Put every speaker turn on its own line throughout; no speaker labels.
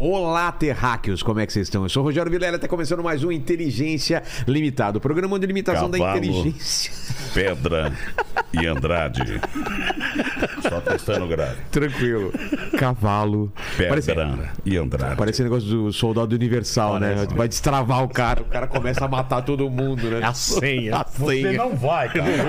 Olá, terráqueos, como é que vocês estão? Eu sou o Rogério Vilela, está começando mais um Inteligência Limitada, o programa de limitação da
Cavalo.
inteligência.
Pedra e Andrade. Só testando o grave.
Tranquilo. Cavalo.
Pedra
Parece,
e Andrade.
parece negócio do soldado universal, né?
Parece.
Vai destravar o cara, o cara começa a matar todo mundo, né?
A senha.
A senha.
Você não vai, cara. Eu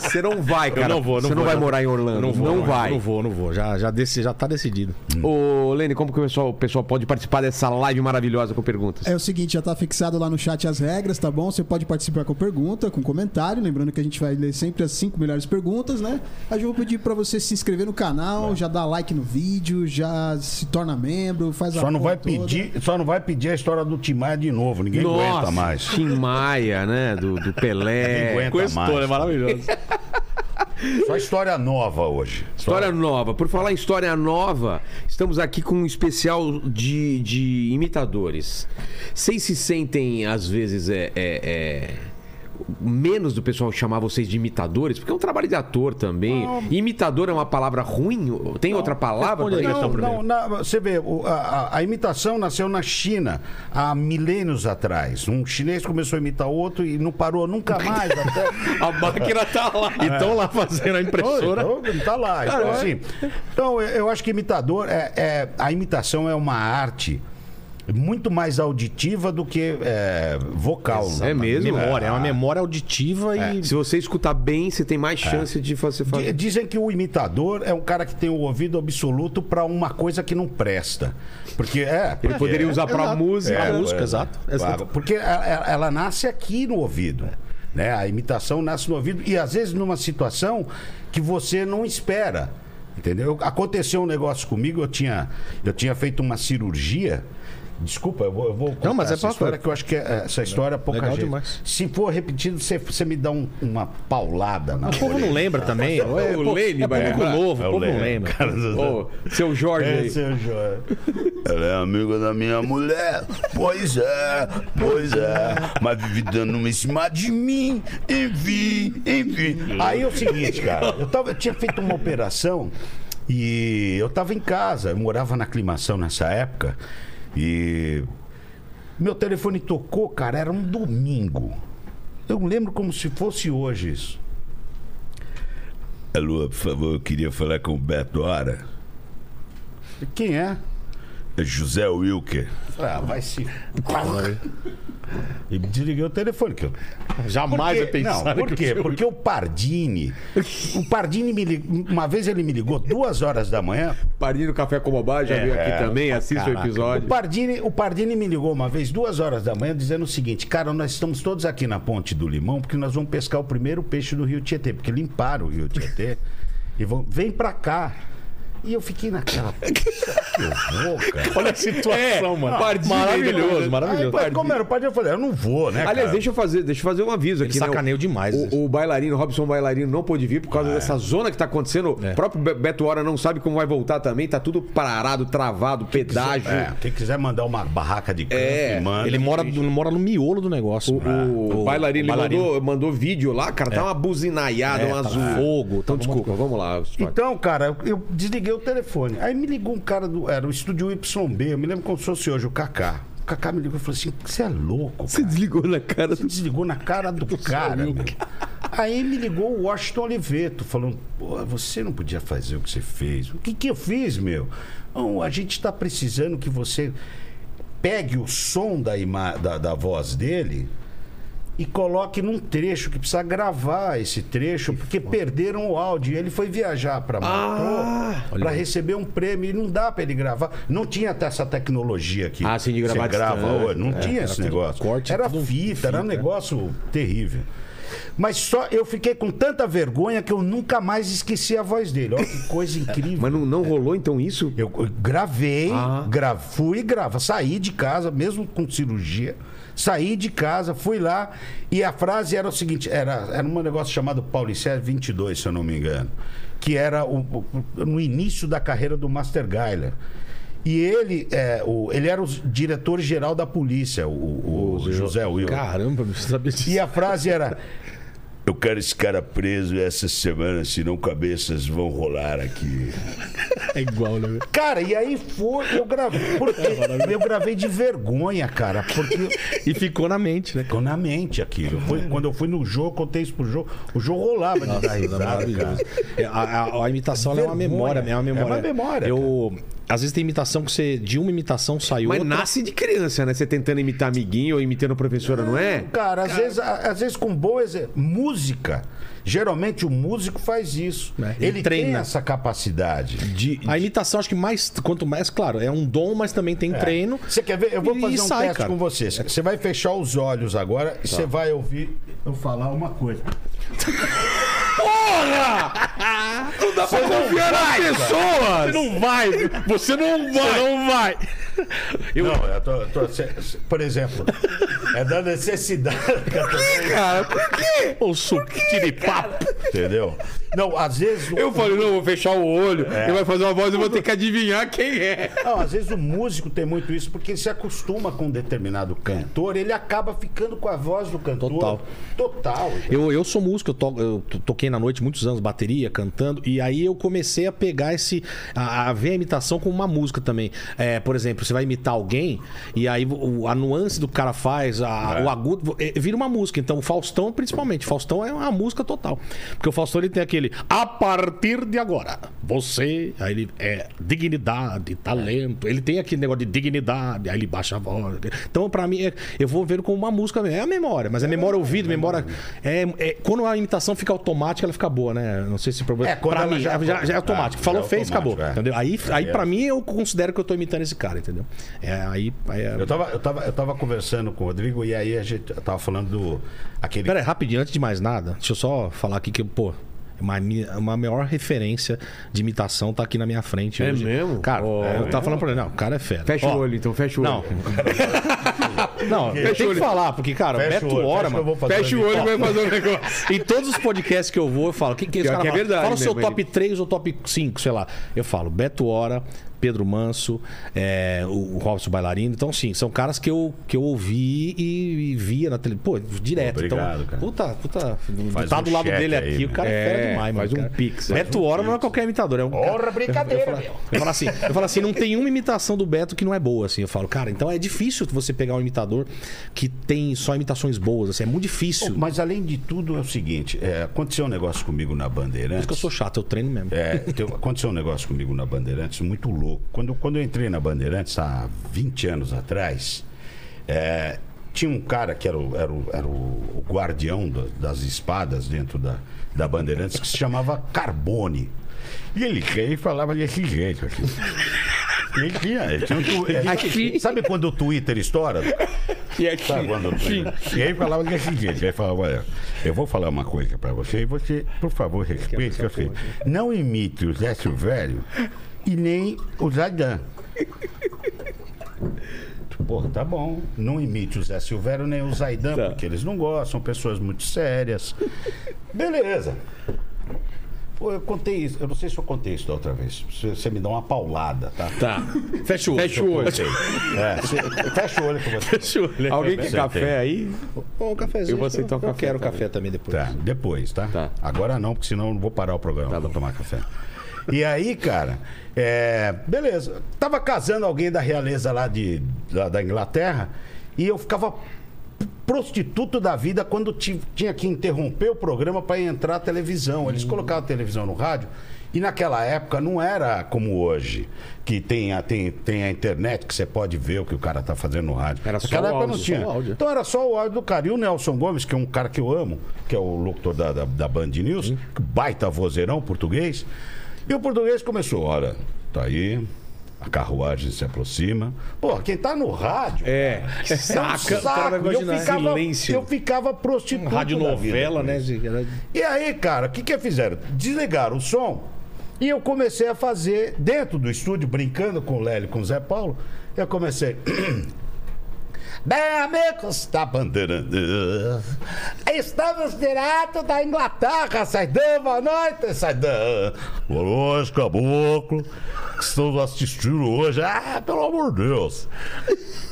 Você não vai, cara.
não vou, não
Você não
vou,
vai
não-
morar em Orlando. Não, vai.
Não vou, não vou. Já, já, deci, já tá decidido.
Ô, Lene, como que o pessoal, o pessoal pode participar dessa live maravilhosa com perguntas?
É o seguinte, já tá fixado lá no chat as regras, tá bom? Você pode participar com pergunta, com comentário, lembrando que a gente vai ler sempre as cinco melhores perguntas, né? A gente vou pedir pra você se inscrever no canal, já dá like no vídeo, já se torna membro, faz a
Só não
porra
vai
toda.
pedir, só não vai pedir a história do Timar de novo. Ninguém aguenta mais.
Tim Maia, né? Do, do
Ninguém
Pelé.
aguenta mais.
maravilhoso.
Só história nova hoje. Só-
História nova. Por falar em história nova, estamos aqui com um especial de, de imitadores. Vocês se sentem, às vezes, é, é- é, menos do pessoal chamar vocês de imitadores? Porque é um trabalho de ator também.
Ah.
Imitador é uma palavra ruim? Tem outra palavra?
Responde aí,
pra isso?
Gastão,
Não,
primeiro.
não, na- você vê, o- a, a- a imitação nasceu na China há milênios atrás. Um chinês começou a imitar outro e não parou nunca mais. Até,
A máquina tá lá.
Então lá fazendo
né?
a impressora.
Oi, então, tá lá.
é.
Então, assim, então, eu- eu acho que imitador é, é- a imitação é uma arte muito mais auditiva do que é, vocal.
É mesmo?
Memória, é uma memória auditiva e.
É. Se você escutar bem, você tem mais chance de fazer
D-
fazer.
Dizem que o imitador é um cara que tem o ouvido absoluto para uma coisa que não presta. Porque é.
Ele poderia usar pra
Exato.
música.
É,
É,
música,
é,
exato.
Claro,
exato.
porque ela, ela nasce aqui no ouvido. Né? A imitação nasce no ouvido e às vezes numa situação que você não espera. Entendeu? Aconteceu um negócio comigo, eu tinha, eu tinha feito uma cirurgia. Desculpa, eu vou, eu vou contar
mas é
essa
pra-
história que eu acho que é- essa história é pouca
Legal
gente.
demais.
Se for repetido, você, você me dá um- uma paulada na
O povo não lembra também. É,
o
pô-
Lene
é
vai
público
lembrar.
novo,
É
o
o
povo não
Lene.
lembra.
Ô, seu Jorge aí.
é o João. Ela é amiga da minha mulher. Pois é, pois é. Mas vive dando uma em cima de mim. Enfim, enfim. Aí é o seguinte, cara. Eu, tava, eu tinha feito uma operação e eu tava em casa. Eu morava na aclimação nessa época. E meu telefone tocou, cara. Era um domingo. Eu lembro como se fosse hoje isso. Alô, É, por favor, eu queria falar com o Beto Hora. Quem é? É José Wilker. Ah, vai se. E desliguei o telefone. Que eu...
Jamais eu
não,
pensava.
por quê? Porque o Pardini. O Pardini me ligou. Uma vez ele me ligou duas horas da manhã.
Parinho do Café com Bobagem já veio aqui
é.
também, assista o
Caraca.
O
episódio.
Pardini, o Pardini me ligou uma vez, duas horas da manhã, dizendo o seguinte: Cara, nós estamos todos aqui na Ponte do Limão porque nós vamos pescar o primeiro peixe do Rio Tietê, porque limparam o Rio Tietê. e vão, vem pra cá. E eu fiquei naquela. "Será que eu vou, cara?
Olha a situação,
É,
mano.
Pardini, né?
maravilhoso,
Aí,
maravilhoso.
pô, como era o Pardini, eu falei: Eu não vou, né?
Aliás,
cara?
deixa eu fazer, deixa eu fazer um aviso aqui. né?
sacaneou demais isso.
O, o bailarino, Robson Bailarino, não pôde vir por causa dessa zona que tá acontecendo. O próprio Be- Beto Hora não sabe como vai voltar também. Tá tudo parado, travado, pedágio.
É, quem quiser mandar uma barraca de campo,
É,
manda.
Ele mora, mora no miolo do negócio. Ah,
O, o bailarino, ele Mandou, mandou vídeo lá, cara. Tá uma buzinaiada,
É,
um
tá
azul.
fogo, tá
Então,
um
desculpa, vamos lá. Stock.
Então, cara, eu desliguei o telefone. Aí me ligou um cara do. Era o estúdio YB, eu me lembro como se fosse hoje, o Kaká. O Kaká me ligou e falou assim: você é louco, cara.
desligou na cara
Você desligou na cara do cara. meu. Aí me ligou o Washington Oliveto, falando: Pô, você não podia fazer o que você fez. O que, que eu fiz, meu? "Não, a gente está precisando que você pegue o som da, ima- da, da voz dele e coloque num trecho que precisa gravar esse trecho, porque perderam o áudio. Ele foi viajar
Ah!
para Moscou para receber um prêmio e não dá para ele gravar. Não tinha até essa tecnologia aqui.
Ah, sim, de gravar é. à
Você grava,
distância.
hoje, não tinha esse
tudo
negócio.
corte,
era
tudo
fita, era um negócio terrível. Mas só eu fiquei com tanta vergonha que eu nunca mais esqueci a voz dele. Olha que coisa incrível.
Mas não, não rolou então isso?
Eu eu gravei,
Ah.
gra- fui gravar, saí de casa, mesmo com cirurgia, saí de casa, fui lá e a frase era o seguinte, era, era um negócio chamado Paulicés 22, se eu não me engano, que era o- o- no início da carreira do Master Geiler. E ele, é, o- ele era o diretor-geral da polícia, o, o- o José Will.
Caramba, não sabia disso.
E a frase era: Eu quero esse cara preso essa semana, senão cabeças vão rolar aqui.
É igual, né? velho?
Cara, e aí foi, eu gravei. Porque
É
eu gravei de vergonha, cara. Porque
E ficou na mente, né?
ficou na mente aquilo. Foi, quando eu fui no jogo, contei isso pro jogo. O jogo rolava de dar risada, cara.
É, A, a- a imitação ela é uma
Vergonha.
memória, né? É uma
É uma
memória.
memória,
Eu, às vezes tem imitação que você. De uma imitação sai
Mas
outra.
nasce de criança, né? Você tentando imitar amiguinho ou imitando professora, não é?
Cara, às vezes, a- às vezes com bom exemplo. Música. Geralmente o músico faz isso.
É, ele
ele tem
treina.
essa capacidade.
De, de-
A imitação, acho que mais. Quanto mais, claro, é um dom, mas também tem treino.
Você quer ver? Eu vou
E-
fazer
e
um
sai,
teste
cara. É. Tá.
com você. Você vai fechar os olhos agora e você vai ouvir eu falar uma coisa.
Não dá pra confiar nas pessoas!
não vai! Você não vai! Você não vai!
Não, eu tô, eu tô- cê- cê- por exemplo, é da necessidade,
Cara, por quê?
Ô, suquiripapo!
entendeu? Não, às vezes, o-
Eu falei, não, vou fechar o olho,
É.
ele vai fazer uma voz, eu vou ter que adivinhar quem é.
não, às vezes o músico tem muito isso porque ele se acostuma com um determinado cantor, ele acaba ficando com a voz do cantor.
É. Total.
Total.
Eu, eu sou músico, eu, to- eu to- toquei na noite muitos anos, bateria, cantando, e aí eu comecei a pegar esse. a, a ver a imitação com uma música também. É, por exemplo, você vai imitar alguém, e aí o- a nuance do cara faz, a- o agudo, é, vira uma música. Então o Faustão, principalmente, Faustão é uma música total. Porque o Faustão ele tem aquele. A partir de agora, você. Aí ele é dignidade, talento. Ele tem aquele negócio de dignidade, aí ele baixa a voz. Então, pra mim, é- eu vou ver com uma música mesmo. É a memória, mas é memória ouvida, memória. É, é- quando a imitação fica automática, ela fica boa, né? Não sei se o problema.
É, quando
pra
ela
mim,
já-
já, já- já é automático.
É,
Falou,
já é
fez, acabou.
automático, é.
Entendeu? Aí, aí
é.
pra mim, eu considero que eu tô imitando esse cara, entendeu? É, aí. aí é...
Eu tava, eu, tava, eu tava conversando com o Rodrigo e aí a gente eu tava falando do. Aquele.
Pera aí, rapidinho, antes de mais nada, deixa eu só falar aqui que, pô, é uma, mi- uma maior referência de imitação tá aqui na minha frente.
É
hoje.
mesmo?
Cara,
Ó,
eu tava falando pra ele, não, o cara é fera.
Fecha
Ó,
o olho, então, fecha o olho.
Não, não, eu
Fecha o
tenho
olho.
que falar, porque, cara,
Fecha o
Beto
olho,
Hora,
fecha que eu
mano.
vou fazer
Fecha o
ali.
olho
Ó,
e vai fazer um negócio.
Em todos os podcasts que eu vou, eu falo. Quem que é
Pior que é verdade
Fala o seu
mesmo,
top 3 ou top 5, sei lá. Eu falo Beto Hora, Pedro Manso, é, o o Robson Bailarino. Então, sim, são caras que eu, que eu ouvi e, e via na tele. Pô, direto.
Obrigado,
então,
cara.
Puta, puta.
Faz
tá
um
do lado
cheque
dele
aí,
aqui, o cara é,
velho.
fera
É,
demais,
faz
mano.
um
cara.
pix, faz
Beto Hora não é qualquer imitador, é um cara-
Porra, brincadeira, meu.
eu falo assim, eu falo assim, não tem uma imitação do Beto que não é boa, assim. Eu falo, cara, então é difícil você pegar um imitador que tem só imitações boas, assim, é muito difícil.
Mas além de tudo é o seguinte, é, aconteceu um negócio comigo na Bandeirantes.
Por isso que eu sou chato, eu treino mesmo.
É, teu- aconteceu um negócio comigo na Bandeirantes muito louco. Quando, quando eu entrei na Bandeirantes há 20 anos atrás, é, tinha um cara que era o, era o- era o guardião da- das espadas dentro da, da Bandeirantes que se chamava Carbone. E ele veio e falava desse jeito aqui. Ele tinha, ele tinha um tu- ele-
Aqui.
Sabe quando o Twitter estoura?
E aqui,
Sabe Tá, quando- E aí falava que é o seguinte, aí falava, olha, eu vou falar uma coisa pra você e você, por favor, respeite que eu sei. Não imite o Zé Silvério e nem o Zaidan. Pô, tá bom. Não imite o Zé Silvério nem o Zaidan, porque eles não gostam, são pessoas muito sérias. Beleza. Pô, eu contei isso. Eu não sei se eu contei isso da outra vez. Você- Você me dá uma paulada, tá?
tá.
Fecha o olho.
Fecha o olho.
É, você- fecha o olho com você.
Fecha o olho.
Alguém quer
Você
café aí?
Um cafezinho.
Eu vou aceitar um
eu
café
quero
também.
café também depois.
Tá, depois, tá?
Tá.
Agora não, porque senão eu não vou parar o programa pra tomar café. E aí, cara, é, beleza. Tava casando alguém da realeza lá de, da, da Inglaterra e eu ficava prostituto da vida quando ti- tinha que interromper o programa para entrar a televisão.
Hum.
Eles colocavam a televisão no rádio e naquela época não era como hoje, que tem a, tem, tem a internet que você pode ver o que o cara tá fazendo no rádio.
Era só
Naquela
o
época
áudio,
não tinha.
só o áudio.
Então era só o áudio do cara. E o Nelson Gomes, que é um cara que eu amo, que é o locutor da, da, da Band News, que baita vozeirão português. E o português começou, olha, tá aí, a carruagem se aproxima. Pô, quem tá no rádio...
É. Que
Saca,
saco.
um saco.
Cara, vai
Eu,
imaginar.
ficava,
Silêncio.
eu ficava prostituto.
Rádio
da vida.
novela, né? Zico? Era-
E aí, cara, o que que fizeram? Desligaram o som e eu comecei a fazer, dentro do estúdio, brincando com o Lélio e com o Zé Paulo, eu comecei... Bem, amigos da bandeira. Estamos direto da Inglaterra, Saidão. Boa noite, Saidão. Boa noite, caboclo. Que estamos assistindo hoje. Ah, pelo amor de Deus.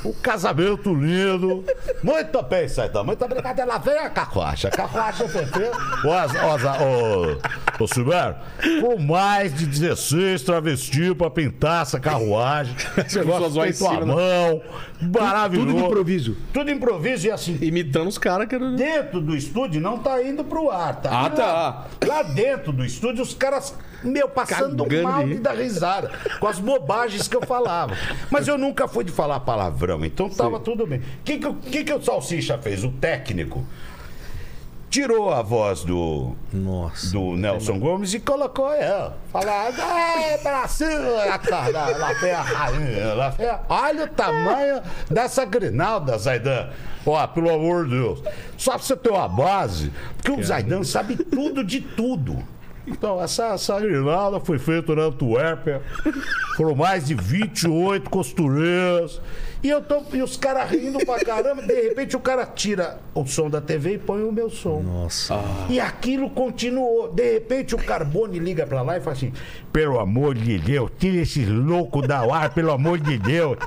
Um casamento lindo. Muito bem, Saidão. Muito obrigado. Ela veio a carruacha. Carruacha PP. Ô, ô, ô, ô, Silvério, com mais de 16 travestis pra pintar essa carruagem. Você
começou a zoar em cima,
tua
né?
mão. Maravilhoso.
Tudo de improviso.
Tudo improviso e assim.
Imitando os caras que era.
Dentro do estúdio não tá indo pro ar, tá?
Ah, tá.
Lá dentro do estúdio, os caras, meu, passando
Cagando
mal
de
de
rir.
dar risada com as bobagens que eu falava. Mas eu nunca fui de falar palavrão, então tava tudo bem. O que, que, o- que que o Salsicha fez? O técnico tirou a voz do,
Nossa.
do Nelson Gomes e colocou ela. Falando, é Brasil, lá, tá, lá, lá vem a rainha, lá vem a-" Olha o tamanho dessa grinalda, Zaidan. Ó, pelo amor de Deus. Só pra você ter uma base, porque o Zaidan sabe tudo de tudo. Então, essa, essa grinalda foi feita na Antuérpia. Foram mais de 28 costureiras. E, eu tô, e os caras rindo pra caramba. De repente, o cara tira o som da TV e põe o meu som.
Nossa.
Ah.
E aquilo continuou. De repente o Carbone liga pra lá e fala assim: pelo amor de Deus, tira esse louco da ar, pelo amor de Deus.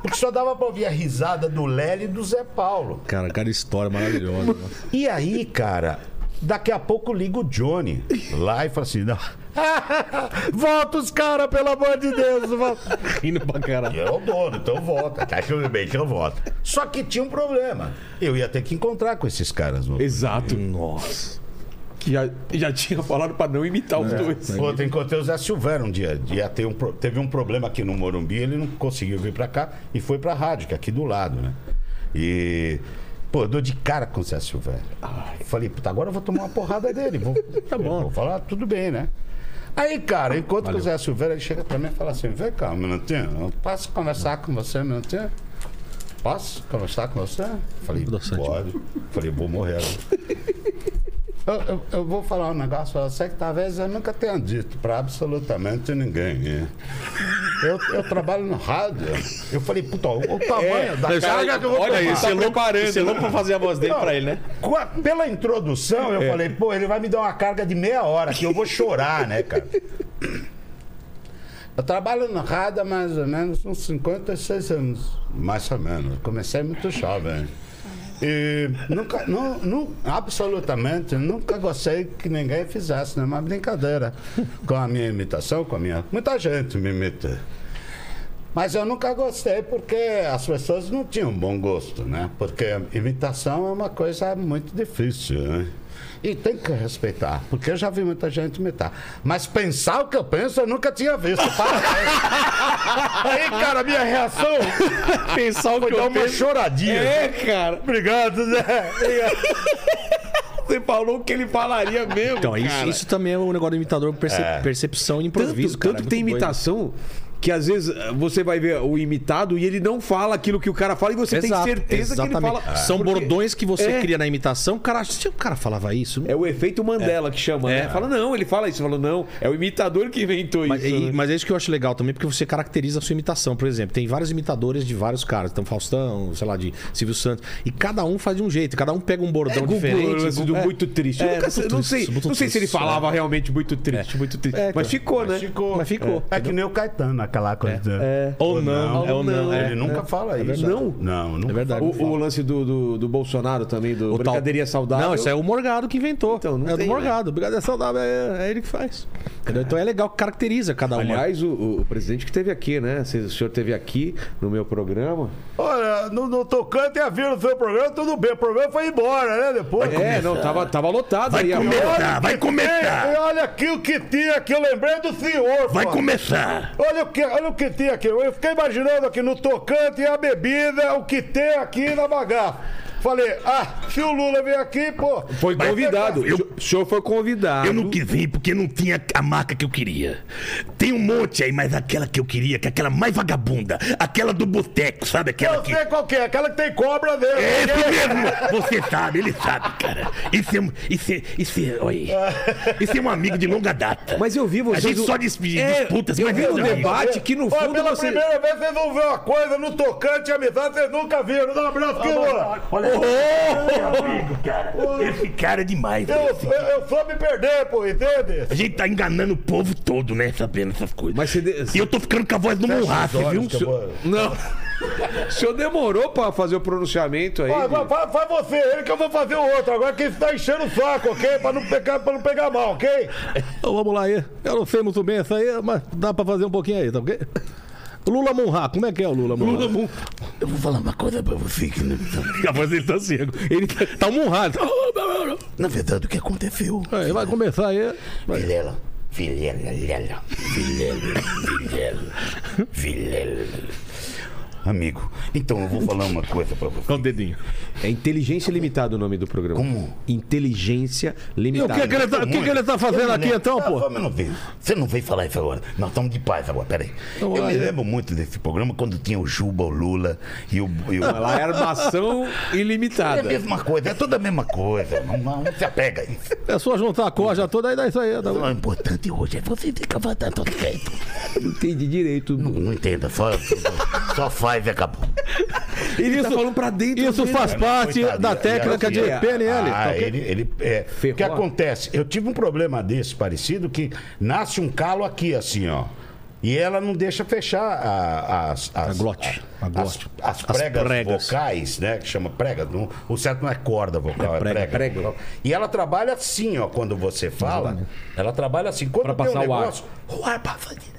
Porque só dava pra ouvir a risada do Lely e do Zé Paulo.
Cara, cara, história maravilhosa. mano.
E aí, cara, daqui a pouco liga o Johnny lá e fala assim: não. volta os caras, pelo amor de Deus, volta.
Rindo pra
E
caralho.
eu é o dono, então volta. Tá tudo bem que eu volto. Só que tinha um problema. Eu ia ter que encontrar com esses caras no
Exato.
Nossa. É.
Que já, já tinha falado pra não imitar os dois.
Pô, eu encontrei o Zé Silveira um dia. dia tem um pro- teve um problema aqui no Morumbi, ele não conseguiu vir pra cá e foi pra rádio, que é aqui do lado, né? E. Pô, eu dou de cara com o Zé Silveira. Falei, puta, agora eu vou tomar uma porrada dele. Vou, tá bom. Vou falar, tudo bem, né? Aí, cara, enquanto que o Zé Silveira ele chega pra mim e fala assim: vem cá, um minutinho, eu posso conversar com você um minutinho? Posso conversar com você? Falei,
Vou dar sorte.
pode. Falei, vou morrer agora. Eu, eu- eu vou falar um negócio pra você que talvez eu nunca tenha dito pra absolutamente ninguém. né? Eu, eu trabalho no rádio. Eu falei, puta, o, o tamanho da carga que eu vou tomar.
tá
esse louco Esse é louco pra fazer a voz dele pra ele, né?
Com a- Pela introdução, eu falei, pô, ele vai me dar uma carga de meia hora, que eu vou chorar, né, cara? Eu trabalho na rádio há mais ou menos uns 56 anos. Mais ou menos. Comecei muito jovem. E nunca, não, não, absolutamente, nunca gostei que ninguém fizesse nenhuma brincadeira com a minha imitação, com a minha. Muita gente me imita. Mas eu nunca gostei porque as pessoas não tinham bom gosto, né? Porque imitação é uma coisa muito difícil, né? E tem que respeitar, porque eu já vi muita gente imitar. Mas pensar o que eu penso, eu nunca tinha visto. Parabéns. Aí, cara, minha reação
Pensar o que
foi dar
eu
uma
penso.
choradinha.
É, né? cara.
Obrigado, Zé.
Você falou o que ele falaria mesmo.
Então, isso,
cara.
isso também é um negócio do imitador, perce- percepção e improviso,
É. tanto,
cara.
tanto
é
que tem
muito doido.
imitação que às vezes eh, você vai ver o imitado e ele não fala aquilo que o cara fala e você
Exato,
tem certeza que ele
exatamente.
fala.
São
Porque
bordões que você
É.
cria na imitação. Cara, se o cara falava isso.
É o efeito Mandela que chama, né? Fala, não, ele fala isso. Fala, não, é o imitador que inventou
É. Mas,
isso.
e-
né?
mas é isso que eu acho legal também, porque você caracteriza a sua imitação. Por exemplo, tem vários imitadores de vários caras. Então, Faustão, sei lá, de Silvio Santos. E cada um faz de um jeito. Cada um pega um bordão
Gugu,
diferente.
lance do
É.
muito triste.
É,
eu nunca-
muito
eu não
triste,
sei,
muito
não sei se ele
triste,
falava
é.
realmente muito triste, muito triste.
É, cara.
mas ficou, né?
ficou.
Mas ficou.
É que nem o Caetano, aquela coisa.
É. Ou não, é ou não.
Ele
é.
nunca fala isso.
verdade. Não?
Não, nunca
É verdade.
O, o lance do, do, do Bolsonaro também, do
tal-
Brincadeira Saudável.
Não, isso é o Morgado que inventou.
Então, não
é do
tem,
Morgado. Brincadeira saudável, é, é ele que faz. Entendeu? Então é legal que caracteriza cada um.
Aliás, o, o presidente que teve aqui, né? Se O senhor teve aqui no meu programa.
Olha, no, no tocante a vir no seu programa, tudo bem. O problema foi ir embora, né? Depois.
É, não, tava, tava lotado ali. a-
Olha vai começar. olha aqui o que tinha aqui, eu lembrei do senhor. Vai começar. Olha o, que, olha o que tinha aqui. Eu fiquei imaginando aqui no tocante e a bebida, o que tem aqui na bagaça. Falei, ah, se o Lula veio aqui, pô.
Foi
vai
convidado.
pegar.
O senhor foi convidado.
Eu não quis vir porque não tinha a marca que eu queria. Tem um monte aí, mas aquela que eu queria, que é aquela mais vagabunda, aquela do boteco, sabe? Aquela
Eu
que.
sei qual que é, aquela que tem cobra dele.
É esse mesmo! Você sabe, ele sabe, cara. Isso é, um- isso é, isso é, olha aí. Isso é um amigo de longa data.
Mas eu vi
A
vocês.
gente só disputa,
É,
disputas,
eu
mas
vi
é
no
amigo.
debate que no
Ó,
fundo
pela
você-
primeira vez vocês vão ver uma coisa no tocante à amizade, vocês nunca viram. Dá um abraço
Tá
aqui, Lula.
Ô, amigo, cara. Esse cara é demais.
Eu,
velho.
eu, eu só me perder, pô, entende?
A gente tá enganando o povo todo, né? Sabendo essas coisas.
Mas você de-
E eu tô ficando com a voz do Murrafe,
Olha,
viu?
que eu vou-
Não. o senhor demorou pra fazer o pronunciamento aí.
Ó, agora faz, faz você, ele que eu vou fazer o outro. Agora quem tá enchendo o saco, ok? Pra não pegar, pra não pegar mal, ok?
Então vamos lá aí. Eu não sei muito bem essa aí, mas dá pra fazer um pouquinho aí, tá ok? Lula Monra, como é que é o Lula Monra? Lula Monra.
Eu vou falar uma coisa pra você que não.
A voz dele tá cego. Ele tá, tá um monrado.
Na verdade, o que aconteceu?
Aí, vai começar aí. Vai.
Vilela. Vilela, Lela. Vilela, Vilela. Vilela. Amigo, então eu vou falar uma coisa pra você.
Com o um dedinho.
É Inteligência Limitada o nome do programa.
Como?
Inteligência
E o
Limitada.
que, que, ele tá, o que, que ele tá fazendo aqui então,
Ah,
pô?
só um minutinho. Você não veio falar isso agora. Nós estamos de paz agora, peraí.
Então
eu
vai.
me lembro muito desse programa quando tinha o Juba, o Lula e o. E o...
Ela é armação
É a
ilimitada.
mesma coisa, é toda a mesma coisa. Não, não se apega a isso.
É só juntar a corja toda e dá isso aí. Tá... bom.
O importante hoje é você ficar batendo quieto.
Não entendi direito.
Não, não entenda, só, só faz e acabou.
Ele
Isso-
tá falando pra dentro.
Isso
dele.
faz parte
Coitadinho,
da técnica de
assim, é.
PNL.
Ah,
tá ok?
ele, ele é.
Ferrou.
O que acontece? Eu tive um problema desse parecido que nasce um calo aqui, assim, ó. E ela não deixa fechar a, as, as,
A glote.
a-
A glote.
As, as
As
pregas,
pregas.
vocais, né? Que chama prega. Não, o certo não é corda vocal, é,
prega,
prega.
prega.
vocal. E ela trabalha assim, ó, quando você fala. Ela trabalha assim. Quando
Pra
tem
passar
um
o ar.
negócio, o ar passa direto.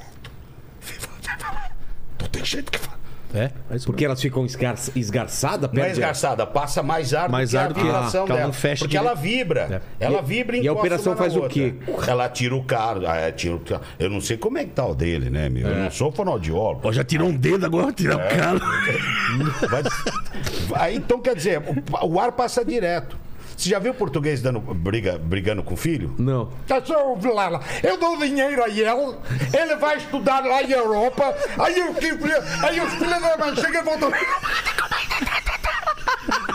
Você fala, Não tem jeito que fala.
É, é isso
Porque
mesmo.
elas ficam esgar... esgarçadas?
Não é
perde a-
esgarçada, passa mais ar
Mais
do que
ar do
a
que a-
vibração
tá
que ela
dela.
não fecha
porque ela vibra. Ela
É. E-
vibra
e a
encosta
operação
uma na
faz o
outra.
quê?
Ela tira o carro. ah, é, tira o carro. Eu não sei como é que tá o dele, né, meu?
É.
Eu não sou fonoaudiólogo.
Ó, já tirou um dedo, agora vai
É.
tirar o cara.
Vai- Aí, então, quer dizer, o, o ar passa direto. Você já viu o português dando, briga, brigando com o filho?
Não.
Tá só o Vilela. Eu dou dinheiro a ele, ele vai estudar lá em Europa, aí os filhos aí os filhos da mãe chegam e voltam.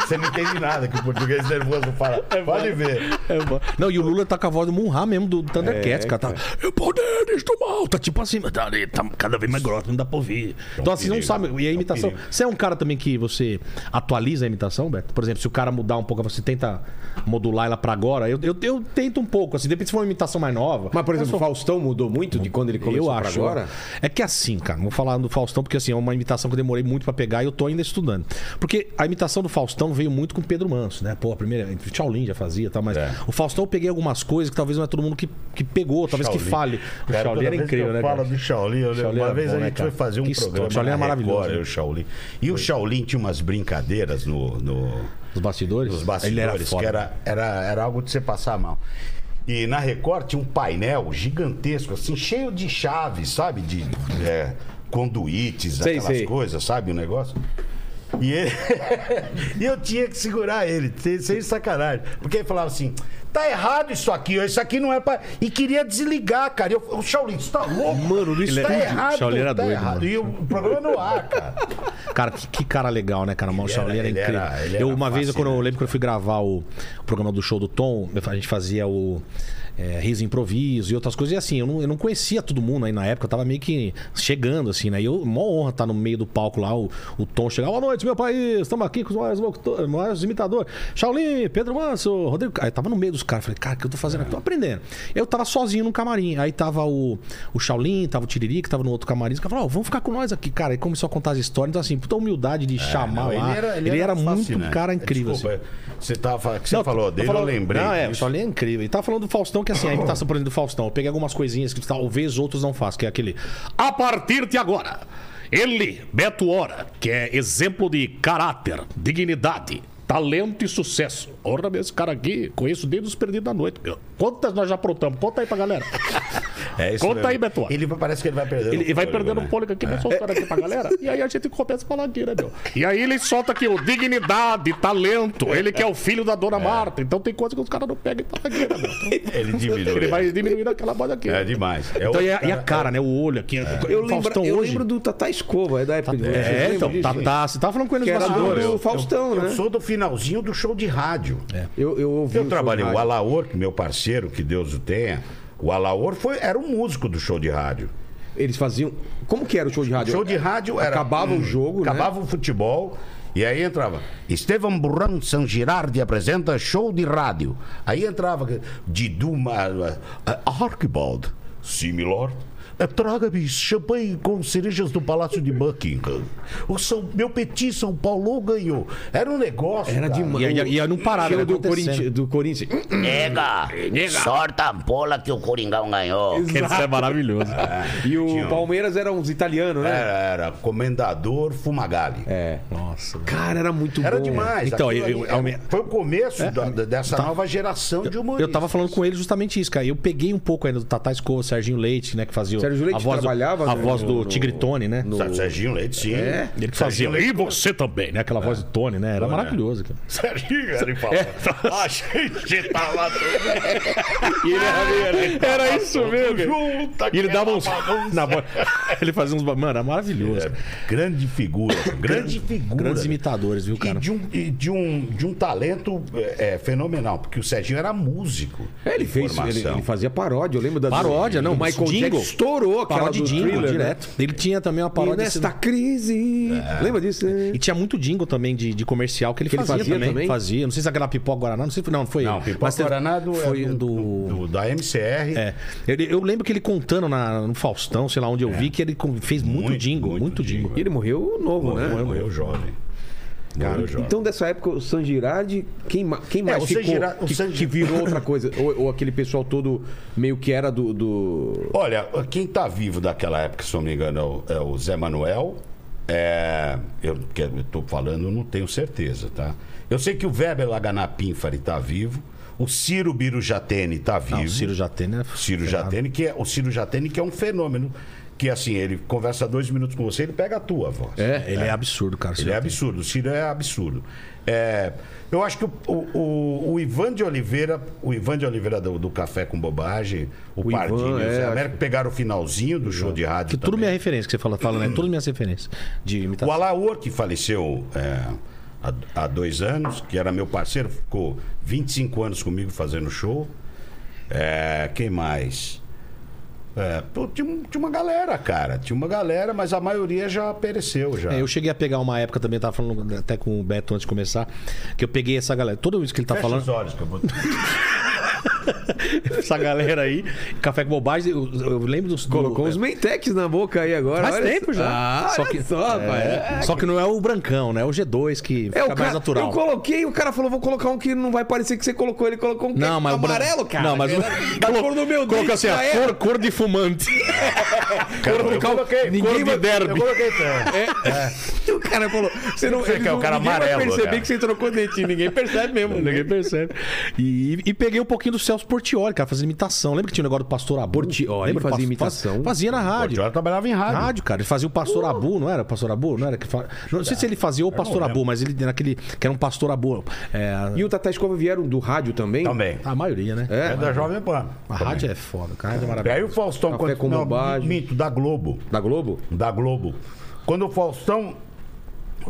Você não entende nada que o português nervoso fala. Pode ver.
É bom. Não, e o Lula tá com a voz do Munra mesmo, do Thundercats,
É,
cara. Tá, eu poderes do mal. Tá tipo assim, tá, ele tá cada vez mais grosso, não dá pra ouvir. Então assim, não
perigo.
sabe. E a
É um
imitação.
perigo.
Você é um cara também que você atualiza a imitação, Beto? Por exemplo, se o cara mudar um pouco, você tenta modular ela pra agora. Eu, eu, eu tento um pouco, assim, depende se for uma imitação mais nova.
Mas, por
Eu
exemplo,
sou-
Faustão mudou muito de quando ele começou
eu
pra
acho.
agora?
É que assim, cara, vou falar do Faustão, porque assim, é uma imitação que eu demorei muito pra pegar e eu tô ainda estudando. Porque a imitação do Faustão veio muito com o Pedro Manso, né? Pô, a primeira. o Shaolin já fazia e tal, mas
É.
o Faustão eu peguei algumas coisas que talvez não é todo mundo que, que pegou, talvez que
Shaolin.
fale. O
Cara,
Shaolin
toda
era
vez que
incrível,
eu
né?
falo
cara?
do Shaolin, eu lembro.
Shaolin
Uma
era
vez
bom,
a
né,
gente
cara?
foi fazer um
Que história.
programa.
Shaolin é
na
maravilhoso,
Record,
né?
o Shaolin. E o Shaolin tinha umas brincadeiras no- no
Os bastidores?
Os bastidores,
Ele era foda.
que era, era, era algo de você passar mal. E na Record tinha um painel gigantesco, assim, cheio de chaves, sabe? De é, conduítes,
Sei,
aquelas
sei.
coisas, sabe? O negócio. E, ele- e eu tinha que segurar ele, sem- sem sacanagem. Porque ele falava assim: tá errado isso aqui, ó, isso aqui não é pra. E queria desligar, cara. Eu, o Shaolin, você tá louco?
Mano, no
isso tá
estúdio,
errado.
Shaolin era
tá
doido,
errado.
mano.
E o programa no ar, cara.
Cara, que, que cara legal, né, cara? O Shaolin era
ele
incrível.
era- ele era
eu, uma vez, eu, quando eu
fascinante,
lembro que eu fui gravar o, o programa do show do Tom, a gente fazia o é, Riso Improviso e outras coisas. E assim, eu não, eu não conhecia todo mundo aí na época, eu tava meio que chegando, assim, né? E eu, mó honra estar no meio do palco lá, o, o Tom chegar, boa noite, meu país, estamos aqui com os maiores, locutores, maiores imitadores. Shaolin, Pedro Manso, Rodrigo. Aí eu tava no meio dos caras, falei, cara, o que eu tô fazendo? aqui? Tô aprendendo. Eu tava sozinho num camarim. Aí tava o, o Shaolin, tava o Tiririca, tava no outro camarim. Os caras falaram, ó, vamos ficar com nós aqui, cara. E começou a contar as histórias. Então, assim, puta humildade de chamar
Não,
lá. Ele era, muito
fascinante.
cara incrível, assim.
É, Desculpa, Você, tava, falando- que você
Não,
falou
tô
dele, eu
falando-
lembrei.
Não, é,
disso.
o
Oh.
Shaolin é incrível.
tá
E tava falando do Faustão, que assim, a imitação, por exemplo, do Faustão. Eu peguei algumas coisinhas que talvez outros não façam, que é aquele. A partir de agora, ele, Beto Hora, que é exemplo de caráter, dignidade. Talento e sucesso. Olha esse cara aqui, conheço desde os perdidos da noite. meu. Quantas nós já aprontamos? Conta aí pra galera.
É isso
Conta
mesmo.
aí, Beto.
Ele parece que ele vai perdendo
Ele, ele vai
fôlego,
perdendo
um
né?
o fôlego aqui, vem soltando aqui pra galera. E aí a gente começa a falar aqui, né, meu? E aí ele solta aqui o dignidade, talento. Ele que é o filho da dona Marta. Então tem coisa que os caras não pegam e falam aqui, né, meu? Então,
Ele diminui.
Ele vai diminuindo aquela voz aqui.
É demais. É
Então,
o-
e, a, e a cara, né? O olho aqui.
Eu,
O
lembra,
Faustão
eu
hoje.
lembro do Tatá Escova, é da época de hoje. Vocês
É,
lembram
então,
disso?
tá, tá, você tava falando com ele
Que
nos
era do,
bastidores.
do Faustão,
Eu
né?
sou do finalzinho do show de rádio.
É.
Eu, eu ouvi
Eu
o
trabalhei.
seu
O
rádio.
Alaor, que meu parceiro, que Deus o tenha, o Alaor foi, era um músico do show de rádio.
Eles faziam. Como que era o show de rádio?
Show de rádio era. Hum.
Acabava o jogo, né?
Acabava o futebol. E aí entrava. Estevam Burrão San Girardi apresenta show de rádio. Aí entrava Didu Ma- ah, Archibald. Similar. Eh, Traga-me champanhe com cerejas do Palácio de Buckingham. O São, meu Petit São Paulo ganhou. Era um negócio.
Era
cara.
demais.
E- e- e eu não parava,
Show
era
do
acontecendo.
Corinthians. né? Do Corinthians.
Nega,
É,
sorta a bola que o Coringão ganhou.
Isso é maravilhoso.
E o
Tinha um-
Palmeiras era uns italianos, né?
É.
Era, era Comendador Fumagalli.
É.
Nossa.
Cara, era muito
Era
bom.
demais.
Então,
Aquilo
eu-
ali
eu-
era- foi o começo da- da- dessa nova geração de humoristas.
Eu tava falando com ele justamente isso, cara. Eu peguei um pouco ainda do Tatá Escova, Serginho Leite, né? Que fazia o-
Sérgio Leite
a voz
trabalhava né,
do, a
no-
voz do
no-
Tigritone, né?
Sabe, Serginho Leite, sim.
É?
Ele que fazia. E você também, né? Aquela voz de Tony, né? Era maravilhoso, cara.
Serginho, ele
É.
falava. A gente tá tava
Era isso
junto.
E ele
aquela
dava uns.
bagunça. É,
Na voz- ele fazia uns. ba- Mano, era maravilhoso. cara.
Grande figura, grande figura.
Grandes imitadores, viu,
E
cara?
de um, e de um, de um talento é, é, fenomenal, porque o Serginho era músico.
É, ele
de
fez, ele,
formação.
ele fazia paródia, eu lembro da
Paródia, não,
o Michael
jingle.
Jackson estourou aquela
Paródia
do
de jingle,
thriller, né?
direto. Ele tinha também uma
E
paródia. É.
nesta crise. Lembra disso? né?
E tinha muito jingle também de, de comercial que ele,
Que ele
fazia,
fazia
também.
também?
Fazia. Não sei se aquela Pipoca Guaraná, não sei. Não, não foi
Não,
ele.
Pipoca
Mas teve-
Guaraná do,
Foi
é, do,
do-
do- da MCR.
É. Eu, eu lembro que ele contando na- no Faustão, sei lá onde eu
É.
vi, que ele com- fez muito,
Muito,
jingle,
muito
muito, jingle.
E ele morreu novo, né?
Morreu, morreu jovem. Morreu jovem.
Então, dessa época, o San Girardi, quem, ma-
É,
quem mais
o San
ficou
Girardi- o
que,
San
que
Gi-
virou outra coisa? Ou, ou aquele pessoal todo meio que era do... do-
Olha, quem tá vivo daquela época, se não me engano, é o- é o Zé Manuel. É, eu, que eu tô falando, eu não tenho certeza, tá? Eu sei que o Weber Laganapinfari tá vivo. O Ciro Birujatene tá vivo.
Não, o Ciro já tem, né?
Ciro Jatene, que é, o Ciro Jatene que é um fenômeno. Que assim, ele conversa dois minutos com você, ele pega a tua voz.
É, ele é absurdo, cara. o Ciro
Ele é
Jatene.
absurdo, o Ciro é absurdo. É, eu acho que o, o- o- o Ivan de Oliveira, o Ivan de Oliveira do, do Café com Bobagem, o,
O
Pardinho,
Ivan,
o Zé
é,
Américo, pegaram o finalzinho do show de rádio.
Que é tudo
também.
minha referência que você fala, fala né? Tudo minhas referências de
O
imitação.
Alaor, que faleceu é, há, há dois anos, que era meu parceiro, ficou 25 anos comigo fazendo show. É, quem mais? É, pô, tinha, um- tinha uma galera, cara. Tinha uma galera, mas a maioria já pereceu já.
É, eu cheguei a pegar uma época também, eu tava falando até com o Beto antes de começar, que eu peguei essa galera. Tudo isso que ele tá
Fecha
falando.
os olhos que eu vou...
essa galera aí, café com bobagem, eu, eu lembro dos. do- é,
Colocou uns Mentex na boca aí agora.
Faz
olha
tempo
só.
já.
Ah,
Só
olha
que-
só, rapaz.
É, Só que não é o brancão, né? É o G2 que fica
É, o
mais
cara,
natural.
Eu coloquei, o cara falou, vou colocar um que não vai parecer que você colocou. Ele colocou um que
Não, mas o bran-
amarelo, cara.
Não, mas o-
Da, da cor do meu
Colocou
dente,
assim,
já
a
era.
cor, cor de fumante.
Cara, eu
cal-
coloquei,
ninguém
cor de
vai-
derby. Eu coloquei também.
É. O cara falou, você
É,
não,
Você
eles
quer o
não-
cara
ninguém
amarelo,
vai perceber
cara.
que você trocou dentinho, ninguém percebe mesmo. né?
Ninguém percebe. E, e peguei um pouquinho do Celso Portioli, cara, fazendo imitação. Lembra que tinha o negócio do Pastor Abu?
Portiolli
Lembra?
fazia
Pas-
imitação? tá-
Fazia na rádio.
Jorge trabalhava em rádio.
Rádio, cara. Ele fazia o Pastor Abu, não era? O Pastor Abu, não era? Que fa- Não sei se ele fazia o Pastor Abu, mas ele naquele. Que era um Pastor Abu. É,
E o Tata Escova vieram do rádio também?
Também.
a maioria, né?
É, da Jovem Pan.
A rádio é foda, cara. A rádio é
E
maravilhosa.
aí o Faustão...
Café
quando-
com
não,
Bobagem.
Mito, da Globo.
Da Globo?
da Globo. Quando o Faustão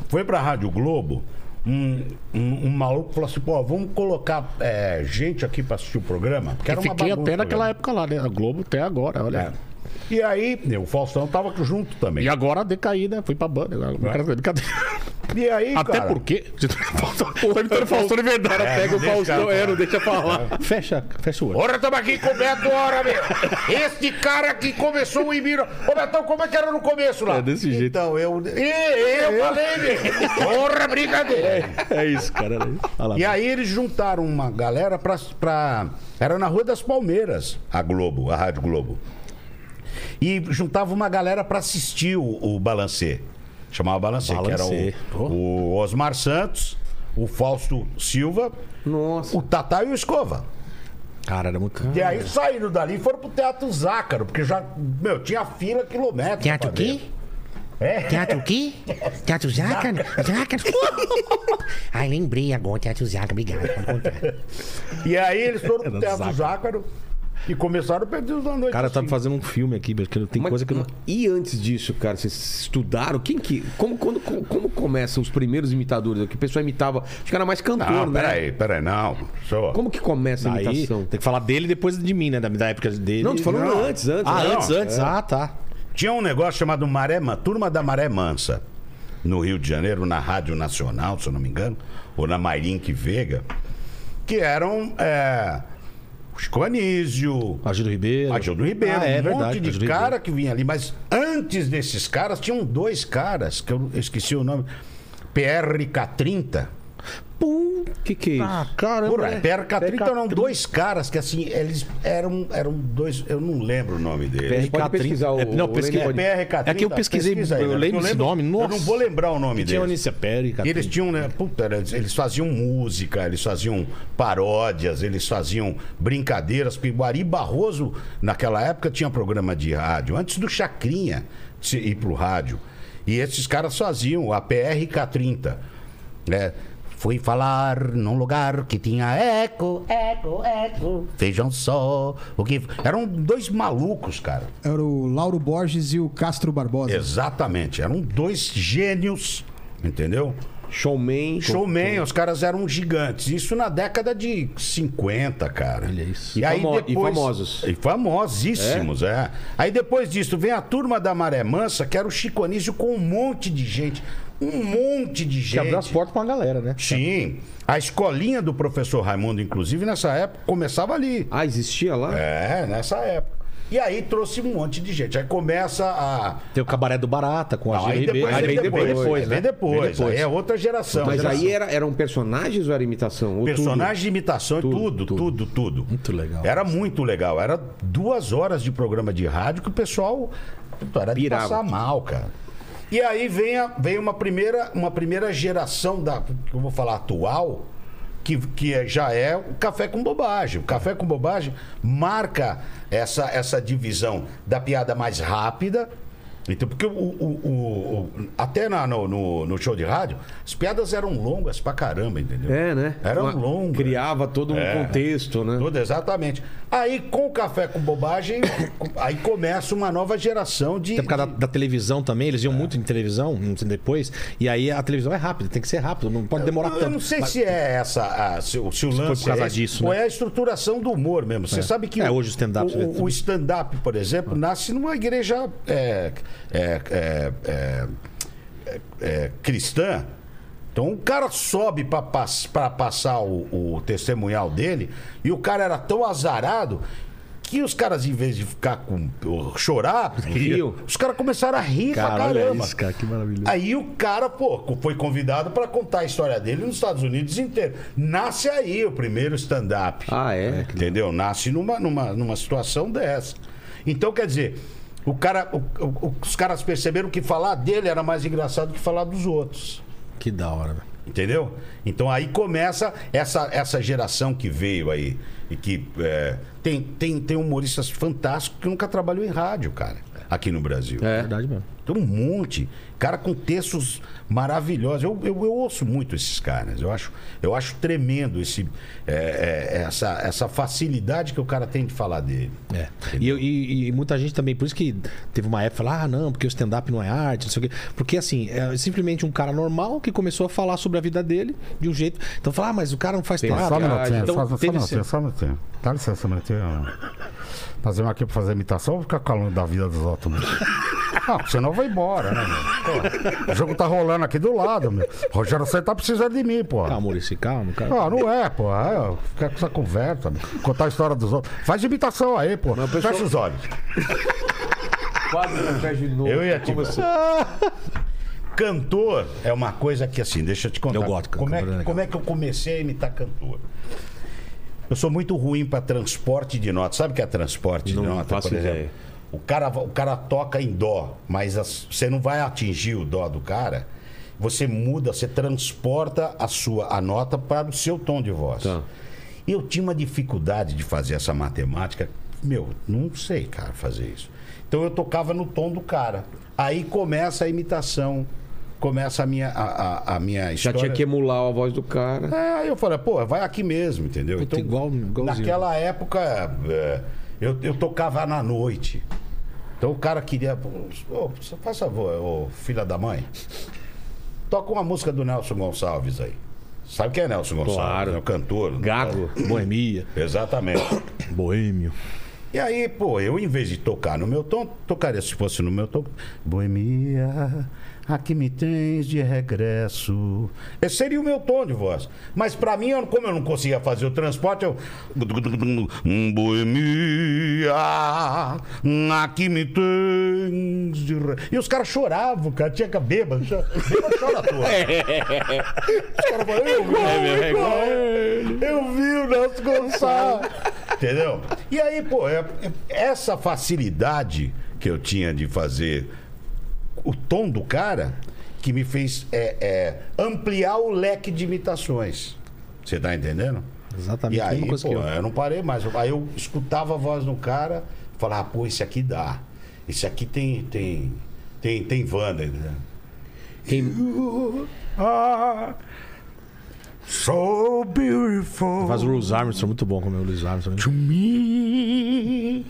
foi pra Rádio Globo, um, um- um maluco falou assim: pô, vamos colocar é, gente aqui pra assistir o programa. Porque
Eu
era uma
fiquei
bagunça
até
o
naquela
programa.
época lá, né? A Globo até agora, olha.
É. E aí, né, o Faustão tava junto também.
E agora decaí, né? Fui pra banda. agora- Cara, brincadeira.
E aí,
Até
cara,
porque. Tá imitando o Faustão de verdade.
pega o Faustão, é, não
deixa falar.
Fecha, fecha o olho.
Ora, estamos aqui com o Beto, ora, meu. Este cara que começou o Ibira. Ô, Betão, como é que era no começo lá? É
desse jeito.
Então, eu. Ê, eu, falei, meu. Ora, brincadeira.
É isso, cara. Olha lá.
E aí eles juntaram uma galera pra, pra. Era na Rua das Palmeiras, a Globo, a Rádio Globo. E juntava uma galera pra assistir o, o Balancê. Chamava Balancê,
Balancê,
que era
pô.
o, o Osmar Santos, o Fausto Silva,
Nossa.
o Tatá e o Escova.
Cara, era muito.
E aí saíram dali e foram pro Teatro Zácaro, porque já, meu, tinha fila quilométrica.
Teatro o
pra ver. É.
quê? Teatro o quê? Teatro Zácaro? Zácaro? Ai, lembrei agora, Teatro Zácaro, obrigado. Pode contar.
E aí eles foram pro
Era
Teatro Zácaro e começaram a perder os da noite.
O cara tá
assim.
fazendo um filme aqui, porque tem
Mas-
coisa que eu não.
E antes disso, cara, vocês estudaram? Quem que. Como, quando, como, como começam os primeiros imitadores? O que o pessoal imitava? Acho que era mais cantor,
Não,
né?
Ah, peraí, peraí, não. Só.
Como que começa a
Tá Aí
imitação?
tem que falar dele e depois de mim, né? Da, da época dele.
Não, tô falando
Não. é.
antes, antes.
Ah,
né?
antes, antes. Ah, tá.
Tinha um negócio chamado Maré Ma- Turma da Maré Mansa, no Rio de Janeiro, na Rádio Nacional, se eu não me engano, ou na Mairink Veiga, que eram é, o Chico Anísio,
Agildo Ribeiro.
Agildo Ribeiro,
Ah, é
um
verdade,
monte de
Agildo
cara que vinha ali. Mas antes desses caras, tinham dois caras, que eu esqueci o nome, PRK30.
Pum, que que é isso?
Ah, caramba.
Porra,
né?
PRK30 eram
PRK30.
dois caras que assim, eles eram, eram dois, eu não lembro o nome deles.
Pode pesquisar o-
É, não,
o
pesquisa.
Lenny
É PRK30.
É que eu pesquisei,
pesquisa aí,
eu
né?
lembro esse nome.
Eu
Nossa.
não vou lembrar o nome
Tinha
dele.
Onícia Périca.
E eles tinham, né? Puta, era- eles faziam música, eles faziam paródias, eles faziam brincadeiras. Porque o Ari Barroso, naquela época, tinha programa de rádio, antes do Chacrinha se- ir pro rádio. E esses caras faziam a PRK30. Né? Fui falar num lugar que tinha eco, eco, eco. Vejam só o que. Eram dois malucos, cara.
Era o Lauro Borges e o Castro Barbosa.
Exatamente. Eram dois gênios, entendeu?
Showman.
Showman, os caras eram gigantes. Isso na década de 50, cara.
Olha isso.
E, aí
famo- e
depois,
famosos.
E famosíssimos, é? Aí depois disso vem a turma da Maré Mansa, que era o Chico Anísio com um monte de gente. Um monte de
Que abriu
gente.
as portas pra uma galera, né?
Sim. A escolinha do professor Raimundo, inclusive, nessa época, começava ali.
Ah, existia lá?
É, nessa época. E aí trouxe um monte de gente. Aí começa a.
Tem o Cabaré do Barata com a
Aí
Agildo Ribeiro.
depois, aí
vem
depois,
depois, né?
Vem depois.
Vem depois.
Aí é outra geração.
Mas
geração.
aí era, eram personagens ou era imitação? Ou
Personagem de imitação, é tudo, tudo, tudo,
Muito legal.
Era muito legal. Era duas horas de programa de rádio que o pessoal puta, era de
Pirava.
passar mal, cara. E aí vem, a- vem uma, primeira, uma primeira geração da, que eu vou falar atual, que, que é- já é o café com bobagem. O café com bobagem marca essa, essa divisão da piada mais rápida. Então, porque o, o- o- o- até na- no, no- no show de rádio, as piadas eram longas pra caramba, entendeu?
tudo? É, né?
Era
Uma-
um longo.
Criava todo um contexto, né?
Tudo, exatamente. Aí, com o café com bobagem, aí começa uma nova geração de.
Até por causa da, da televisão também, eles iam muito em televisão, não sei depois. E aí a televisão é rápida, tem que ser rápido, não pode demorar
eu,
tanto.
eu não sei
Mas-
se é essa. A, se, o- se o
Se foi
lance
por causa
é esse,
disso,
Ou
né?
é a estruturação do humor mesmo. Você sabe que.
É, hoje o stand-up, você vê Ah.
O,
tudo.
o stand-up, por exemplo, nasce numa igreja é, é, é, é, é, é, cristã. Então o cara sobe pra pas- pra passar o, o testemunhal dele e o cara era tão azarado que os caras, em vez de ficar com. chorar,
Riam.
os caras começaram a rir pra
Cara, olha
caramba.
é isso, cara, que maravilhoso.
Aí o cara, pô, foi convidado pra contar a história dele nos Estados Unidos inteiro. Nasce aí o primeiro stand-up.
Ah, é?
Entendeu? Nasce numa, numa, numa situação dessa. Então, quer dizer, o cara, o- o- os caras perceberam que falar dele era mais engraçado que falar dos outros.
Que da hora, velho.
Entendeu? Então aí começa essa, essa geração que veio aí. E que é, tem, tem, tem humoristas fantásticos que nunca trabalhou em rádio, cara, aqui no Brasil.
É verdade mesmo.
Tem um monte. Cara com textos maravilhosos. Eu, eu, eu ouço muito esses caras. Eu acho, eu acho tremendo esse, é, é, essa, essa facilidade que o cara tem de falar dele.
É. E, eu- e- e muita gente também, por isso que teve uma época falar, ah, não, porque o stand-up não é arte, não sei o quê. Porque assim, é simplesmente um cara normal que começou a falar sobre a vida dele de um jeito. Então falar, ah, mas o cara não faz stand-up.
só
Só um minutinho,
Então,
só, só um
teve
minutinho,
esse-
só um minutinho. Dá licença, um minutinho. Nós viemos aqui pra fazer imitação ou ficar calando da vida dos outros? meu? Não, senão eu vou embora, né? meu? Pô, o jogo tá rolando aqui do lado, meu. Rogério, você tá precisando de mim, pô.
Calma, Maurício, calma, cara.
Ah, não é, pô. É, ficar com essa conversa, meu. contar a história dos outros. Faz imitação aí, pô.
Fecha os olhos.
Quase que eu fecho de novo.
Eu ia tipo, te
Como assim?
Cantor é uma coisa que, assim, deixa eu te contar.
Eu gosto,
como é,
cantor é
que-
legal.
como é que eu comecei a imitar cantor? Eu sou muito ruim para transporte de nota. Sabe o que é transporte
Não
de nota,
faço
por exemplo?
ideia.
O cara, o cara toca em dó, mas as- você não vai atingir o dó do cara. Você muda, você transporta a sua a nota para o seu tom de voz.
Tá.
E eu tinha uma dificuldade de fazer essa matemática. Meu, não sei, cara, fazer isso. Então eu tocava no tom do cara. Aí começa a imitação, começa a minha, a, a- a minha
Já
história.
tinha que emular a voz do cara.
É, aí eu falei, pô, vai aqui mesmo, entendeu? Então,
Puta, igual- igualzinho.
Naquela época, é, eu, eu tocava na noite. Então o cara queria. pô, Ô, faz favor, ô, filha da mãe. Toca uma música do Nelson Gonçalves aí. Sabe quem é Nelson Gonçalves?
Claro.
É o cantor. né?
Gago.
Boemia,
Exatamente.
boêmio.
E aí, pô, eu em vez de tocar no meu tom, tocaria se fosse no meu tom. Boemia, aqui me tens de regresso. Esse seria o meu tom de voz. Mas pra mim, eu- como eu não conseguia fazer o transporte, eu. Boemia, aqui me tens de. re- E os caras choravam, cara. Tinha que bêbado. cho- Bêbado chora à toa. Os caras falaram, eu vi,
é igual
eu vi o Nelson Gonçalves. Entendeu? E aí, pô, é- é- essa facilidade que eu tinha de fazer o tom do cara que me fez é, é, ampliar o leque de imitações. Você tá entendendo?
Exatamente
E
a
aí,
mesma coisa
pô,
que eu.
eu não parei mais. Aí eu escutava a voz do cara, falava, "Ah, pô, esse aqui dá. Esse aqui tem. tem. tem, tem Wanda, entendeu?
Quem...
So beautiful.
Faz o Louis Armstrong, muito bom como é o Louis Armstrong.
to me.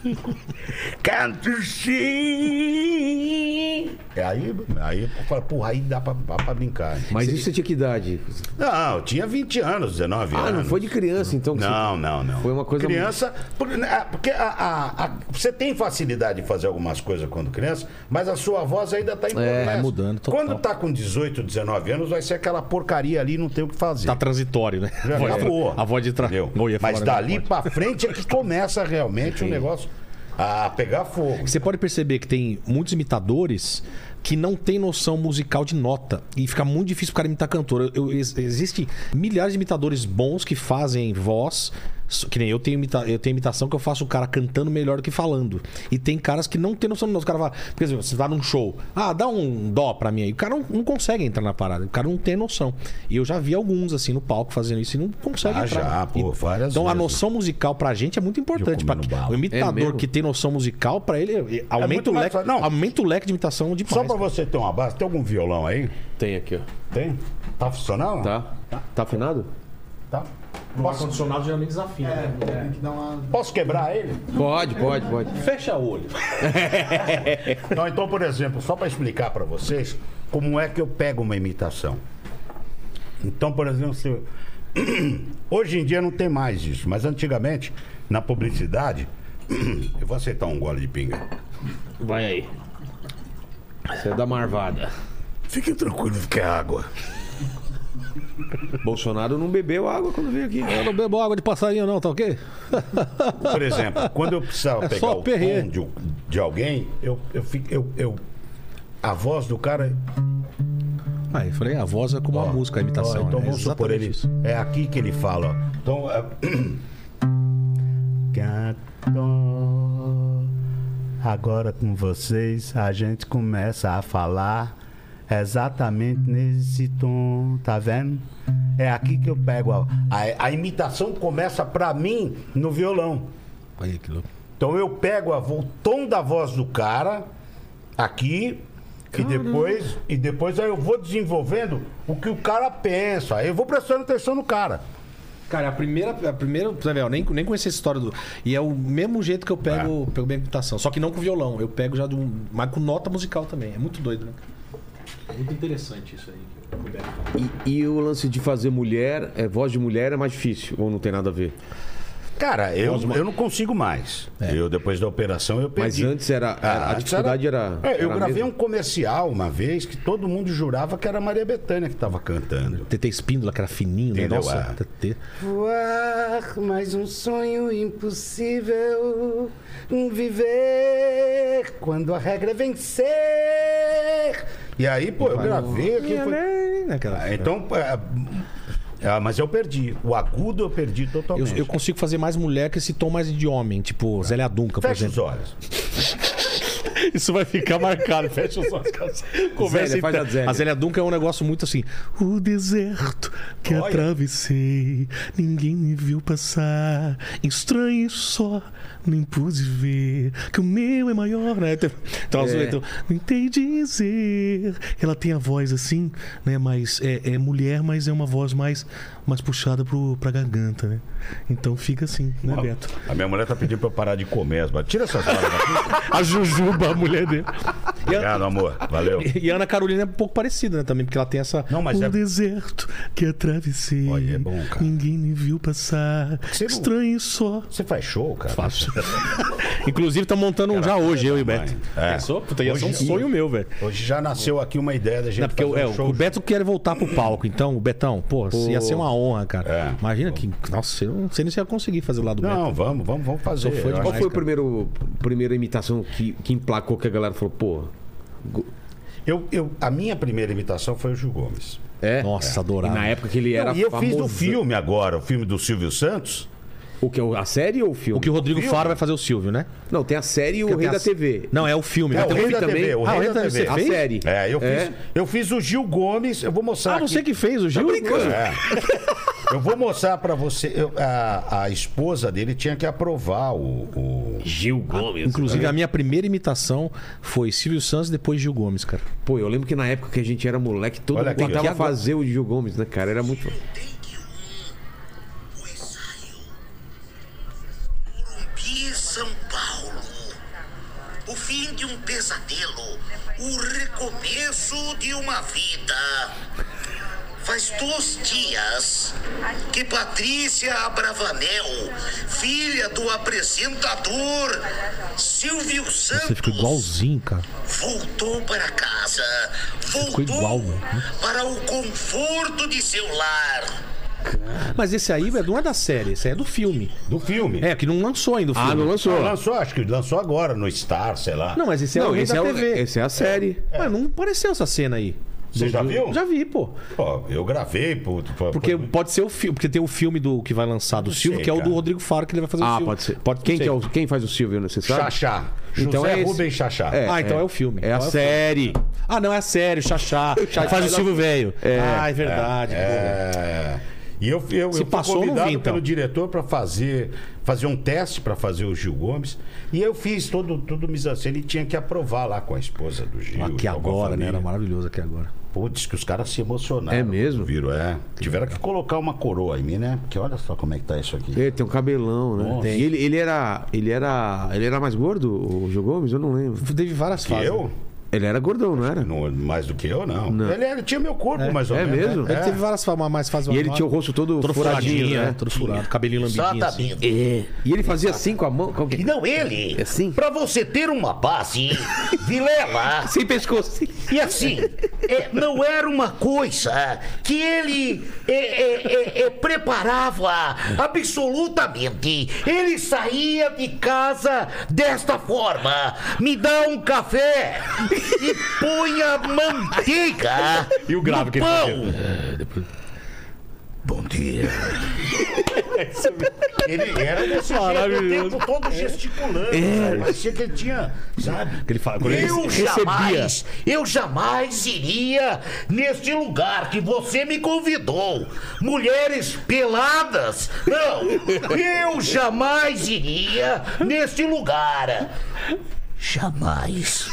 Can't you see? É aí, aí eu falo, porra, aí dá pra, pra- pra brincar.
Mas isso você tinha que idade.
Não, eu tinha 20 anos, 19 anos.
Ah, não foi de criança, então. que
Não, não, não.
Foi uma coisa-
Criança. Porque, né, porque a- a- a- você tem facilidade de fazer algumas coisas quando criança, mas a sua voz ainda está em progresso.
É, vai mudando, total.
Quando tá com 18, 19 anos, vai ser aquela porcaria ali, não tem o que fazer.
Tá transitório, né?
Já
a voz de tra-
acabou.
A voz de trás.
Entendeu? Mas dali pra frente é que começa realmente o negócio a pegar fogo.
Você pode perceber que tem muitos imitadores que não tem noção musical de nota. E fica muito difícil pro cara imitar cantor. Eu, eu- ex- existe milhares de imitadores bons que fazem voz. so- Que nem eu tenho, imita- eu tenho imitação que eu faço o cara cantando melhor do que falando. E tem caras que não tem noção de nota. O cara fala, por exemplo, você vai num show, ah, dá um dó pra mim aí. O cara não, não consegue entrar na parada. O cara não tem noção. E eu já vi alguns, assim, no palco fazendo isso e não consegue
Ah,
entrar.
já, pô,
E-
várias
Então a
vezes.
noção musical pra gente é muito importante.
Eu
Pra,
comendo bala.
o
É
imitador
mesmo?
que tem noção musical, pra ele, é- aumenta,
muito
o
mais
leque,
fácil. Não.
aumenta o leque de imitação demais.
Só pra você ter uma base, tem algum violão aí?
Tem aqui, ó.
Tem? Tá funcional?
Tá? Tá afinado?
tá.
O ar-condicionado geralmente né? É. desafia.
É, Tem que dar uma.
Posso quebrar ele?
Pode, pode, pode.
Fecha o olho.
Não, então, por exemplo, só para explicar para vocês como é que eu pego uma imitação. Então, por exemplo, se... hoje em dia não tem mais isso, mas antigamente, na publicidade, eu vou aceitar um gole de pinga.
Vai aí. Você é da marvada.
Fiquem tranquilos que é água.
Bolsonaro não bebeu água quando veio aqui.
Eu É, não bebo água de passarinho, não, tá ok?
Por exemplo, quando eu precisava
É
pegar
só
o
perrer.
tom de, de alguém, eu, eu, fico- eu, eu- a voz do cara.
Aí eu falei, a voz é como a música, a
Ó,
imitação.
então
né?
vamos
É
supor
exatamente
ele.
isso.
É aqui que ele fala. ó. Então. É... Gato, Agora com vocês a gente começa a falar exatamente nesse tom, tá vendo? É aqui que eu pego a, a, a imitação começa pra mim no violão.
Olha que louco.
Então eu pego a vo- o tom da voz do cara aqui e depois e depois aí eu vou desenvolvendo o que o cara pensa. Aí eu vou prestando atenção no cara.
Cara, a primeira. A primeira você vê, eu nem, nem conhecia essa história do. E é o mesmo jeito que eu pego, pego minha imitação. Só que não com violão. Eu pego já do. Mas com nota musical também. É muito doido, né? É Muito interessante isso aí. que o Roberto falou.
E, e o lance de fazer mulher, é, voz de mulher é mais difícil, ou não tem nada a ver.
Cara, eu, eu não consigo mais. Eu depois da operação eu
É. Mas
perdi.
antes era.
Ah,
era- a
antes
dificuldade era.
É, eu
era a
gravei
mesma.
um comercial uma vez que todo mundo jurava que era a Maria Bethânia que estava cantando.
TT Espíndola, que era fininho, né?
Entendeu?
Nossa,
É.
Ah.
TT.
Voar, mais um sonho impossível. Um viver quando a regra é vencer. E aí, pô, eu gravei aqui.
Né,
Foi... Ah, Então, é, ah, mas eu perdi. O agudo eu perdi
Eu,
totalmente.
eu consigo fazer mais mulher que esse tom mais de homem, tipo Zélia Dunca, por
Fecha os
exemplo.
olhos.
Isso vai ficar marcado. Fecha os olhos. Conversa
Zélia, faz
interna.
a Zélia.
A Zélia Duncan é um negócio muito assim. O deserto que atravessei, ninguém me viu passar. Estranho só, nem pude ver que o meu é maior, né? Tem- Então,
É.
então tentei dizer. Ela tem a voz assim, né? Mas é, é mulher, mas é uma voz mais, mais puxada pro, pra garganta, né? Então fica assim, né, Beto?
A minha mulher tá pedindo pra eu parar de comer. as ba- Tira essas paradas daqui.
A Jujuba, a mulher dele.
Obrigado, amor. Valeu.
E a Ana Carolina é um pouco parecida, né, também, porque ela tem essa.
Não, mas
o
é-
deserto que atravessei.
Olha, é bom, cara.
Ninguém me viu passar.
você não-
Estranho só.
Você faz show, cara?
Faço. Inclusive, tá montando um já hoje, eu e o Beto.
É.
Pensou? Puta, ia ser um
Hoje-
sonho meu, velho.
Hoje já nasceu aqui uma ideia da gente
Não, porque
fazer
o- é,
um show.
o Beto quer voltar pro palco, então, o Betão, pô, ia ser uma honra, cara.
É.
Imagina que. Nossa, eu não sei nem se eu ia conseguir fazer o lado do Beto.
Não, vamos, vamos, vamos fazer.
Sou fã de
Eu
Qual
acho-
foi a primeiro, primeira imitação que, que emplacou que a galera falou, pô. go-
Eu, eu, a minha primeira imitação foi o Gil Gomes.
É?
Nossa,
E
adorava.
na época que ele era
e eu fiz
famosão.
no filme agora, o filme do Silvio Santos.
O que, a série ou o filme?
O que o Rodrigo Faro vai fazer o Silvio, né?
Não, tem a série e o
Porque
Rei
tem
da
a-
TV.
Não, é o filme.
É,
vai
o
ter um
Rei
filme
da
também.
TV. O
Ah,
Rei da
você
TV.
A
fez?
série.
É, eu
É.
fiz, eu fiz o Gil Gomes, eu vou mostrar
Ah, não
aqui.
sei que fez, o Gil.
É. Eu vou mostrar pra você. eu- a, a esposa dele tinha que aprovar o. o-
Ah,
Gil Gomes.
Inclusive, a minha primeira imitação foi Silvio Santos depois Gil Gomes, cara.
Pô, eu lembro que na época que a gente era moleque, todo
Olha
mundo
aqui, ó.
tentava fazer o Gil Gomes, né, cara? Era muito.
Take 1, o ensaio. Morumbi, São Paulo. O fim de um pesadelo. O recomeço de uma vida. Faz dois dias que Patrícia Abravanel, filha do apresentador Silvio Santos,
Você ficou igualzinho, cara.
voltou para casa, voltou
igual, né? mano.
para o conforto de seu lar.
Mas esse aí velho, não é da série, esse aí é do filme.
do filme.
É, que não lançou ainda o filme.
Ah, não lançou.
Ah, lançou, acho que lançou agora no Star, sei lá.
Não, mas esse é o
Não,
rei
esse
da
é, o-
TV.
esse é a série.
Mas não apareceu essa cena aí.
Você já viu?
Já vi, pô.
Pô, eu gravei, puto. pô,
Porque
foi muito-
pode ser o filme, porque tem o filme do que vai lançar do Silvio,
sei,
que é o do
cara.
Rodrigo Faro que ele vai fazer o
Ah,
Silvio.
pode ser. Quem,
não
que é
sei.
o- quem faz o Silvio, né? Você sabe?
Chachá.
Então
José
é esse.
Rubem Chachá.
É.
Ah, então é o filme.
É a
Então
série.
Ah, não, é sério, Xaxá. Faz o Silvio velho. Ah, é verdade. pô.
É. E eu, eu,
Se
eu fui
passou, eu não
convidado
vi, então.
pelo diretor para fazer, fazer um teste para fazer o Gil Gomes. E eu fiz todo, todo o misancene e tinha que aprovar lá com a esposa do Gil.
Aqui
com a
agora, né?
família.
Era maravilhoso aqui agora.
Putz, que os caras se emocionaram.
É mesmo?
Viram, é. Tiveram que colocar uma coroa em mim, né? Porque olha só como é que tá isso aqui.
Ele tem um cabelão, né?
Tem.
E ele, ele era. Ele era. Ele era mais gordo, o Gil Gomes? Eu não lembro.
Teve várias
Que
fases.
eu?
Ele era gordão, não era?
Não, mais do que eu, não. Ele, ele tinha meu corpo, mais ou
é
menos.
mesmo?
né?
Ele teve várias fases, mais fases.
E ele tinha o rosto todo,
todo
furadinho,
furadinho,
né?
né? Todo furado, cabelinho lambidinho. Assim.
Exatamente.
E ele fazia assim com a mão. com-
E não ele.
É assim?
Pra você ter uma base, Vilela.
Sem pescoço. assim.
E assim, é, não era uma coisa que ele é, é, é, é, preparava absolutamente. Ele saía de casa desta forma: me dá um café e punha manteiga.
E o grave
no
que ele
pão.
fazia.
Bom dia. Ele era desse
Maravilhoso.
jeito, o
É.
tempo todo gesticulando. sabe? Parecia que ele tinha, sabe?
Que ele fala- quando ele
eu
recebia.
jamais, eu jamais iria neste lugar que você me convidou. Mulheres peladas. Não, eu jamais iria neste lugar. Jamais.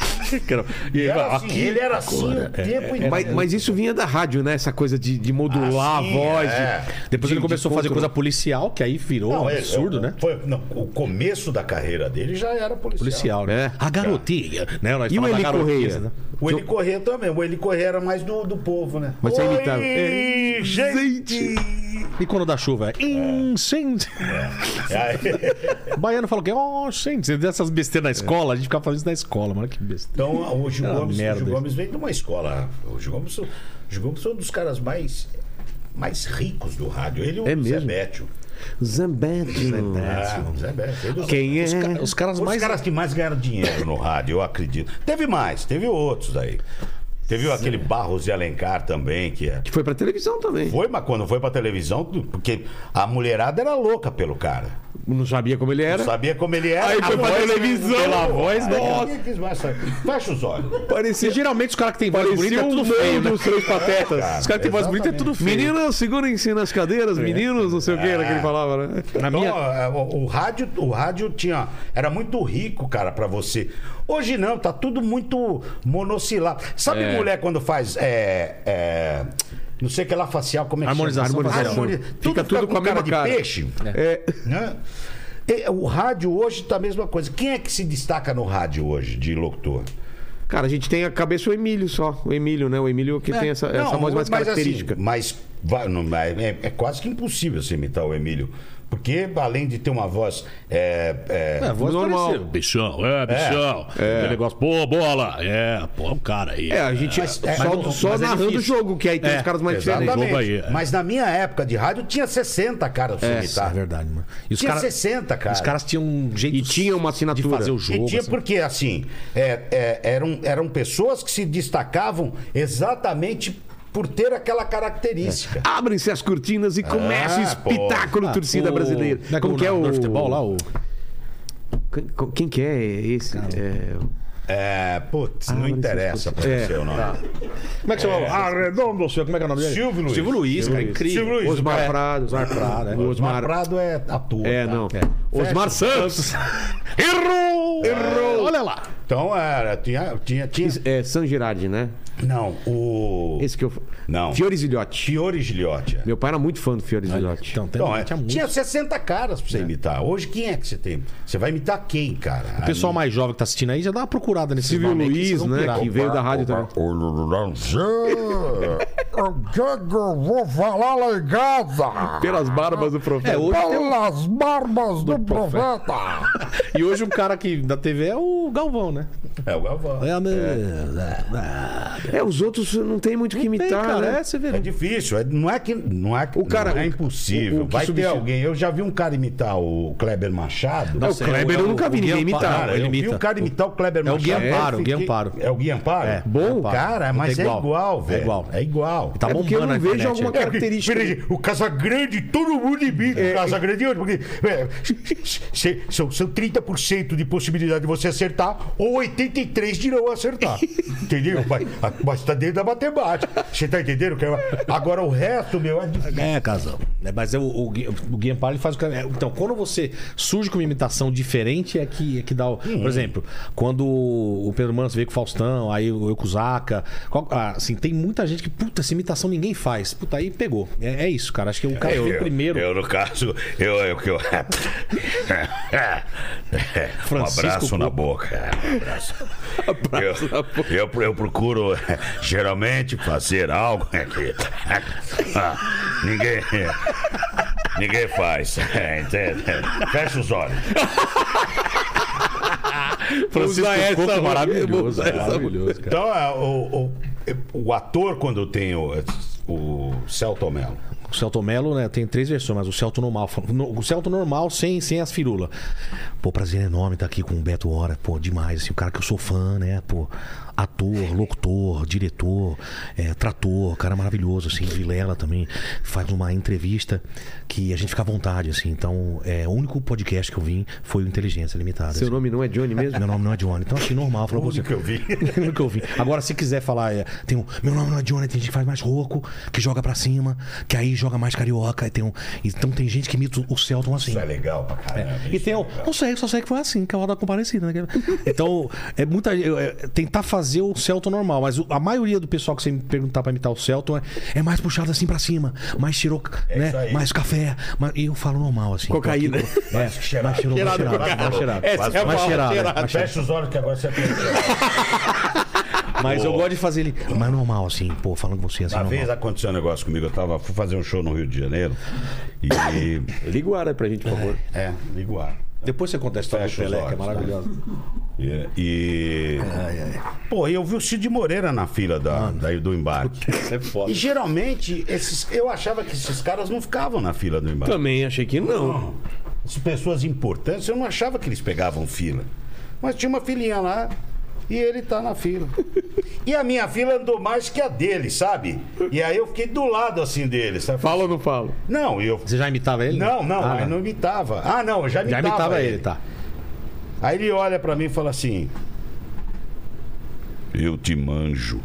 Cara, E ele
Era
vai,
assim,
aqui. é,
ele era assim o tempo inteiro.
Mas, mas isso vinha da rádio, né? Essa coisa de, de modular
Ah, sim,
a voz.
é.
de-
Depois
de-
ele começou
de
a fazer
controle.
coisa policial, que aí virou um
é,
absurdo,
é,
né?
Foi, não, o começo da carreira dele já era policial.
Policial, né?
É.
A garotinha, né? Nós
E o
falamos da
Eli
garotinha,
Correia?
né?
O Eli Corrêa também. O Eli Corrêa era mais do, do povo,
um-
né?
Mas você
Oi,
imitava. É.
gente!
E quando dá chuva? É incêndio.
Aí-
Baiano falou que é oh, incêndio. Dessas besteiras na escola, a gente ficava fazendo isso na escola, mano. Que besteira.
Então, o
É
Gil
Ah,
Gomes, o
merda
Gil
isso.
Gomes vem de uma escola. O Gil Gomes, o Gil Gomes é um dos caras mais, mais ricos do rádio. Ele e o
É
Zé
mesmo?
Bétio.
Zambetio.
Ah, o Zé Bétio. Ele-
né? Quem é?
Os, ca- os caras
Os
mais.
caras que mais ganharam dinheiro no rádio, eu acredito. Teve mais, teve outros aí. Teve aquele Barros de Alencar também, que é.
Que foi pra televisão também.
Foi, mas quando foi pra televisão, porque a mulherada era louca pelo cara.
Não sabia como ele era.
Sabia como ele era?
Aí foi
A
pra
voz-
televisão.
Pela voz, né?
Nossa.
Ninguém quis mais saber. Fecha os olhos.
Parecia,
E geralmente os caras que têm voz bonita
parecia
é
um
tudo
mundo
feio, né?
dos três patetas.
Os caras que têm voz bonita é tudo feio.
Meninas, segurem-se nas
É.
cadeiras, meninos, não sei o que era que ele falava, né?
Na
Então,
minha...
é, o, o rádio, o rádio tinha, era muito rico, cara, pra você. Hoje não, tá tudo muito monossilábico. Sabe mulher quando faz é, é, não sei o que lá facial, como é que
Harmonização
chama?
facial.
Fica
Tudo fica,
tudo
com,
com a
cara
mesma
de
cara.
peixe.
É.
né? E o rádio hoje tá a mesma coisa. Quem é que se destaca no rádio hoje de locutor?
Cara, a gente tem a cabeça o Emílio só. O Emílio, né? O Emílio
É.
que tem essa, essa voz mais
mas
característica.
assim, mas vai- não, é, é- é quase que impossível você imitar o Emílio. Porque além de ter uma voz. é, é,
É, a voz
normal.
parecida.
Bichão, é, bichão. É. Aquele negócio, pô, bola. É, pô, é um cara aí.
é, a gente só, só
mas é
narrando o
difícil.
jogo, que aí tem
É,
os caras mais diferentes.
Exatamente.
jogo aí, é.
Mas na minha época de rádio tinha 60 caras pra você
Isso é
imitar.
verdade, mano. E os
Tinha
caras
60, cara.
Os caras tinham um jeito
E tinha uma
de
assinatura.
fazer o jogo.
e tinha
assim.
porque, assim, é, é, eram, eram pessoas que se destacavam exatamente por ter aquela característica.
Abrem-se as cortinas e começa o
Ah, pô.
espetáculo torcida
o-
brasileira.
Como,
Como que é o...
futebol lá, o...
Quem- Quem que é esse? É,
É, putz, não
mas
interessa pra
é.
você o nome.
Como é que chama? Arredondo, senhor. Como é que é o nome dele?
Silvio Luiz.
Silvio Luiz, cara. Incrível.
Silvio Luiz.
Osmar
é.
Prado. Osmar
Prado, é.
Osmar Prado é ator.
É,
tá?
não. Osmar Santos.
Errou!
Errou!
Olha lá.
Então era, tinha. tinha, tinha...
É, San Girardi, né?
Não, o.
Esse que eu...
Não.
Fiore Zilhotti.
Fiore Giliotti. é.
Meu pai era muito fã do Fiore Zilhotti.
Então, tem,
Então, é,
tinha
tinha,
muito.
60 caras pra você imitar. Hoje, quem é que você tem? Você vai imitar quem, cara?
O pessoal mais jovem que tá assistindo aí já dá uma procurada nesse
Silvio Luiz, né, que veio da rádio
Ah,
também.
um
O que que eu vou falar ligada?
Pelas barbas do profeta.
É, hoje tem um-
Pelas barbas do,
profeta.
profeta.
E hoje o cara que da TV é o Galvão, né?
É o Galvão.
É,
né?
a meu...
É, os outros não tem muito o que imitar, né?
É, você vê.
É difícil, é- não é que não é que
O cara-
não é
o- o-
impossível.
o que
Vai ter
substitu-
alguém. Eu já vi um cara imitar o Kleber Machado.
o Kleber eu nunca vi ninguém imitar.
Cara,
Ele
eu vi
imita.
o cara imitar o Kleber
É o
Machado.
Gui Amparo,
Eu
Gui
fiquei-
Amparo.
É o Gui Amparo?
É, Gui
Bom,
Amparo.
cara,
Não
mas
tem
é
igual.
igual,
É
velho. É
igual.
igual. É igual.
Tá
É porque eu
bombando
não
a
vejo
internet.
alguma
aí.
É, porque,
característica.
peraí, o Casa Grande, todo mundo imita o Casa Grande hoje, porque é, se- são, são 30% de possibilidade de você acertar ou 83% de não acertar. entendeu? Mas, a- mas tá dentro da matemática. Você tá entendendo? cara? Agora o resto, meu, é difícil.
É, casal. É, mas é o, o, Gui- o Gui Amparo ele faz o cara. é, Então, quando você surge com uma imitação diferente, é que, é que dá. O,
Uhum.
Por exemplo, quando o Pedro Manos veio com o Faustão, aí o eu com o Zaca. qual- ah, assim, tem muita gente que, puta, essa imitação ninguém faz. Puta, aí pegou. É, é isso, cara. Acho que o cara foi o primeiro.
Eu, no caso, eu. eu, eu,
Francisco
um abraço na
Cuca.
boca. Um abraço. eu, Eu, eu procuro eh, geralmente fazer algo que ah, ninguém. Ninguém faz. É, entende? Fecha os olhos.
Francisco Coco,
essa,
maravilhoso.
usa essa.
maravilhoso, cara.
Então, é, o, o, o ator, quando tem o, o Celto Mello.
O Celto Melo, né? Tem três versões, mas o Celto normal. no- O Celto normal sem, sem as firulas. Pô, prazer enorme estar aqui com o Beto Hora, pô, demais. Assim, o cara que eu sou fã, né? Pô, ator, locutor, diretor, é, trator, cara maravilhoso, assim. Vilela também faz uma entrevista que a gente fica à vontade, assim. Então, é, o único podcast que eu vim foi o Inteligência Limitada.
Seu
assim.
nome não é Johnny mesmo?
Meu nome não é Johnny. Então achei normal. Falou você.
que eu vi.
que eu vi. Agora, se quiser falar, é, tem um. Meu nome não é Johnny, tem gente que faz mais rouco, que joga pra cima, que aí joga mais carioca. e Tem um, então tem gente que imita o Celton assim.
Isso é legal pra caramba. é
E tem o. Não sei, só sei que foi assim, que é o da comparecida, né? Então, é muita. é, é, tentar fazer o Celton normal, mas o- a maioria do pessoal que você me perguntar pra imitar o Celton é, é mais puxado assim pra cima, mais tirou,
É isso
né?
aí.
Mais café. Mas, e eu falo normal, assim.
Cocaína.
Tô aqui, É, mais cheirou, mais cheirado, mais cheirado.
Essa é a
Mais
palavra,
cheirado,
cheirado.
é, mais cheirado.
Fecha os olhos que agora você tem.
Mas eu gosto de fazer ele. Mas normal, assim, pô, falando com você assim.
Uma
normal.
vez aconteceu um negócio comigo, eu tava, fui fazer um show no Rio de Janeiro e.
Liga o ar aí pra gente, por favor.
é, ligo o ar.
Depois você conta a história
Fecha
do
os
Pelé, que é
olhos,
maravilhosa.
E. e- Pô, e eu vi o Cid Moreira na fila da, daí do embarque.
Ah, Isso é foda.
E geralmente, esses, eu achava que esses caras não ficavam na fila do embarque.
Também achei que não.
As pessoas importantes, eu não achava que eles pegavam fila. Mas tinha uma filinha lá. E ele tá na fila. E a minha fila andou mais que a dele, sabe? E aí eu fiquei do lado assim dele, sabe?
Fala ou não falo?
Não, eu.
Você já imitava ele?
Não, não,
Ah,
aí não imitava. Ah, não, eu já
Já
imitava.
imitava ele, tá.
Aí ele olha pra mim e fala assim:
Eu te manjo.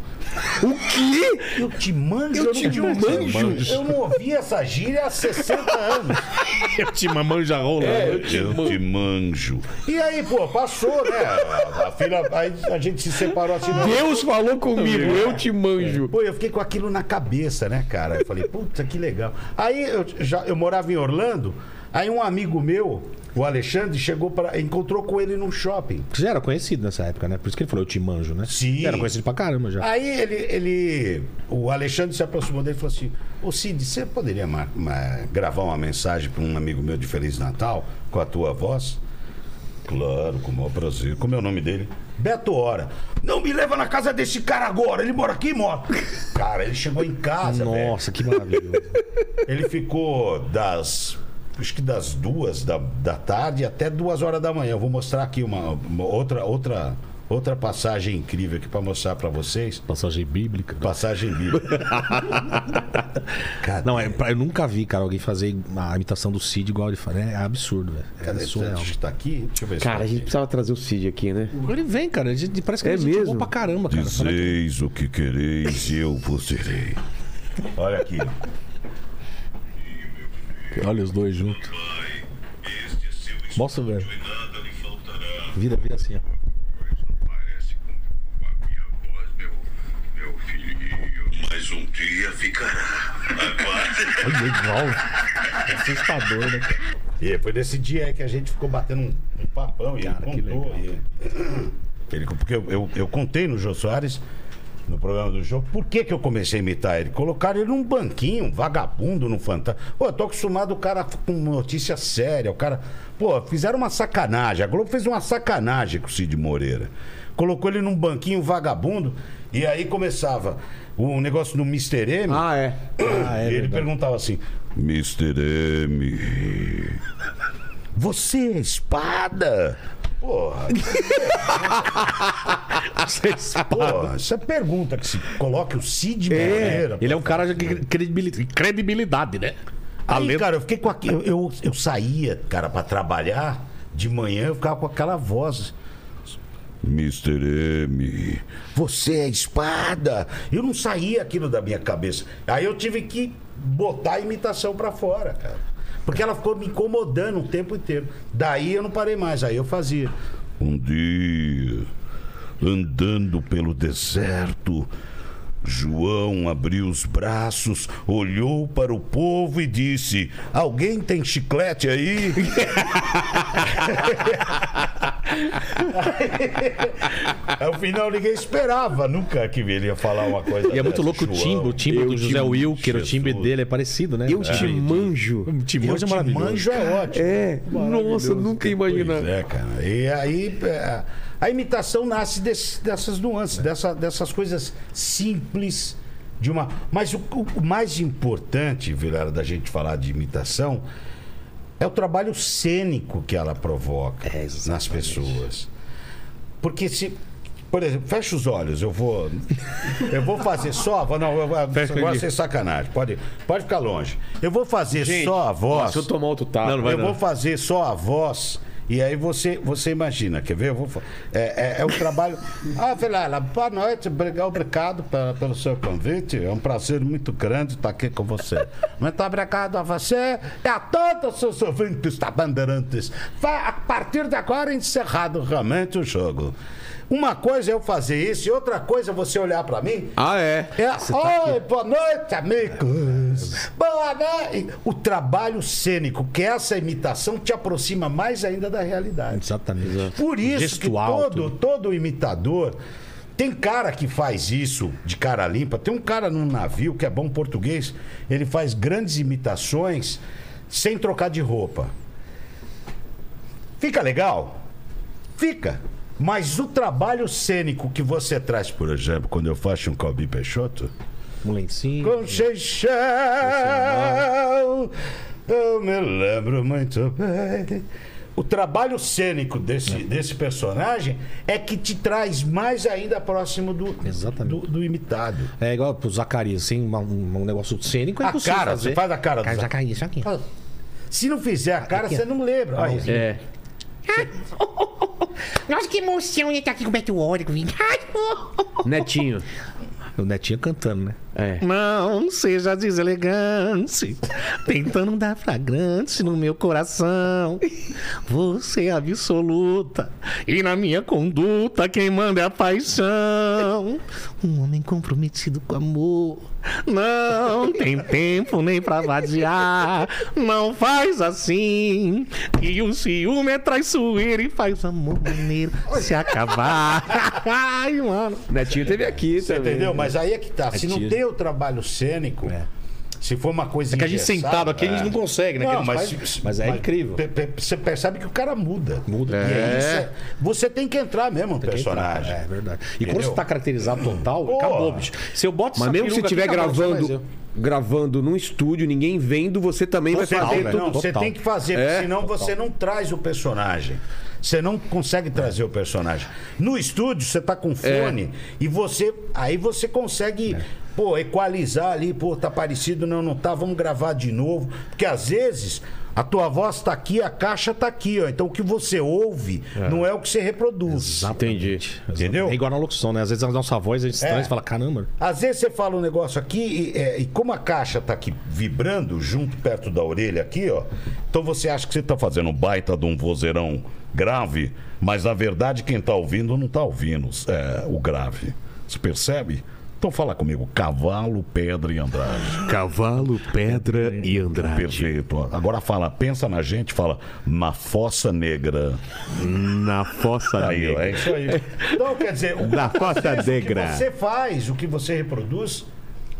Eu te manjo, eu, te não, um manjo. Eu não ouvi essa gíria há 60 anos.
Eu te mamanja rola.
Eu te manjo.
É, E aí, pô, passou, né? A, a fila, aí a gente se separou assim. não.
Deus falou comigo, eu te manjo.
Pô, eu fiquei com aquilo na cabeça, né, cara? Eu falei, puta, que legal. Aí eu, já, eu morava em Orlando, aí um amigo meu, o Alexandre, chegou para encontrou com ele num shopping.
Você já era conhecido nessa época, né? Por isso que ele falou, eu te manjo, né?
Sim.
Você Era conhecido pra caramba já.
Aí ele, ele. O Alexandre se aproximou dele e falou assim: Ô Cid, você poderia ma- ma- gravar uma mensagem para um amigo meu de Feliz Natal com a tua voz? Claro, com o maior prazer. Como é o nome dele? Beto Hora. Não me leva na casa desse cara agora. Ele mora aqui, mora. Cara, ele chegou em casa, velho.
Nossa, que maravilhoso.
Ele ficou das. Acho que das duas da, da tarde até duas horas da manhã. Eu vou mostrar aqui uma, uma outra, outra, outra passagem incrível aqui para mostrar para vocês.
Passagem bíblica.
Passagem bíblica. Cadê?
Não, é, pra- eu nunca vi, cara, alguém fazer a imitação do Cid igual ele faz. É absurdo, velho.
Cadê?
É surreal.
Acho que tá aqui. Deixa eu ver se
Cara,
tá
a gente
aqui.
precisava trazer o Cid aqui, né?
Ele vem, cara. Ele, parece que
É
ele é gente
mesmo?
boa pra caramba, cara.
Dizeis o que quereis e eu vos direi.
Olha aqui.
Olha os dois juntos.
Este é seu escudo
Mostra, velho.
e nada lhe faltará.
Vira, vira assim, ó.
Pois não parece com a minha voz, meu, meu filhinho. Mas um dia ficará. Aguarde.
Olha, igual. É assustador, né? cara?
E foi nesse dia aí que a gente ficou batendo um, um papão e
Cara, que
ele contou.
legal.
e- Ele- porque eu, eu, eu contei no Jô Soares, no programa do Jô, por que, que eu comecei a imitar ele? Colocaram ele num banquinho, um vagabundo, num fantasma. Pô, eu tô acostumado o cara com notícia séria. O cara. Pô, fizeram uma sacanagem. A Globo fez uma sacanagem com o Cid Moreira. Colocou ele num banquinho vagabundo e aí começava o negócio do Mr. M.
Ah, é.
Ah, é
e ele
verdade.
perguntava assim:
Mr. M.
Você é espada? Porra,
é
porra, essa pergunta que se coloca o Cid Moreira.
Ele é um cara de credibilidade, credibilidade né?
Aí, cara, eu fiquei com aqui. Eu, eu, eu saía, cara, pra trabalhar de manhã, eu ficava com aquela voz.
Mr. M.
Você é espada! Eu não saía aquilo da minha cabeça. Aí eu tive que botar a imitação pra fora, cara. Porque ela ficou me incomodando o tempo inteiro. Daí eu não parei mais, aí eu fazia.
Um dia, andando pelo deserto, João abriu os braços, olhou para o povo e disse: Alguém tem chiclete aí?
Ao final ninguém esperava nunca que ele ia falar uma coisa.
E é muito
dessa.
louco o
João.
timbre, o timbre do José Wilker, o timbre
Jesus.
dele é parecido, né?
Eu te manjo.
O
Eu
Timões é
te
maravilhoso.
manjo é ótimo.
É. Nossa, nunca
Pois
imaginava.
é, cara. E aí é, a imitação nasce desse- dessas nuances, dessa- dessas coisas simples de uma. Mas o, o mais importante, Vilela, da gente falar de imitação é o trabalho cênico que ela provoca nas pessoas. Porque se. Por exemplo, fecha os olhos, eu vou. Eu vou fazer só. vou- Não, eu, eu- agora sem sacanagem. Pode, pode ficar longe. Eu vou fazer só a voz.
Se eu tomar outro taco.
Não, não vai
Tá. Eu vou fazer só a voz. E aí você, você imagina, quer ver? Eu vou, fa- é, é, é um trabalho. Ah, Vilela, boa noite, obriga- obrigado pe- pelo seu convite. É um prazer muito grande estar aqui com você. Muito obrigado a você e a todos os seus ouvintes da Bandeirantes. Vai, a partir de agora, encerrado realmente o jogo. Uma coisa é eu fazer isso e outra coisa é você olhar pra mim
Ah, é.
é, Oi, boa noite, amigos. Boa noite. O trabalho cênico, que essa imitação te aproxima mais ainda da realidade.
Exatamente.
Por isso
Gestual,
que todo, todo imitador. Tem cara que faz isso de cara limpa. Tem um cara num navio que é bom português. Ele faz grandes imitações sem trocar de roupa. Fica legal? Fica. Mas o trabalho cênico que você traz, por exemplo, quando eu faço um Calbi Peixoto.
Um lencinho.
Com Seixal, eu me lembro muito bem. o trabalho cênico desse,
É.
desse personagem é que te traz mais ainda próximo do,
Exatamente.
do, do imitado.
É igual pro Zacarias, assim, uma- um, um negócio cênico é
A
impossível
cara,
fazer.
você faz a cara do
Cara, já caiu isso aqui.
Zacarias. Se não fizer
Ah,
a cara, você não lembra. Olha,
É.
Nossa, que emoção ele tá aqui com o Beto Órico, vindo. Ai, oh, oh.
Netinho.
O Netinho cantando, né?
É.
Não seja deselegante, tentando dar flagrante no meu coração. Você é absoluta, e na minha conduta quem manda é a paixão. Um homem comprometido com amor, não tem tempo nem pra vadiar. Não faz assim, que o ciúme é traiçoeiro e faz o amor maneiro se acabar. Ai, mano.
Netinho teve aqui
Você
também.
entendeu? Mas aí é que tá. Se não
tiro.
tem o trabalho cênico, se for uma coisa.
É que a gente
engessada,
sentado aqui, a gente
é.
não consegue, né? Que a
Não,
gente
mas,
faz- mas é incrível.
pe- pe- Você percebe que o cara muda.
Muda.
E
É.
é isso. é- Você tem que entrar mesmo no
Tem que entrar,
personagem.
É verdade. E quando
Entendeu?
você tá caracterizado total,
Porra.
acabou, bicho. Se eu boto
Mas
essa
mesmo se
peruca aqui,
estiver
acabou, você faz
gravando,
eu.
gravando num estúdio, ninguém vendo, você também
Você
vai fazer
tem,
tudo.
não, você
Total.
tem que fazer,
É.
porque senão você não traz o personagem. Você não consegue trazer o personagem. No estúdio, você tá
É.
com fone e você. Aí você consegue. Pô, equalizar ali, pô, tá parecido, não, não tá, vamos gravar de novo. Porque às vezes a tua voz tá aqui, a caixa tá aqui, ó. Então o que você ouve não é o que você reproduz.
Entendi.
Entendeu? É.
É igual na locução, né? Às vezes a nossa voz, a gente estranha e fala, caramba. tá
Às vezes você fala um negócio aqui e, é, e como a caixa tá aqui vibrando junto perto da orelha aqui, ó.
Então você acha que você tá fazendo um baita de um vozeirão grave, mas na verdade quem tá ouvindo não tá ouvindo é, o grave. Você percebe? Então fala comigo, cavalo, pedra e Andrade.
Cavalo, pedra e Andrade.
Perfeito. Agora fala, pensa na gente, fala na fossa negra.
Na fossa
Tá
Aí, ó, é isso aí.
Então, quer dizer, o
Da fossa
o que você faz, o que você reproduz,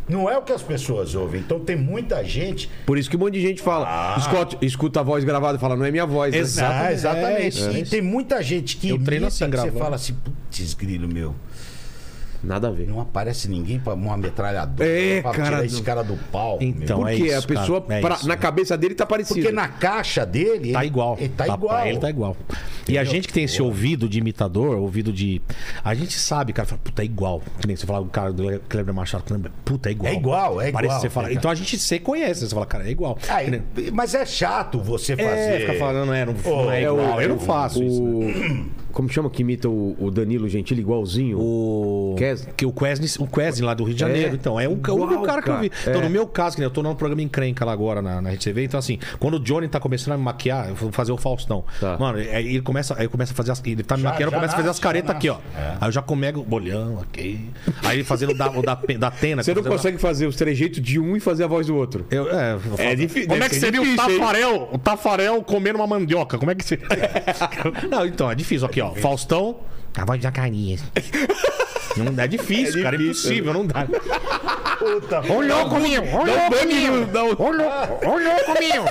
não é o que as pessoas ouvem. Então tem muita gente.
Por isso que um monte de gente fala, escuta, escuta a voz gravada e fala, não é minha voz. né?
Exato.
Ah,
É isso, é
e
isso.
tem muita gente que
Eu treino assim,
que você
gravando.
fala assim, putz, grilo meu,
Nada a ver.
não aparece ninguém pra uma metralhadora
É,
pra
cara,
tirar
não.
esse cara do palco. meu.
Então, é
Porque
isso,
a pessoa,
cara. É
pra-
isso.
na cabeça dele tá parecido.
Porque na caixa dele.
Tá
ele-
igual.
Ele tá
Pra- pra
igual.
Ele tá igual. E a gente que tem esse ouvido de imitador, ouvido de. A gente sabe, cara, fala, puta, é igual. Que nem você falava o cara do Cleber Machado, Kleber, puta, é igual.
É igual, é
Parece
igual.
que você fala. Então a gente se conhece, você fala, cara, é igual. Que
Aí,
nem-
mas é chato você fazer.
É, fica falando, não é, não, não é
Ô,
igual.
é
eu
o-
não faço isso. né?
O- Como chama que imita o, o Danilo Gentili igualzinho?
O.
Kes-
Que o Quesney, o Quesney lá do Rio de Janeiro.
É.
Então, é um, o único
Igual,
cara que eu vi.
cara.
Então,
É.
no meu caso, que nem eu tô no programa Encrenca lá agora na, na Rede TV. Então, assim, quando o Johnny tá começando a me maquiar, eu vou fazer o Faustão.
Tá.
Mano, aí ele começa, aí começa a fazer as. Ele tá me
Já-
maquiando,
já
começa a fazer
nasce,
as caretas
já
aqui, ó.
É.
Aí eu já comego o bolhão aqui. Aí ele fazendo o da, o da, pe- da Atena.
Você não
fazendo-
consegue fazer os trejeitos de um e fazer a voz do outro.
Eu, é, eu faço-
É difícil.
Como
deve
é que
ser
seria o
difícil, hein?
Tafarel? O Tafarel comendo uma mandioca. Como é que seria?
Não, então, é difícil. Aqui, ó. Faustão.
A voz de Tá, Zacarias.
Não, é difícil, cara. É impossível, não dá.
Puta,
Ô louco, meu! Ô louco, meu!
Dá um-
Ô louco, ô louco, meu!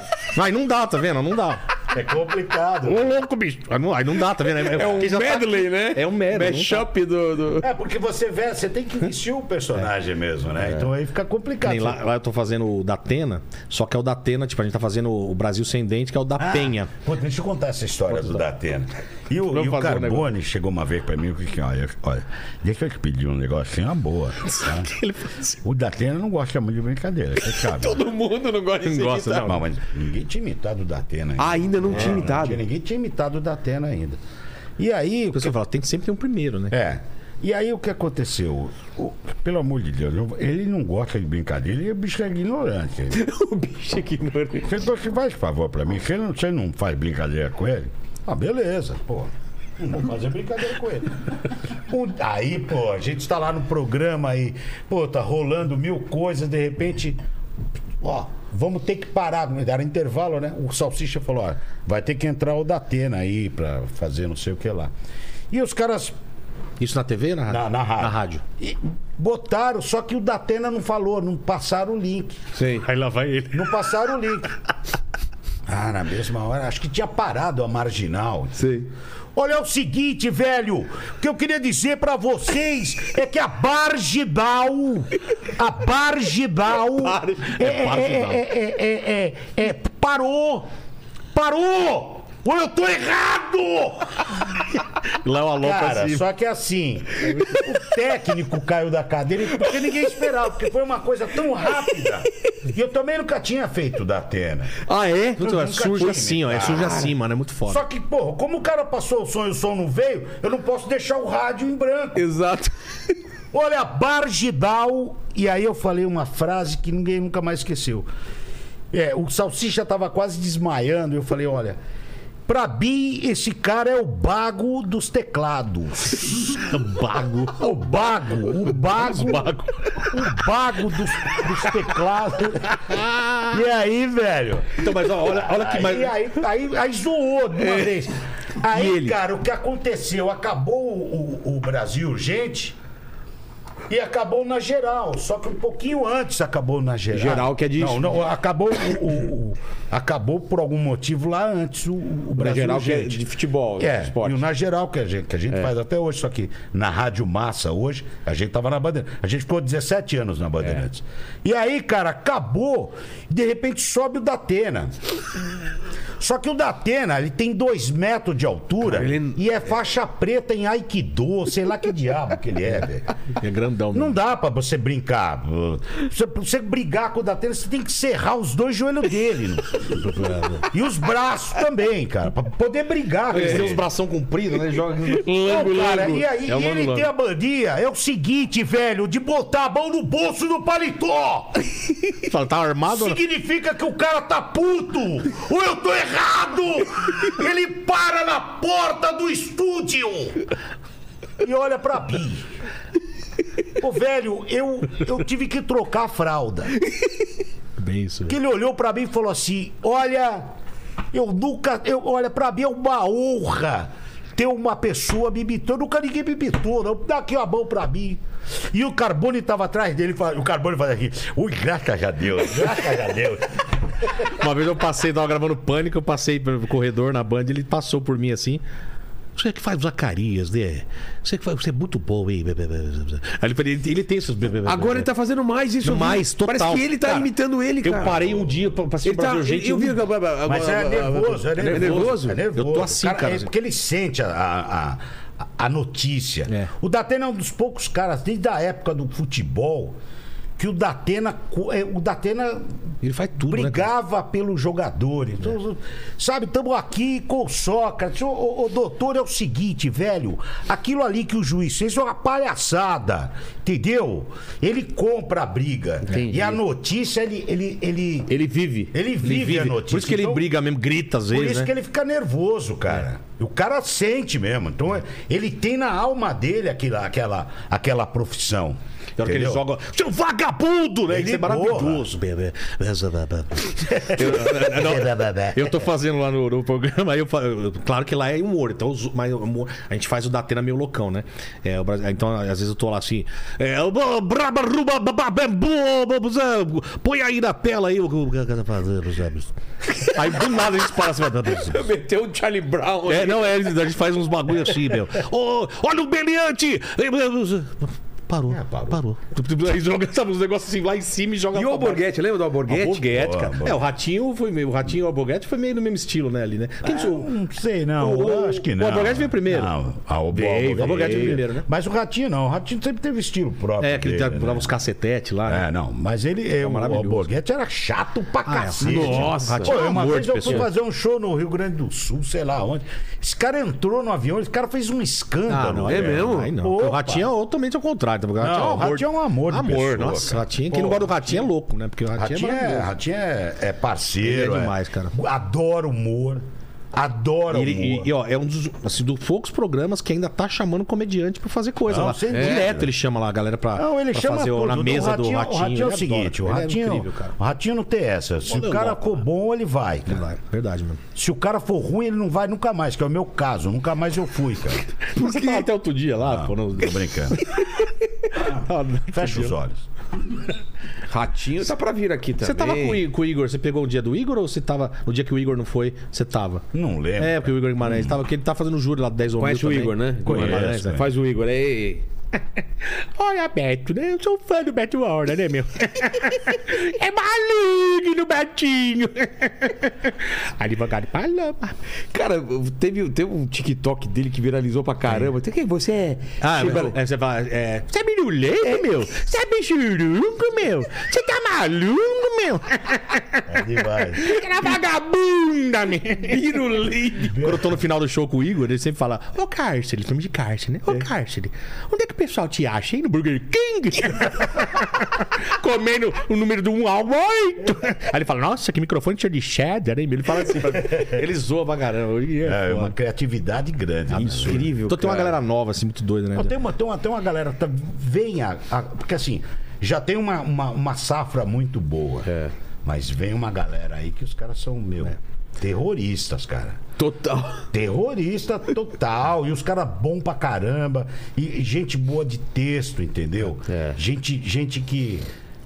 Aí não dá, tá vendo? Não dá.
é complicado.
Ô louco, bicho.
Aí não, aí não dá, tá vendo? É,
É um
porque já tá-
medley, né?
É um medley. não tá.
Mashup do... do-
É, porque você vê, você tem que vestir o personagem mesmo, né? Então aí fica complicado.
É. Nem lá, lá eu tô fazendo o da Atena, só que é o da Atena, tipo, a gente tá fazendo o Brasil Sem Dente, que é o da
Ah,
Penha.
Pô, deixa eu contar essa história do Datena. E o,
tá. Vamos
e o
fazer um
Carbone chegou uma vez pra mim, que que, olha, olha, deixa eu te pedir um negócio assim, uma boa. tá? O Datena não gosta muito de brincadeira, você sabe.
Todo mundo não gosta de
gosta, né?
imitar.
não.
Não, mas ninguém tinha imitado o Datena ainda.
Ah, ainda não tinha
Não, não
imitado.
tinha- Ninguém tinha imitado o Datena ainda. E aí, o
A pessoa fala, tem que sempre ter um primeiro, né?
É. E aí o que aconteceu? O- pelo amor de Deus, eu- ele não gosta de brincadeira, ele é bicho é ignorante.
o bicho é aqui no...
Você falou assim, faz favor pra mim, você não, você não faz brincadeira com ele? Ah, beleza, pô. Não vou fazer brincadeira com ele. Um- aí, pô, a gente tá lá no programa aí, pô, tá rolando mil coisas, de repente, ó, vamos ter que parar. Era intervalo, né? O Salsicha falou, ó, vai ter que entrar o Datena aí pra fazer não sei o que lá. E os caras
Isso na né? TV ou na rádio?
Na- na rádio.
Na rádio.
E botaram, só que o Datena não falou, não passaram o link.
Sim.
Aí lá vai ele.
Não passaram o link. Ah, na mesma hora, acho que tinha parado a marginal.
Sim.
Olha, é o seguinte, velho. O que eu queria dizer pra vocês é que a Bargidal. A Bargidal. É, é, é, é, é, é, é, é, parou! Parou!
ou eu tô errado!
Léo Alô
Cara,
pra cima.
só que assim, o técnico caiu da cadeira porque ninguém esperava, porque foi uma coisa tão rápida. E eu também nunca tinha feito da Atena.
Ah, é?
Puta,
nunca
surge
tive,
assim, ó. É surge assim, mano. É muito foda.
Só que, porra, como o cara passou o som e o som não veio, eu não posso deixar o rádio em branco.
Exato.
Olha, Bargidal. E aí eu falei uma frase que ninguém nunca mais esqueceu. É, o Salsicha tava quase desmaiando. Eu falei, olha. Pra mim, esse cara é o bago dos teclados.
Bago.
O bago, o bago,
Bago.
o bago dos, dos teclados. E aí, velho?
Então, mas ó, olha, olha que.
Aí,
Mas...
aí, aí, aí zoou de uma vez. Aí,
É. E ele?
cara, o que aconteceu? Acabou o, o- o Brasil, gente. E acabou na geral, só que um pouquinho antes acabou na geral.
Geral que é de-
Não, não, acabou o, o- o- acabou por algum motivo lá antes o, o
Na
Brasil
geral, que é
gente.
de futebol,
É,
de esporte.
e o na geral que a gente, que a gente
É.
faz até hoje, só que na Rádio Massa hoje, a gente tava na Bandeirantes. A gente ficou 17 anos na Bandeirantes.
É.
E aí, cara, acabou, e de repente sobe o Datena. Só que o Datena, ele tem dois metros de altura
Cara, ele-
e é faixa preta em Aikido, sei lá que diabo que ele é, velho.
É grandão,
Não
mesmo.
dá pra você brincar. Você, pra você brigar com o Datena, você tem que serrar os dois joelhos dele. né? e os braços também, cara. Pra poder brigar
É.
com
Eles
ele.
têm os bração compridos, né? Joga.
Não,
Lango,
cara,
lango.
e aí
É o
e ele
Lango,
tem a mania, é o seguinte, velho, de botar a mão no bolso do paletó.
Fala, tá armado? ou não?
Significa que o cara tá puto! Ou eu tô errado! Ele para na porta do estúdio! E olha pra mim. Ô, velho, eu, eu tive que trocar a fralda.
Bem isso.
Que ele olhou pra mim e falou assim: Olha, eu nunca. Eu, olha, pra mim é uma honra ter uma pessoa me imitando. Nunca ninguém me imitou, não. Dá aqui a mão pra mim. E o Carbone tava atrás dele. fala- O Carbone fazia aqui: Ui, graças a Deus, graças a Deus.
Uma vez eu passei, tava gravando Pânico, eu passei pelo corredor na Band, ele passou por mim assim. Você que faz o Zacarias, né? Você que faz, você é muito bom, hein? Aí ele, falou, ele ele tem esses.
Agora ele tá fazendo mais isso. eu vi.
mais, total.
Parece que ele tá
Cara,
imitando ele, cara.
Eu parei um dia pra, pra assistir
Ele tá,
Brasil, gente.
eu vi...
Mas é nervoso, é nervoso.
nervoso?
É nervoso.
Eu tô assim, cara.
É porque ele sente a, a, a- a notícia.
É.
O Datena é um dos poucos caras, desde a época do futebol, que o Datena. co- é, O Datena
Ele faz tudo, né, cara? É.
brigava pelos jogadores. Então, Sabe, estamos aqui com o Sócrates. Ô, ô, ô, doutor, é o seguinte, velho. Aquilo ali que o juiz fez é uma palhaçada. Entendeu? Ele compra a briga. E a notícia, ele. ele, ele...
Ele vive.
ele vive, a notícia.
Por isso que ele
Então,
briga mesmo, grita às
por
vezes,
isso
né?
que ele fica nervoso, cara. O cara sente mesmo. Então, é- ele tem na alma dele aquela, aquela, aquela profissão.
Na hora que ele
entendeu?
joga. Seu vagabundo, né? Isso é
Ele borra.
maravilhoso, bebê. Eu, não, eu tô fazendo lá no, no programa, aí eu, fa- eu- claro que lá é humor, então os- mas o humor- a gente faz o Datena meio loucão, né? É, o Brasil- então, às vezes eu tô lá assim. é, o bo- braba, ruba, babá, bambu, babu, zé, Põe aí na tela aí o o que tá fazendo, sabe? Aí do nada a gente para assim.
Meteu o Charlie Brown.
É, não, é, a gente faz uns bagulho assim, meu. Ô, olha o Beliante! Parou, parou. Aí joga sabe, uns negócios assim lá em cima e joga
É, E o
pra
Alborguete, lembra do
baixo.
Alborguete?
Alborguete,
Boa,
cara.
boa.
É, o Ratinho foi meio. O Ratinho e o Alborguete foi meio no mesmo estilo, né, ali, né?
É,
Quem que o-
Não sei, não.
O-
Eu acho que
o
não.
Alborguete veio primeiro.
Não, ah, o
Veio, o Alborguete veio primeiro, né?
Mas o Ratinho não. O Ratinho sempre teve estilo próprio.
É, aquele que
dele,
dava
né?
uns cacetetes lá. né?
É, não, mas ele, é, o
maravilhoso.
Alborguete era chato pra
Ah, é.
cacete. Pô,
Nossa. Ratinho é um
uma
amor
vez
de
eu fui
pessoa.
fazer um show no Rio Grande do Sul, sei lá onde. Esse cara entrou no avião, esse cara fez um escândalo.
Ah, não,
é
velho.
mesmo?
Aí não.
Opa.
O Ratinho é totalmente ao contrário. tá? O Ratinho
Não,
é um
o
amor,
Ratinho é um amor de
Amor,
pessoa,
nossa.
cara.
Ratinho, quem
Pô,
não gosta do Ratinho é louco, né? Porque o Ratinho,
Ratinho,
é
é,
maravilhoso.
Ratinho é, é parceiro.
Ele é demais, cara.
Adora humor. Adora
E, ele-
humor.
e- e, ó, é um dos assim, do poucos programas que ainda tá chamando comediante pra fazer coisa
Não,
lá. É.
sem
Direto
dúvida.
ele chama lá a galera pra,
Não, ele
pra
chama
fazer
tudo.
na
O
mesa do
O
Ratinho.
Ratinho é
Ele
o seguinte, o
adora,
Ratinho,
Ele é incrível, cara.
o Ratinho não tem essa. Se
Ele é
o cara
louco,
for
cara.
bom, ele vai, cara.
Vai, verdade, mano.
Se o cara for ruim, ele não vai nunca mais, que é o meu caso. Nunca mais eu fui, cara.
Você tava até outro dia
Ah.
lá, pô. No...
Tô brincando. Fecha os olhos.
Ratinho tá pra vir aqui também.
Você tava com, o I- com o Igor, você pegou o dia do Igor ou você tava. No dia que o Igor não foi, você tava?
Não lembro.
É, porque É, hum. o Igor Guimarães tava, porque ele tá fazendo júri lá do 10 ou
Conhece o Igor, é. né?
Conhece.
Faz o Igor. Ei, ei, ei.
Olha, Beto, né? Eu sou fã do Beto Hora, né, meu? é maligno, Betinho. Advogado Paloma.
Cara, teve, teve um TikTok dele que viralizou pra caramba. Tem que você é.
Ah,
Chibra-
é, você fala, é, você é miruleta, meu? Você é bichurungo, meu? Você tá maluco, meu?
É demais.
Você era vagabunda, meu?
Pirulito.
Quando eu tô no final do show com o Igor, ele sempre fala: Ô cárcere, chama de cárcere, né? Ô cárcere, onde é que o pessoal te acha, hein? No Burger King? Comendo o número do 1 ao 8. Aí ele fala: Nossa, que microfone cheio de cheddar, hein? meu?" Ele fala assim: pra mim. Ele zoa pra caramba. Ele
É
É,
uma criatividade grande. Absurdo.
Incrível.
então tem uma
cara.
galera nova, assim, muito doida, né?
Não, tem, uma, tem, uma, tem uma galera que tá, vem a, a- Porque assim, já tem uma, uma, uma safra muito boa.
É.
Mas vem uma galera aí que os caras são, meu, terroristas, cara.
Total.
Terrorista total. e os caras bom pra caramba. E, e gente boa de texto, entendeu?
É.
Gente, gente que,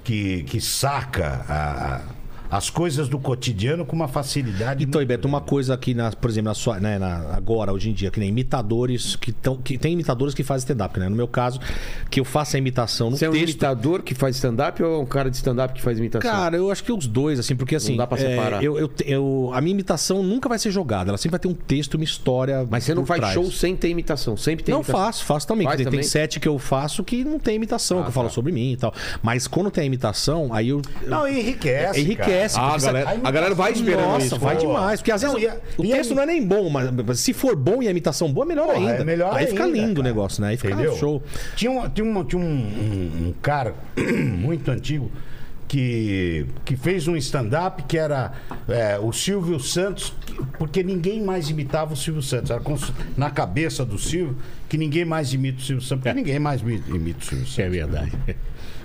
que, que saca a- a- as coisas do cotidiano com uma facilidade.
Então,
muito
Beto, uma coisa aqui, na, por exemplo, na sua, né, na- agora, hoje em dia, que nem imitadores que estão. Que tem imitadores que fazem stand-up, né? No meu caso, que eu faço a imitação no
Você é um
texto.
imitador que faz stand-up ou é um cara de stand-up que faz imitação?
Cara, eu acho que os dois, assim, porque assim.
Tá dá pra
é,
separar.
eu, eu te- eu- a minha imitação nunca vai ser jogada. Ela sempre vai ter um texto, uma história.
Mas você não
por
faz
trás.
show sem ter imitação. Sempre tem
Não
imitação.
faço, faço também.
Faz
Tem-
também? Ah, tá.
Tem sete que eu faço que não tem imitação, que eu falo sobre mim e tal. Mas quando tem a imitação, aí eu. eu-
Não, enriquece.
Ah,
enriquece.
a
porque você-
galera, a galera vai esperando
Nossa,
isso.
vai
pô.
demais. Porque às
Não,
vezes
e a-
o
e a-
texto não é nem bom, mas, mas se for bom e a imitação boa, melhor
Porra,
ainda.
é melhor
aí fica
ainda,
lindo o
cara.
negócio, né? Aí fica
Entendeu?
show.
Tinha, um, tinha, um, tinha um, um- um cara muito antigo que, que fez um stand-up que era é, o Silvio Santos, que- porque ninguém mais imitava o Silvio Santos. Era como se- na cabeça do Silvio que ninguém mais imita o Silvio Santos, porque ninguém mais mi- imita o Silvio Santos.
É verdade.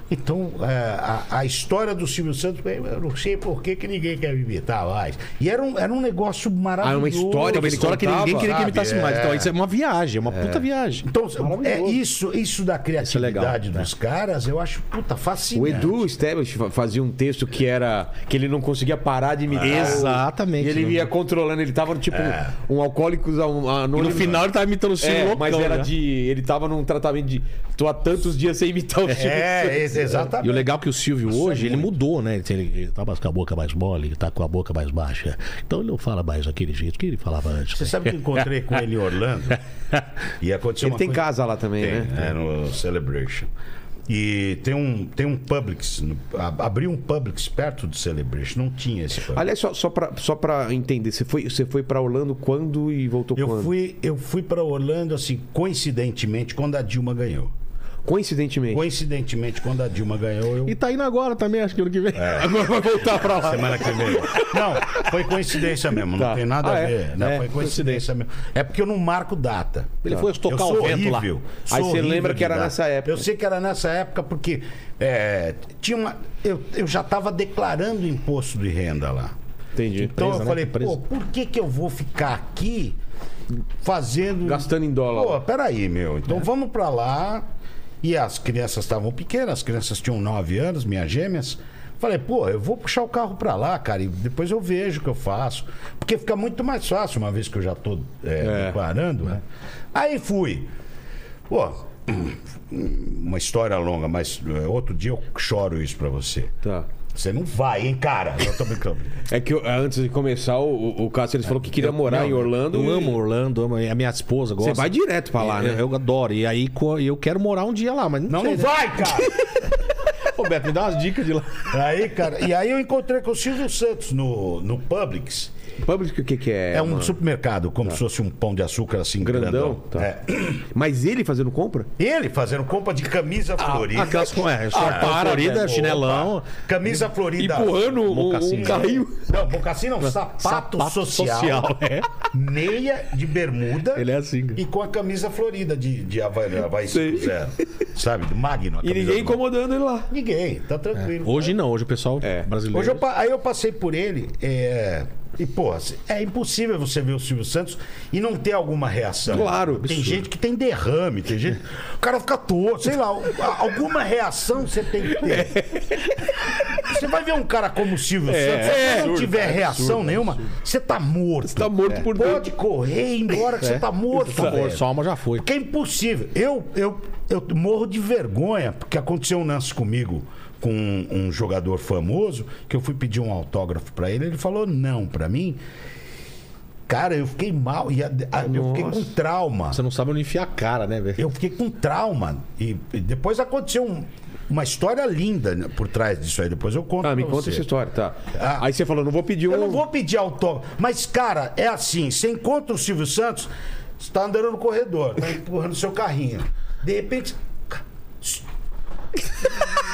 Então, é, a, a história do Silvio Santos, eu não sei por que, que ninguém quer imitar mais. E era um, era um negócio maravilhoso.
história,
É uma Ah, é história que
contava,
ninguém queria que
sabe?
imitasse mais. Então, isso é uma viagem, é uma puta viagem.
Então, é isso, isso da
é legal,
criatividade dos caras, eu acho, puta, fascinante.
né? O Edu Esteves fa- fazia um texto que era. que ele não conseguia parar de imitar.
Exatamente.
E ele ia controlando, ele tava tipo
É.
um alcoólico um
E
anônimo.
no final ele tá imitando o
é,
Silvio loucão,
mas era
né?
de. Ele tava num tratamento de. Tô há tantos dias sem imitar o Silvio Santos.
É, ex-
E o
exatamente.
legal é que o Silvio hoje, ele mudou, né? Ele, tem- ele tá mais com a boca mais mole, tá com a boca mais baixa. Então ele não fala mais daquele jeito que ele falava antes.
Você sabe que eu encontrei com ele em Orlando? E aconteceu
Ele
uma
tem
coisa...
casa lá também,
Tem,
né?
é, no Celebration. E tem um, tem um Publix, no- a- abriu um Publix perto do Celebration, não tinha esse Publix.
Aliás, só, só, pra, só pra entender, você foi, você foi pra Orlando quando e voltou
eu
quando?
fui, eu fui para Orlando, assim, coincidentemente, quando a Dilma ganhou.
Coincidentemente.
Coincidentemente, quando a Dilma ganhou, eu...
E tá indo agora também, acho que ano que vem.
Agora vai voltar pra lá.
Semana que vem. Não, foi coincidência
Ah,
mesmo.
é? Tá.
Não tem nada
Ah,
a
é?
ver. né?
É,
foi coincidência mesmo. É porque eu não marco data.
Ele foi
Eu
estocar
sou
o vento lá.
horrível.
Aí
sou
você
horrível
lembra que
de
era
data.
nessa época.
Eu sei que era nessa época porque é, tinha uma, eu, eu já estava declarando imposto de renda lá.
Entendi.
Então
Empresa,
eu
né?
falei,
Empresa.
pô, por que, que eu vou ficar aqui fazendo.
Gastando em dólar.
Pô, peraí, meu. Então vamos pra lá. E as crianças estavam pequenas, as crianças tinham 9 anos, minhas gêmeas. Falei, pô, eu vou puxar o carro pra lá, cara, e depois eu vejo o que eu faço. Porque fica muito mais fácil, uma vez que eu já tô é, declarando, né? Aí fui. Pô, hum, uma história longa, mas é, outro dia eu choro isso pra você.
Tá.
Você não vai, hein, cara? Eu tô brincando.
É que eu- antes de começar, o, o Cássio eles falou que queria morar em Orlando.
Eu
e-
amo Orlando, amo, a minha esposa gosta.
Você vai direto pra lá,
Eu-
né?
Eu adoro. E aí co- eu quero morar um dia lá, mas não,
Não,
sei.
não vai, cara!
Roberto, me dá umas dicas de lá.
Aí, cara, e aí eu encontrei com o Silvio Santos no, no Publix.
Public, o que, que é?
É, um
mano?
supermercado, como se fosse um pão de açúcar assim,
Grandão?
grandão.
Tá.
É.
Mas ele fazendo compra?
Ele fazendo compra de camisa florida.
Aquelas com. É, short florida,
né?
chinelão.
Camisa florida.
Empurrando o-
Mocassim.
o carrinho.
Não, mocassim não, sapato,
Sapato
social.
social, é.
Meia de bermuda.
Ele é assim, cara.
E com a camisa florida de, de Havaí, Havaí
Sei.
50, Sabe? Do Magno. a
E
camisa
ninguém
do Magno.
incomodando ele lá.
Ninguém, tá tranquilo.
Hoje não, hoje o pessoal brasileiro.
Hoje eu, pa- aí eu passei por ele é, e, pô, assim, é impossível você ver o Silvio Santos e não ter alguma reação.
Claro,
Tem
absurdo.
gente que tem derrame, tem gente. O cara fica torto, sei lá, a- alguma reação você tem que ter. Você vai ver um cara como o Silvio Santos, se
é
você não
absurdo,
tiver
cara,
reação
absurdo,
nenhuma, você tá morto.
Tá morto por dentro. É,
Pode correr e ir embora que você tá morto.
Pô,
velho.
sua alma já foi.
Porque é impossível. Eu, eu, eu morro de vergonha, porque aconteceu um lance comigo com um, um jogador famoso, que eu fui pedir um autógrafo pra ele, ele falou não pra mim. Cara, eu fiquei mal, e a- a- eu fiquei com trauma.
Você não sabe onde enfiar a cara, né, velho?
Eu fiquei com trauma. E, e depois aconteceu um- uma história linda né, por trás disso aí. Depois eu conto.
Ah, me
pra
conta
você.
essa história, tá.
Ah.
Aí você falou, não vou pedir um.
Hum.
Eu não vou pedir autógrafo. Mas, cara, é assim: você encontra o Silvio Santos, você tá andando no corredor, tá empurrando seu carrinho. De repente. ca-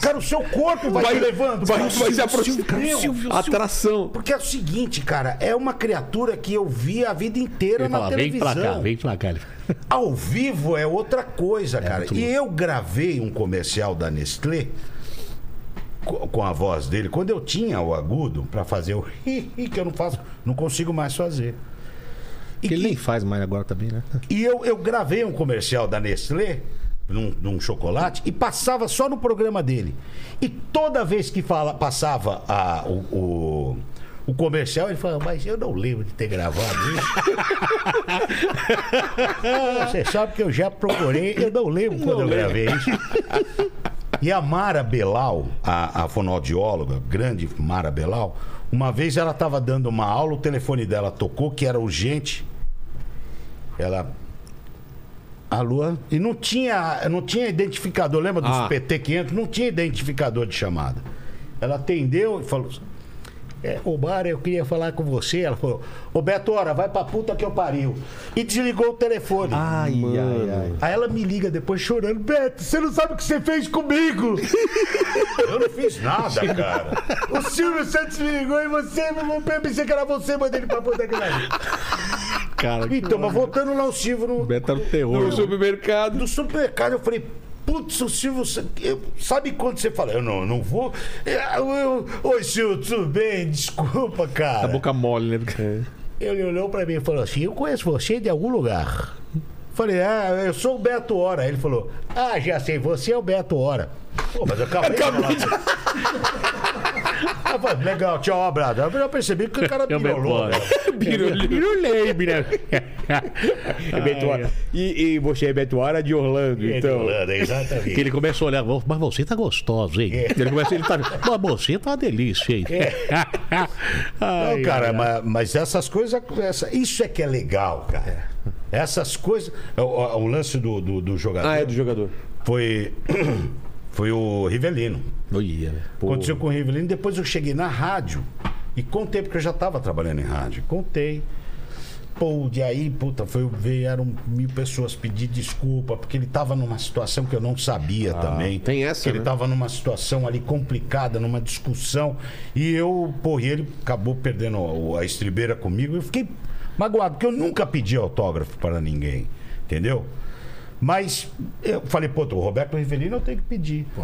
Cara, o seu corpo vai, te levando.
Vai,
cara.
vai se aproximar.
Silvio, Silvio,
Atração.
Porque é o seguinte, cara, é uma criatura que eu vi a vida inteira
Ele
na
fala, vem
televisão.
pra cá, vem pra cá. Ele fala,
Ao vivo é outra coisa, cara. E eu gravei um comercial da Nestlé co- com a voz dele, quando eu tinha o agudo pra fazer o que eu não faço, não consigo mais fazer. E,
Que ele
que-
nem faz mais agora também, né?
e eu, eu gravei um comercial da Nestlé, num, num chocolate, e passava só no programa dele. E toda vez que fala, passava a- o, o- o comercial, ele falava, mas eu não lembro de ter gravado isso. Você sabe que eu já procurei, eu não lembro quando eu gravei isso. E a Mara Belal, a, a fonoaudióloga, grande Mara Belal, uma vez ela estava dando uma aula, o telefone dela tocou, que era urgente. Ela. A lua. E não tinha, não tinha identificador, lembra dos
Ah.
PT500? Não tinha identificador de chamada. Ela atendeu e falou: é, Ô, Mara, eu queria falar com você. Ela falou: Ô, Beto, ora, vai pra puta que eu pariu. E desligou o telefone.
Ai, ai, ai.
Aí ela me liga depois chorando: Beto, você não sabe o que você fez comigo. eu não fiz nada, cara. O Silvio Santos me ligou e você, eu pensei que era você, mandei ele pra puta que pariu.
Cara, que
Então, mas voltando lá, o Silvio no,
beta do terror.
No supermercado.
no supermercado, eu falei. Putz, o Silvio, Sa- eu- sabe quando você fala, eu não, não vou? Eu, eu, Oi, Silvio, tudo bem? Desculpa,
A
cara.
boca mole, né? É.
Ele olhou pra mim e falou assim: Eu conheço você de algum lugar. Falei, ah, eu sou o Beto Hora. Ele falou, ah, já sei, você é o Beto Hora. Pô, mas eu acabei, de falar. Eu falei, Legal, tchau, um abraço. Aí Eu percebi que o cara
É o Beto É
pirolou.
Hora.
né?
Pirulei, né? É Beto
Ah,
Hora. E, e você é Beto Hora de Orlando, então.
Pirolando, "É, Exatamente.
Que ele começa a olhar, mas você tá gostoso, hein? Ele começa, ele tá. Mas você tá uma delícia, hein?
Não,
Ai,
cara,
ai,
ma-
ai.
Mas, essas coisas. essa- isso é que é legal, cara. Essas coisas. O, o- o lance do, do, do jogador
Ah, é do jogador.
foi. Foi o Rivelino.
Olha, velho.
Aconteceu com o Rivelino. Depois eu cheguei na rádio e contei, porque eu já estava trabalhando em rádio. Contei. Pô, de aí, puta, foi, vieram mil pessoas pedir desculpa, porque ele estava numa situação que eu não sabia também.
Ah, tem essa,
que Ele
né?
estava numa situação ali complicada, numa discussão. E eu, pô, e ele acabou perdendo o- a estribeira comigo. Eu fiquei magoado, porque eu nunca pedi autógrafo para ninguém, entendeu? Mas eu falei, pô, o Roberto Rivelino eu tenho que pedir. pô.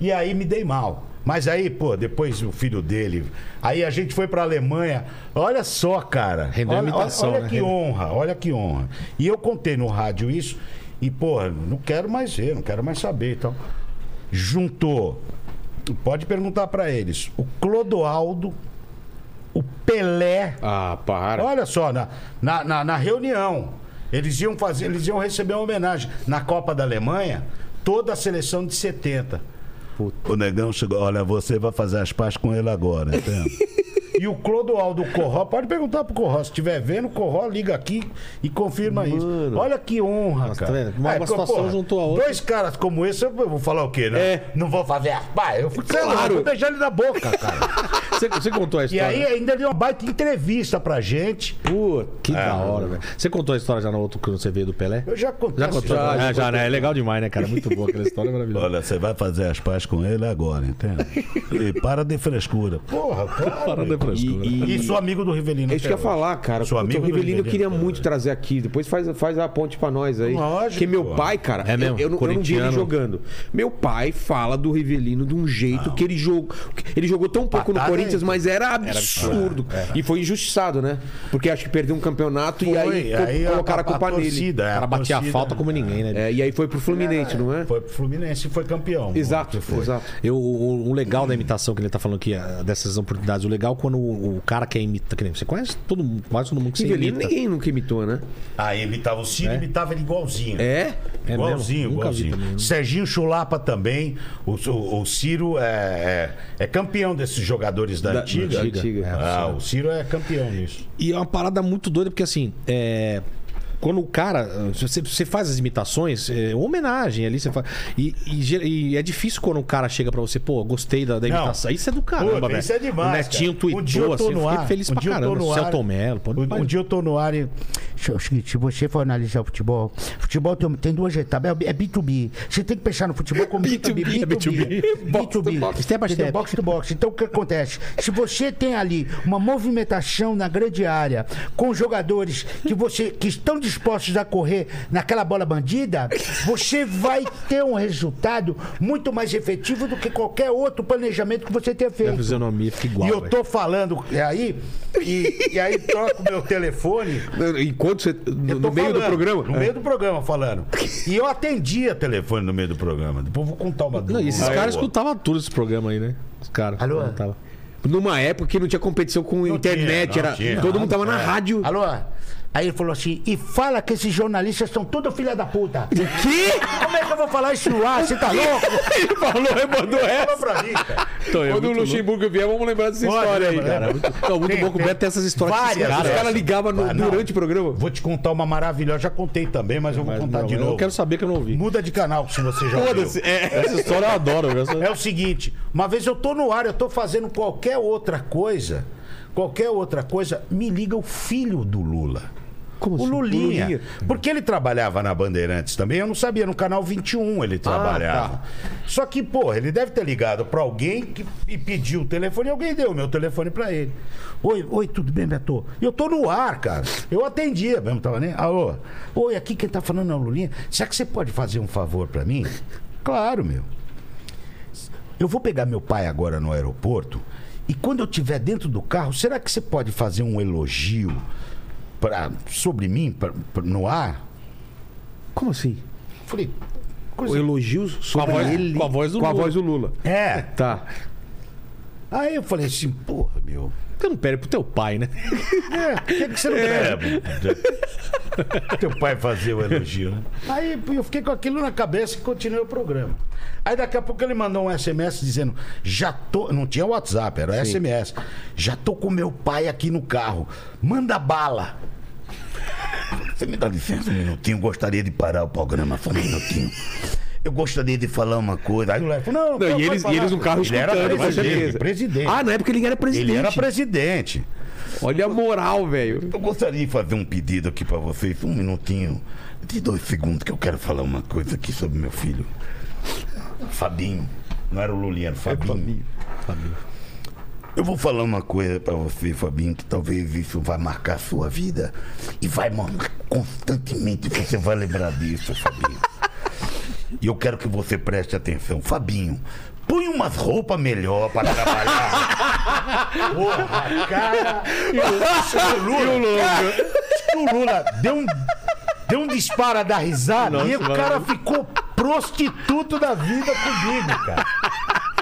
E aí me dei mal. Mas aí, pô, depois o filho dele. Aí a gente foi pra Alemanha. Olha só, cara.
Rendeu
olha,
imitação,
olha
né?
que
Rendeu.
honra, olha que honra. E eu contei no rádio isso. E, porra, não quero mais ver, não quero mais saber. Então, juntou. Pode perguntar pra eles. O Clodoaldo, o Pelé.
Ah, para.
Olha só, na, na, na- na reunião, eles iam fazer, eles iam receber uma homenagem na Copa da Alemanha, toda a seleção de 70. O negão chegou, olha, você vai fazer as pazes com ele agora, entende? E o Clodoaldo Corró, pode perguntar pro Corró, se estiver vendo, o Corró liga aqui e confirma isso. Olha que honra,
Nossa,
cara.
tá vendo? Uma- uma
co-
situação juntou a outra.
Dois caras como esse, eu vou falar o quê, né?
É.
Não vou fazer as pazes, eu fui,
Claro.
vou beijar ele na boca, cara.
Você, você contou a
e
história.
aí ainda deu uma baita entrevista pra gente.
Puta.
Que da hora, velho. Você contou a história já no outro que você veio do Pelé?
Eu já contei.
Já
essa
contou?
história.
é, já, né? É legal demais, né, cara? Muito boa aquela história, é maravilhosa.
Olha, você vai fazer as pazes com ele agora, entende? E para de frescura.
Porra, claro.
Parada é pra-
E, e-
E sou amigo do Rivelino.
É isso que eu
até
ia falar, cara.
Sou
Puta,
amigo
o
do
Rivelino eu
Rivelino
queria
até
muito trazer aqui. Depois faz, faz a ponte pra nós aí.
Lógico,
Porque meu
pô.
pai, cara,
É mesmo?
eu, eu não, eu não vi ele
Corintiano.
jogando. Meu pai fala do Rivelino de um jeito que ele jogou. Ele jogou tão pouco no
Patada, é
Corinthians,
hein?
mas era absurdo. E foi injustiçado, né? Porque acho que perdeu um campeonato e aí,
É. Foi,
co-
aí
colocaram a,
a- a
culpa nele.
torcida, é,
O cara batia a
torcida-
falta como ninguém, né?
É, e aí foi pro Fluminense, não é?
Foi pro Fluminense e foi campeão.
Exato,
Foi.
exato.
Eu, o, o legal da imitação que ele tá falando aqui, ah, dessas oportunidades, o legal é quando o, o cara que é imita, que nem você conhece todo mundo, quase todo mundo que você
Rivelino
imita.
ninguém nunca imitou, né?
Aí imitava o Ciro, imitava ele igualzinho.
É?
É
igualzinho,
mesmo? Nunca vi
igualzinho.
também, né?
Serginho Chulapa também. O, o- o Ciro é, é- é campeão desses jogadores da,
Da-
antiga.
da antiga.
Ah, o Ciro é campeão nisso.
E é uma parada muito doida, porque assim, é. Quando o cara. eh, Você, você faz as imitações, é uma homenagem ali, você faz. E, e ge- e é difícil quando o cara chega pra você, pô, gostei da, da
Não.
imitação. Isso é do caramba,
Puta,
velho.
Isso é demais.
O Netinho
cara.
tweetou,
um dia eu tô
assim, eu
no
fiquei
ar,
feliz
um
pra
dia eu tô
caramba.
no ar,
Celton Mello, pô,
Um, um dia eu tô no ar e.
É o seguinte, se você for analisar o futebol, futebol tem, tem duas etapas, é B2B. Você tem que pensar no futebol como B2B.
B2B, é B2B.
Box to box.
Step by step.
Entendeu? Box to box. Então o que acontece? Se você tem ali uma movimentação na grande área com jogadores que você que estão dispostos a correr naquela bola bandida, você vai ter um resultado muito mais efetivo do que qualquer outro planejamento que você tenha
A
feito.
fisionomia fica igual.
E eu
velho.
tô falando e aí, e, e aí troco meu telefone
Enquanto você.
Eu
No,
tô
no meio do
falando,
programa? É.
No
É.
meio do programa falando. E eu atendia telefone no meio do programa. Depois eu vou contar uma
Não, e esses
uma-
caras escutavam tudo esse programa aí, né? Os caras.
Alô?
escutavam.
Numa época que não tinha competição com internet,
tinha, não
era,
tinha.
todo mundo tava na rádio.
Alô? Aí ele falou assim, e fala que esses jornalistas são tudo filha da puta. O quê? Como é que eu vou falar isso no ar? Você tá louco?
Ele falou e mandou
é
Fala pra mim, cara.
Então,
Quando
é
o
muito louco.
Luxemburgo vier, vamos lembrar dessa
Pode,
história aí,
lembra,
cara.
lembra.
Muito-
Não, muito
Tem-
bom que o
tem
Beto tem essas histórias que esses
várias,
Os
caras.
caras ligavam no-
Ah, não.
durante o programa.
Vou te contar uma maravilhosa. Já contei também, mas eu vou
Mas
contar
não,
de
eu
novo.
quero saber que eu não ouvi.
Muda de canal se você já ouviu.
Foda-se. É, Essa história eu adoro. eu gosto-
É o seguinte, uma vez eu tô no ar, eu tô fazendo qualquer outra coisa, qualquer outra coisa, me liga o filho do Lula.
Como
o
assim?
Lulinha.
O Lulinha?
Porque ele trabalhava na Bandeirantes também, eu não sabia, no canal 21 ele trabalhava. Só que, porra, ele deve ter ligado pra alguém que, e pediu o telefone, e alguém deu o meu telefone pra ele. Oi, oi, tudo bem, Beto? Eu tô no ar, cara. Eu atendia mesmo, tava nem. Alô? Oi, aqui quem tá falando é o Lulinha. Será que você pode fazer um favor pra mim? Claro, meu. Eu vou pegar meu pai agora no aeroporto e quando eu estiver dentro do carro, será que você pode fazer um elogio pra, sobre mim pra- pra- no ar?
Como assim?
Falei,
O elogio sobre
Com a voz-
ele.
com a voz do
com a
Lula.
voz do Lula.
é.
Tá.
Aí eu falei assim, porra, meu.
Então,
Você não pede pro teu pai, né?
Por
é
que, que você não pega? Teu pai fazia o elogio, né? Aí pô, eu fiquei com aquilo na cabeça e continuei o programa. Aí daqui a pouco ele mandou um SMS dizendo: já tô. Não tinha WhatsApp, era SMS. Já tô com meu pai aqui no carro. Manda bala.
Você me dá licença um minutinho? Gostaria de parar o programa só um minutinho. Eu gostaria de falar uma coisa. Aí o Léo
Não,
Não,
falou,
não
e
pode
eles,
falar.
e eles no carro
Ele era
escutando, com
presidente,
certeza.
presidente.
Ah, na época ele era presidente.
Ele era presidente.
Olha a moral, velho.
Eu gostaria de fazer um pedido aqui pra vocês, um minutinho, de dois segundos, que eu quero falar uma coisa aqui sobre meu filho. Fabinho. Não era o Lulinha, era o É Fabinho. Eu vou falar uma coisa pra você, Fabinho, que talvez isso vai marcar a sua vida e vai marcar constantemente. Você vai lembrar disso, Fabinho. E eu quero que você preste atenção. Fabinho, põe umas roupas melhor pra trabalhar.
Porra, cara. E o, e o Lula. cara, o Lula deu um, deu um disparo da risada e o cara ficou prostituto da vida comigo, cara.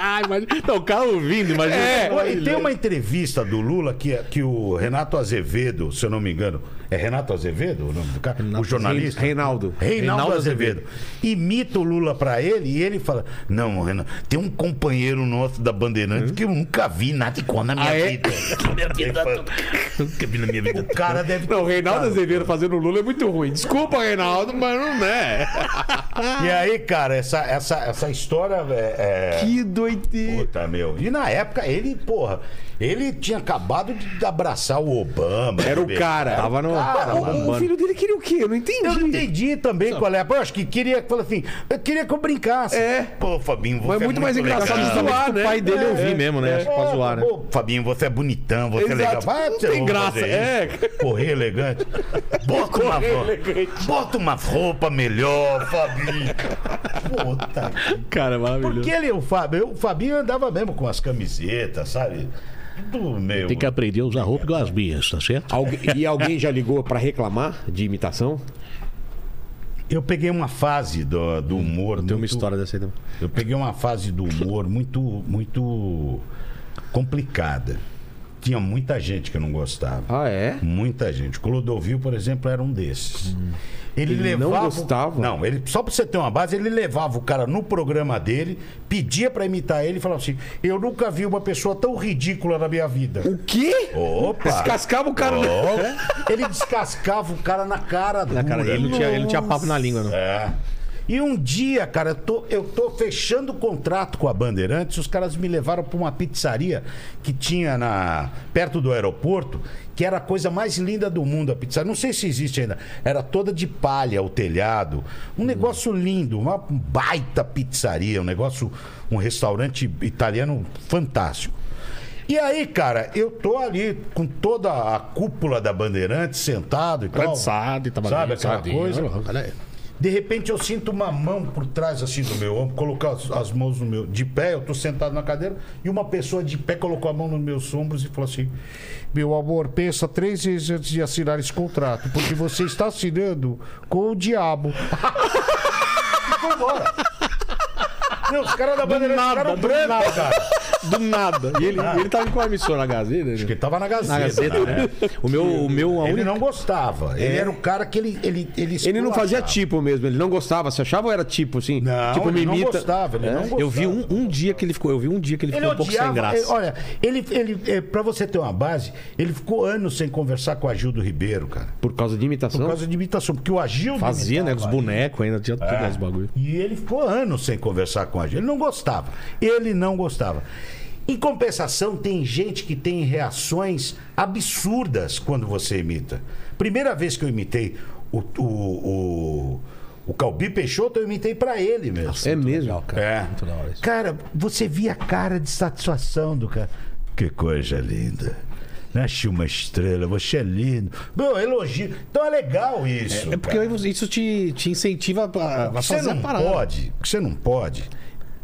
Ai, imagina. Não, o cara ouvindo, imagina.
É.
Pô, e tem uma entrevista do Lula que, que o Renato Azevedo, se eu não me engano, é Renato Azevedo o nome do cara? o jornalista?
Reinaldo.
Reinaldo,
Reinaldo
Azevedo. Imita o Lula pra ele e ele fala:
Não, Renan, tem um companheiro nosso da Bandeirantes que eu nunca vi nada igual na minha
Ah, é?
vida. Na minha vida, Nunca vi na minha vida.
O cara deve
Não, o Reinaldo Azevedo fazendo o Lula é muito ruim. Desculpa, Reinaldo, mas não é.
E aí, cara, essa, essa, essa história é, é-
Que doideira.
Puta, meu. E na época, ele, porra. Ele tinha acabado de abraçar o Obama.
Era o
sabe?
cara. Tava no.
cara,
tava
Ah, O, o
bombando.
filho dele queria o quê? Eu não entendi.
Eu não entendi também qual é. Pô, Eu acho que queria, falou assim, eu queria que eu brincasse.
É.
Pô, Fabinho, você
Mas é muito mais
legal.
engraçado
Justamente
zoar,
pro
né?
pai dele eu vi
É,
mesmo, né? Acho que pra zoar, né?
Ô, Fabinho, você é bonitão, você é legal.
Exato.
Vai,
Não
você
tem
vai
graça,
fazer
é.
isso. Correr elegante. Bota uma, bota umas roupas melhor, Fabinho. Puta que
Cara, maravilhoso.
Porque ele, o Fábio, o Fabinho andava mesmo com as
camiseta, sabe? Do meu.
Tem que aprender a usar roupa igual as minhas, tá certo?
Algu- e alguém já ligou pra reclamar de imitação?
Eu peguei uma fase do, do humor.
Tem uma
muito-
história dessa aí né? também.
Eu peguei uma fase do humor muito, muito complicada. Tinha muita gente que eu não gostava.
Ah, é?
Muita gente. Clodovil, por exemplo, era um desses. Ele,
Ele não
levava.
gostava?
Não, ele, só pra você ter uma base, ele levava o cara no programa dele, pedia pra imitar ele e falava assim: Eu nunca vi uma pessoa tão ridícula na minha vida.
O quê?
Opa!
Descascava o cara.
Ele descascava o cara na cara dura.
Na cara, ele não, tinha, ele não tinha papo na língua, não.
É. E um dia, cara, eu tô, eu tô fechando o contrato com a Bandeirantes, os caras me levaram pra uma pizzaria que tinha na perto do aeroporto, que era a coisa mais linda do mundo, a pizzaria. Não sei se existe ainda. Era toda de palha o telhado. Um negócio lindo, uma baita pizzaria, um negócio, um restaurante italiano fantástico. E aí, cara, eu tô ali com toda a cúpula da Bandeirantes sentado e tal.
Cansado e tava
Sabe
bem,
aquela
sadinho,
coisa?
olha lá, olha aí.
De repente eu sinto uma mão por trás assim do meu ombro, colocar as, as mãos no meu de pé, eu tô sentado na cadeira e uma pessoa de pé colocou a mão nos meus ombros e falou assim: "Meu amor, pensa três vezes antes de assinar esse contrato, porque você está assinando com o diabo". e foi embora. Meu, os caras da Bandeirantes
nada,
ficaram
do
brancos,
nada.
cara.
Do nada. E ele, ele tava em qual emissora na Gazeta?
Porque
né?
tava na Gazeta.
Na Gazeta,
né?
né? O meu, o meu a
Ele
única-
não gostava. Ele era o cara que ele. Ele, ele,
Ele não fazia
esculachava.
tipo mesmo, ele não gostava. Você achava ou era tipo assim?
Não,
tipo,
ele
me
não
imita.
gostava, ele não
Eu vi um,
gostava.
um dia que ele ficou, eu vi um dia que ele
Ele
ficou um pouco sem
odiava.
graça.
ele- olha, ele, ele, eh, pra você ter uma base, ele ficou anos sem conversar com o Agildo Ribeiro, cara.
Por causa de imitação?
Por causa de imitação. Porque o Agildo.
Fazia, né? Com os
imitava
bonecos ainda, tinha tudo
É.
os bagulho.
E ele ficou anos sem conversar com a gente. Ele não gostava. Ele não gostava. Em compensação, tem gente que tem reações absurdas quando você imita. Primeira vez que eu imitei o, o, o, o Calbi Peixoto, eu imitei pra ele mesmo.
É mesmo?
É. Cara, você via a cara de satisfação do cara. Que coisa linda. Nasce uma estrela, você é lindo. Meu, elogio. Então é legal isso.
É porque
cara.
aí você- isso te, te incentiva a, a
O que você
fazer a
não
parada.
pode, o que você não pode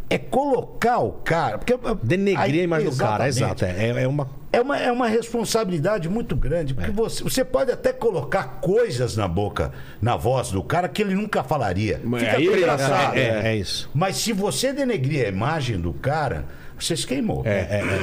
é colocar o cara. Porque,
Denegrir a
aí-
imagem do cara,
exatamente.
exato. É, é uma.
É uma, é uma responsabilidade muito grande,
É.
porque você, você pode até colocar coisas na boca, na voz do cara, que ele nunca falaria. Fica
aí
até
ele-
engraçado.
É, é, é isso.
Mas se você denegrir a imagem do cara, você se queimou.
É,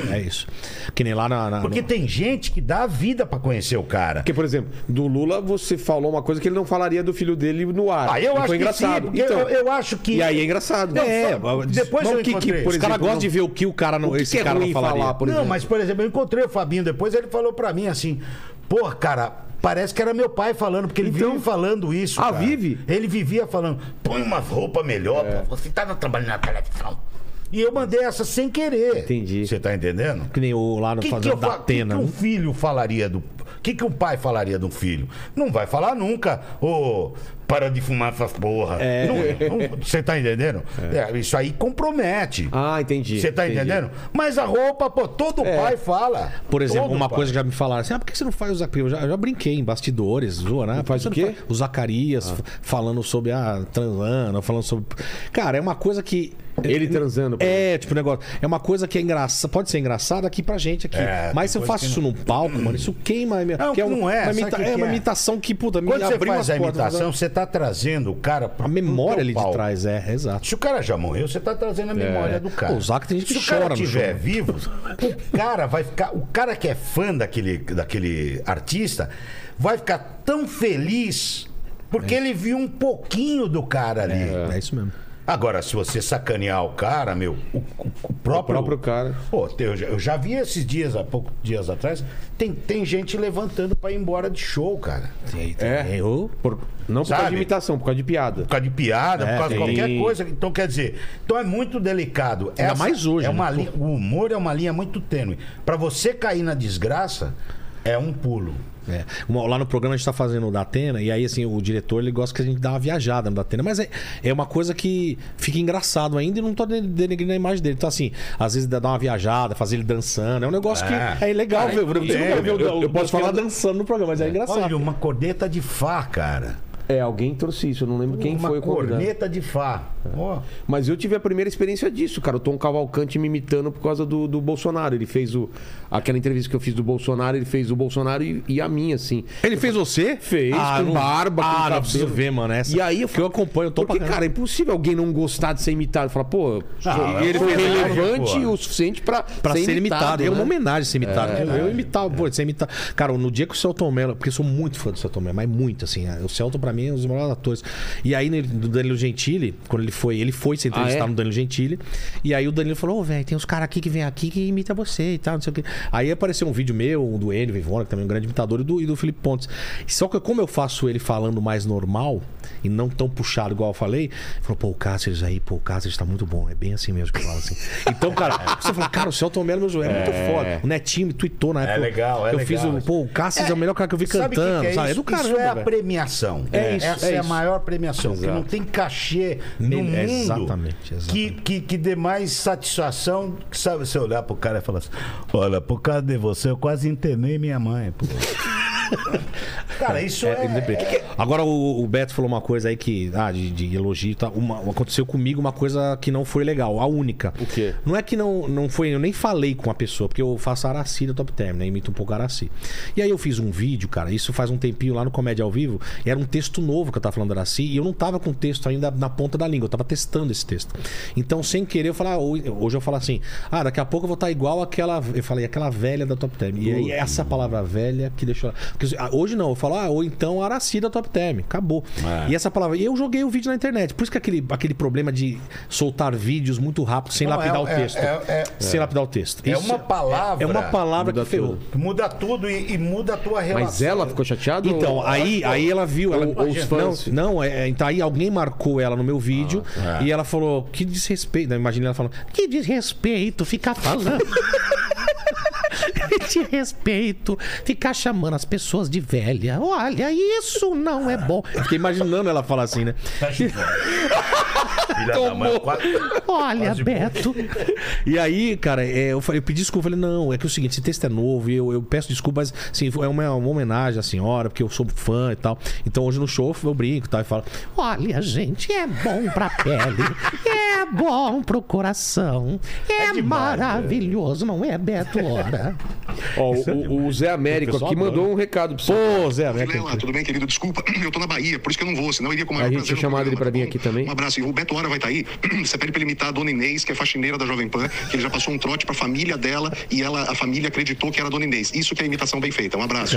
é, é, é isso. Que nem lá na. na-
Porque
no-
tem gente que dá a vida pra conhecer o cara.
Porque, por exemplo, do Lula você falou uma coisa que ele não falaria do filho dele no ar.
Ah, eu
E
acho
foi
que
engraçado.
sim, eu-
então,
eu, eu acho que.
E aí é engraçado.
Não,
é,
só- depois
mas
eu
o que, que
encontrei.
por
Os caras
exemplo,
gostam
não-
de ver o que o cara não.
o que
esse
que é
cara não
ruim
falaria.
falar, por
não,
exemplo.
mas por exemplo, eu encontrei o Fabinho depois, ele falou pra mim assim: pô, cara, parece que era meu pai falando, porque ele vive falando isso.
Então, Ah,
cara.
vive? É.
Ele vivia falando.
Põe uma roupa melhor, pô. Você
tá
tava trabalhando na televisão.
E eu mandei essa sem querer.
Entendi.
Você tá entendendo?
Que nem o lá no
O que, que,
Fazenda
eu
Tá da né?
fa- que, que
Atena.
um filho falaria do. O que, que um pai falaria de um filho? Não vai falar nunca. Ô, para de fumar essas porra.
É.
Não- não- Você tá entendendo? É, isso aí compromete.
Ah, entendi.
Você tá
entendi.
entendendo? Mas a roupa, pô, todo pai fala.
É. Por exemplo,
Todo
uma
pai.
coisa que já me falaram assim: ah, por que você não faz o Zacarias? Eu já, eu já brinquei em bastidores, zoa, né?
faz
Por que
o
você não
quê?
faz? O Zacarias
Ah.
f- falando sobre a transana, falando sobre. Cara, é uma coisa que.
Ele transando. por exemplo.
É, tipo, negócio. É uma coisa que é engraçada. Pode ser engraçada aqui pra gente aqui.
É,
mas se
tem
eu
coisa
faço
que
isso num palco, mano, isso queima. a minha-
Não,
que um-
não é,
Uma
sabe
imita-
o que
é
que
uma
é?
imitação que, puta, me
Quando você
abriu
faz
as
a
portas, né?
imitação, você tá trazendo o cara pro-
A
pro
memória
teu
ali de
palco.
trás, é, exato.
Se o cara já morreu, você tá trazendo a memória do cara.
É. Pô, o Zac tem gente
Se
que
o cara
chora no
estiver
show.
vivo, o cara vai ficar. O cara que é fã daquele, daquele artista vai ficar tão feliz porque ele viu um pouquinho do cara ali.
É isso mesmo.
Agora, se você sacanear o cara, meu, o, o- o próprio.
próprio cara.
Pô, tem- eu já, eu já vi esses dias, há poucos dias atrás, tem, tem gente levantando pra ir embora de show, cara.
É.
Errou?
Por- não por causa
Sabe?
de imitação, por causa de piada.
Por causa de piada, por causa de
tem-
qualquer coisa. Então, quer dizer, então é muito delicado. Ainda
mais hoje,
É
né?
uma linha- o humor é uma linha muito tênue. Pra você cair na desgraça, é um pulo.
É. Uma- Lá no programa a gente tá fazendo o da Atena, e aí assim, o diretor ele gosta que a gente dá uma viajada no da Atena, mas é, é uma coisa que fica engraçado ainda e não tô den- denegrindo a imagem dele. Então, assim, às vezes dá uma viajada, fazer ele dançando, é um negócio que é ilegal. ver. Você
é,
nunca viu o-
eu- eu
o
posso falar-
Datena dançando no programa, mas é, engraçado.
Olha, uma corneta de Fá, cara.
É, alguém trouxe isso, eu não lembro quem
uma
foi o convidado.
corneta de Fá. Ó.
Mas eu tive a primeira experiência disso, cara. O Tom Cavalcante me imitando por causa do, do Bolsonaro. Ele fez o, aquela entrevista que eu fiz do Bolsonaro, ele fez o Bolsonaro e, e a minha, assim.
Ele fez você?
Fez,
ah,
com
não...
barba, com
Ah, não
cabelo.
preciso ver, mano. Essa...
E aí eu,
Porque eu acompanho, eu tô
Porque,
pra
cara, é impossível alguém não gostar de ser imitado. Falar, pô,
Ah,
e ele foi relevante o suficiente pra,
Pra ser, imitado. É uma
né?
homenagem ser imitado. Eu- eu imitava, pô, ser imitado. Cara, no dia que o Celton Mello, porque eu sou muito fã do Celton Mello, mas muito, assim. é, O Celton, pra mim, é um dos melhores atores. E aí, nele- do Danilo Gentili, quando ele foi, ele foi se entrevistar
Ah, é?
no Danilo Gentili. E aí o Danilo falou, ô, velho, tem uns caras aqui que vem aqui que imita você e tal, não sei o quê. Aí apareceu um vídeo meu, um do Enio Vivona, que também é um grande imitador, e do, e do Felipe Pontes. Só que como eu faço ele falando mais normal e não tão puxado igual eu falei, ele falou, pô, o Cáceres aí, pô, o Cáceres tá muito bom. É bem assim mesmo que eu falo assim. Então,
É.
cara, você fala, cara, o Celton Mello, meu joelho, é muito foda. O Netinho me tweetou na época.
legal, é
Eu fiz
legal
o,
isso.
pô, o Cáceres é, o melhor cara que eu vi
Sabe o que
cantando.
que é
sabe? É
isso?
do caramba,
Isso é a
velho.
premiação.
É isso,
Essa
é
é, a
isso.
maior premiação. Que não tem cachê no mundo
Nem- exatamente, exatamente.
Que, que, que dê mais satisfação. Que sabe, você olhar pro cara e falar assim: Olha, por causa de você, eu quase internei minha mãe. pô." cara, isso é.
Agora o, o Beto falou uma coisa aí que. Ah, de, de elogio e tal. Uma- aconteceu comigo uma coisa que não foi legal, a única.
O quê?
Não é que não, não foi. Eu nem falei com a pessoa, porque eu faço Araci do Top Term, né? Imito um pouco Araci. E aí eu fiz um vídeo, cara, isso faz um tempinho lá no Comédia ao Vivo. e era um texto novo que eu tava falando do Araci. E eu não tava com o texto ainda na ponta da língua, eu tava testando esse texto. Então, sem querer, eu falar. Hoje eu falo assim. Ah, daqui a pouco eu vou estar igual aquela. Eu falei, aquela velha da Top Term. E aí essa palavra velha que deixou. Porque, ah, hoje não, eu falo, ah, ou então Araci da Top Term. Acabou.
É.
E essa palavra. E eu joguei o vídeo na internet. Por isso que aquele, aquele problema de soltar vídeos muito rápido, sem
Não,
lapidar
é-
o
é-
texto.
é- é-
sem lapidar o texto.
É
Isso
uma palavra.
É uma palavra que ferrou.
Muda tudo e, e muda a tua relação.
Mas ela ficou chateada?
Então,
ou-
aí, aí ela viu. Ela,
Ou- ou os fãs.
Não, não é, é, então aí alguém marcou ela no meu vídeo e ela falou: que desrespeito. Imagina ela falando: que desrespeito ficar falando.
Te respeito, ficar chamando as pessoas de velha. Olha, isso não é bom.
Eu Fiquei imaginando ela falar assim, né?
Filha da mãe, quase...
Olha, Beto.
E aí, cara, é, eu, falei, eu pedi desculpa. Eu falei, não, é que é o seguinte, esse texto é novo e eu, eu peço desculpas. Assim, é uma, uma homenagem à senhora, porque eu sou fã e tal. Então hoje no show eu brinco e tal. E falo,
Olha, gente, é bom pra pele, é bom pro coração, é,
né?"
maravilhoso, não é, Beto? Ora.
Ó,
é
o, o Zé Américo aqui mandou um recado pra você.
pô, Zé, né?
Vilela, "Ah, tudo bem, querido? Desculpa, eu tô na Bahia, por isso que eu não vou, senão eu iria com o maior
A gente
prazer
tinha
no
chamado ele pra
programa,
vir
tá
aqui também.
bom? Um abraço. E o Beto Hora vai estar aí. Você pede pra ele imitar a dona Inês, que é faxineira da Jovem Pan, que ele já passou um trote pra família dela e ela, a família acreditou que era a dona Inês. Isso que é imitação bem feita. Um abraço.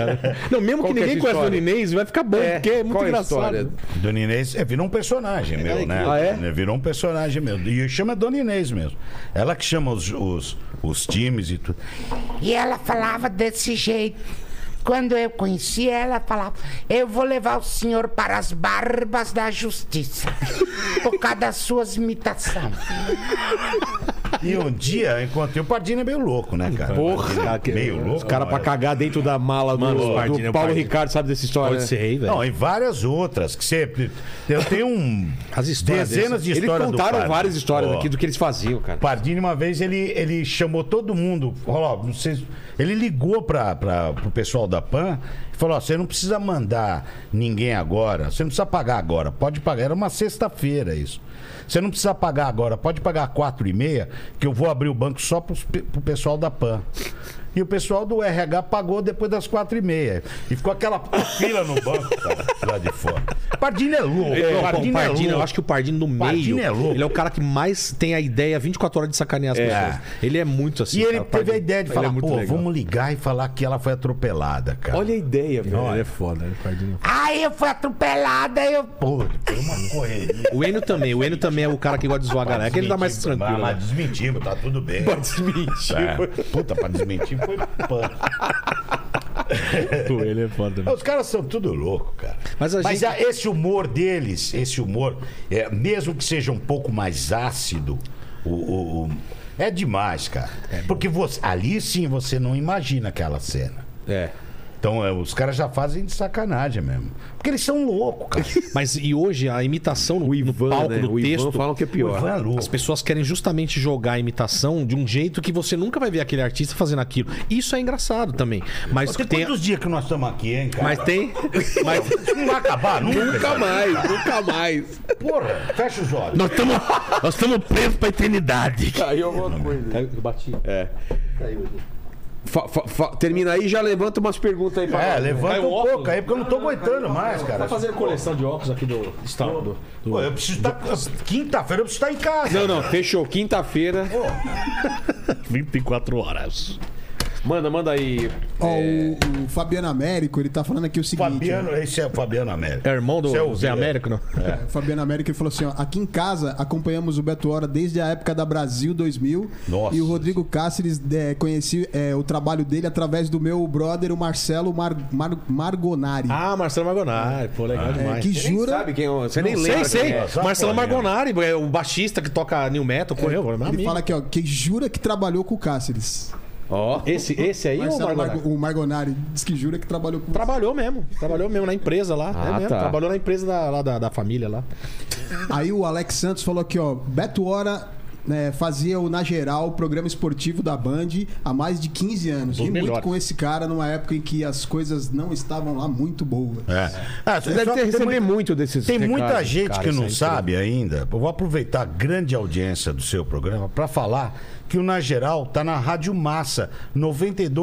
Não, mesmo
Qual
que
que é
ninguém
essa
conhece o Dona
história?
Inês, vai ficar bom, porque é muito
qual a
engraçado.
história?
Dona Inês é, virou um personagem meu, né?
Ah, é?
Né, Virou um personagem meu. E chama Dona Inês mesmo. Ela que chama os, os, os times e tudo.
E ela falava desse jeito. Quando eu conheci ela, falava: Eu vou levar o senhor para as barbas da justiça por causa das suas imitações.
E um dia eu encontrei o Pardini é meio louco, né, cara?
Porra,
Pardini é meio louco.
Os caras pra
olha.
cagar dentro da mala do,
Mano,
do
o Pardini, o
Paulo
Pardini.
Ricardo sabe dessa história.
Pode
né?
ser,
velho.
Não, e várias outras que você eu tenho um
As histórias
dezenas de
Eles
histórias do
contaram
Pardini.
várias histórias
Ó,
aqui do que eles faziam, cara.
Pardini, uma vez, ele, ele chamou todo mundo. Falou, ó, não sei, se- ele ligou para o pessoal da PAN e falou: ó, você não precisa mandar ninguém agora, você não precisa pagar agora, pode pagar. Era uma sexta-feira isso. Você não precisa pagar agora, pode pagar quatro e meia, que eu vou abrir o banco só para o pessoal da PAN. E o pessoal do RH pagou depois das quatro e meia. E ficou aquela fila no banco, cara, lá de fora. Pardini é louco.
É, o
Pardini é
Pardino, eu
louco.
acho que o Pardino no meio.
Pardini é louco.
Ele é o cara que mais tem a ideia 24 horas de sacanear as
É.
pessoas. Ele é muito assim.
E ele
cara, o
teve a
Pardini.
ideia de
Ele
falar,
é muito
pô,
legal.
vamos ligar e falar que ela foi atropelada, cara.
Olha a ideia, velho.
Ele é foda, né? O Pardini.
Aí eu fui atropelada, eu.
Pô, foi uma correria.
O Enio também. O Enio também é o cara que gosta de zoar a galera. É que ele tá mais
Desmentimos,
tranquilo.
Mas
né?
desmentimos, tá tudo bem.
Pra desmentir.
É. Puta, pra desmentir foi pano.
O Enio é foda.
Os caras são tudo louco, cara.
Mas a gente-
ah, esse humor deles, esse humor, é, mesmo que seja um pouco mais ácido, o, o- o- é demais, cara.
É
Porque você- ali sim você não imagina aquela cena.
É.
Então é, os caras já fazem de sacanagem mesmo. Porque eles são loucos, cara.
Mas e hoje a imitação no,
Ivan,
no palco
né?
do
O Ivan
texto.
falam que é pior.
Vai louco.
As pessoas querem justamente jogar a imitação de um jeito que você nunca vai ver aquele artista fazendo aquilo. Isso é engraçado também. Mas
Tem
tem.
quantos dias que nós estamos aqui, hein, cara?
Mas tem. Mas,
Não vai acabar nunca.
Nunca
cara.
mais, nunca mais.
Porra, fecha os olhos.
Nós estamos nós tamo presos pra eternidade.
Caiu alguma coisa. Caiu, eu bati. É. Fa- fa- fa- termina aí e já levanta umas perguntas aí pra
É,
nós.
levanta
Vai
um
o óculos?
pouco aí, porque eu não tô aguentando mais,
Tá
cara.
coleção de óculos aqui do estado.
Pô, eu preciso estar. Quinta-feira eu preciso estar em casa.
Não, não, fechou. Quinta-feira.
24 horas.
Manda, manda aí.
Ó, o, o Fabiano Américo, ele tá falando aqui o seguinte.
Fabiano, esse é o Fabiano América.
É irmão do
Você ouviu,
Zé
é?
Américo, não?
ó, o Fabiano Américo ele falou assim: ó, aqui em casa acompanhamos o Beto Hora desde a época da Brasil 2000.
Nossa.
E o Rodrigo Cáceres é, conheci é, o trabalho dele através do meu brother, o Marcelo Mar Mar- Margonari.
Ah, Marcelo Margonari. Pô, legal
é,
demais.
que
Você nem
jura.
sabe quem é. o- Você nem
Não,
lembra.
sei, sei.
quem é.
é. Só
Marcelo
foi, né?
Margonari, é o baixista que toca New Metal, correu, meu
Ele
amigo.
fala aqui, ó, que jura que trabalhou com o Cáceres.
Ó.
Esse, esse aí ou o
Marcelo
Margonari?
Margo- o Margonari diz que jura que trabalhou com
Trabalhou mesmo, trabalhou mesmo na empresa lá.
Ah,
é mesmo,
tá.
Trabalhou na empresa da, lá da, da família lá.
Aí o Alex Santos falou aqui, ó, Beto Hora né, fazia o Na Geral, programa esportivo da Band, há mais de 15 anos.
Dos
E muito
melhores.
com esse cara numa época em que as coisas não estavam lá muito boas.
Ah,
Você deve
só
ter
que tem
recebido
muito-
muito desses
Tem muita
recados,
gente
cara,
que
isso
não
aí.
sabe ainda. Eu vou aproveitar a grande audiência do seu programa para falar que o Na Geral tá na Rádio Massa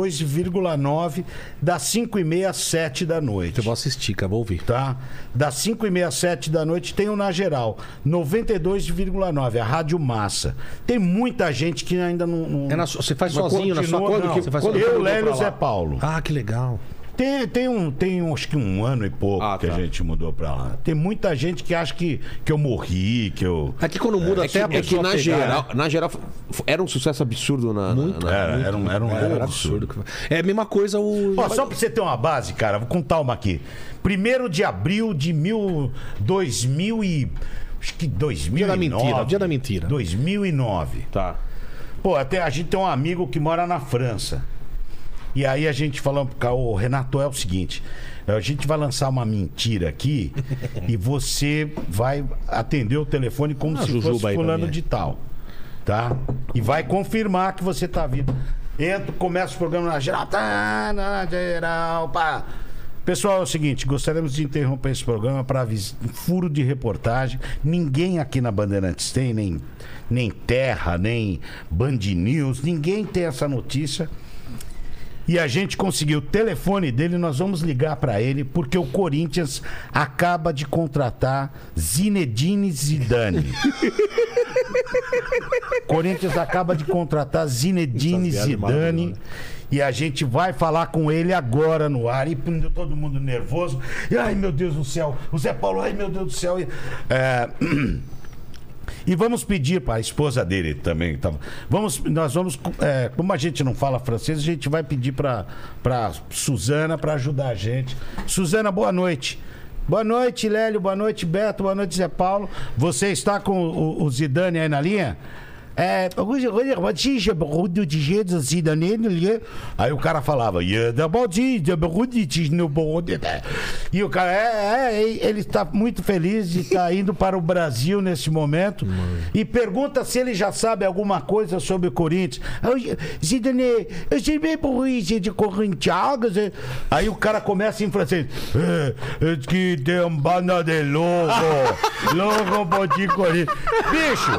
92,9 das 5 e meia às 7 da noite.
Eu vou assistir, cara, vou ouvir.
tá? Das 5 e meia às 7 da noite tem o Na Geral, 92,9, a Rádio Massa. Tem muita gente que ainda não... não-
É na sua- você faz
Mas
sozinho na sua
continua,
quando
não.
que você faz
Eu,
sozinho?
Lélio e Zé Paulo.
Ah, que legal.
Tem, tem, um, tem um, acho que um ano e pouco
Ah,
que
tá.
a gente mudou pra lá. Tem muita gente que acha que, que eu morri, que eu...
Aqui quando muda
É que,
assim, até a
é que
pessoa
na,
pegar,
geral, na geral, f- f- era um sucesso absurdo na. Muito. É.
Era, era um, era um,
né? Era
absurdo.
absurdo. É a mesma coisa o
Ó, só pra você ter uma base, cara, vou contar uma aqui. Primeiro de abril de mil, 2000 e... Acho que 2009.
Dia da mentira, dia da mentira.
2009.
Tá.
Pô, até a gente tem um amigo que mora na França. E aí a gente falou, o Renato é o seguinte, a gente vai lançar uma mentira aqui e você vai atender o telefone como se
Jujuba
fosse
aí pra
fulano
mim.
de tal, tá? E vai confirmar que você tá vivo. Entra, começa o programa na geral, tá, na geral, pá. Pessoal, é o seguinte, gostaríamos de interromper esse programa para um furo de reportagem. Ninguém aqui na Bandeirantes tem, nem, nem Terra, nem Band News, ninguém tem essa notícia. E a gente conseguiu o telefone dele, nós vamos ligar para ele, porque o Corinthians acaba de contratar Zinedine Zidane. Corinthians acaba de contratar Zinedine
Essa piada é
Zidane.
maravilhosa.
E a gente vai falar com ele agora no ar. E pum, todo mundo nervoso. E, ai, meu Deus do céu. O Zé Paulo, ai, meu Deus do céu. E, é, e vamos pedir para a esposa dele também. tá? Vamos, nós vamos, é, como a gente não fala francês, a gente vai pedir para para Suzana para ajudar a gente. Suzana, boa noite. Boa noite, Lélio. Boa noite, Beto. Boa noite, Zé Paulo. Você está com o, o Zidane aí na linha? É, aí o cara falava é e o cara é, é, ele está muito feliz de estar indo para o Brasil nesse momento e pergunta se ele já sabe alguma coisa sobre o Corinthians Zidane eu sei bem por isso de Corinthians aí o cara começa em francês "É, é que tem um banda de logo logo pode Corinthians bicho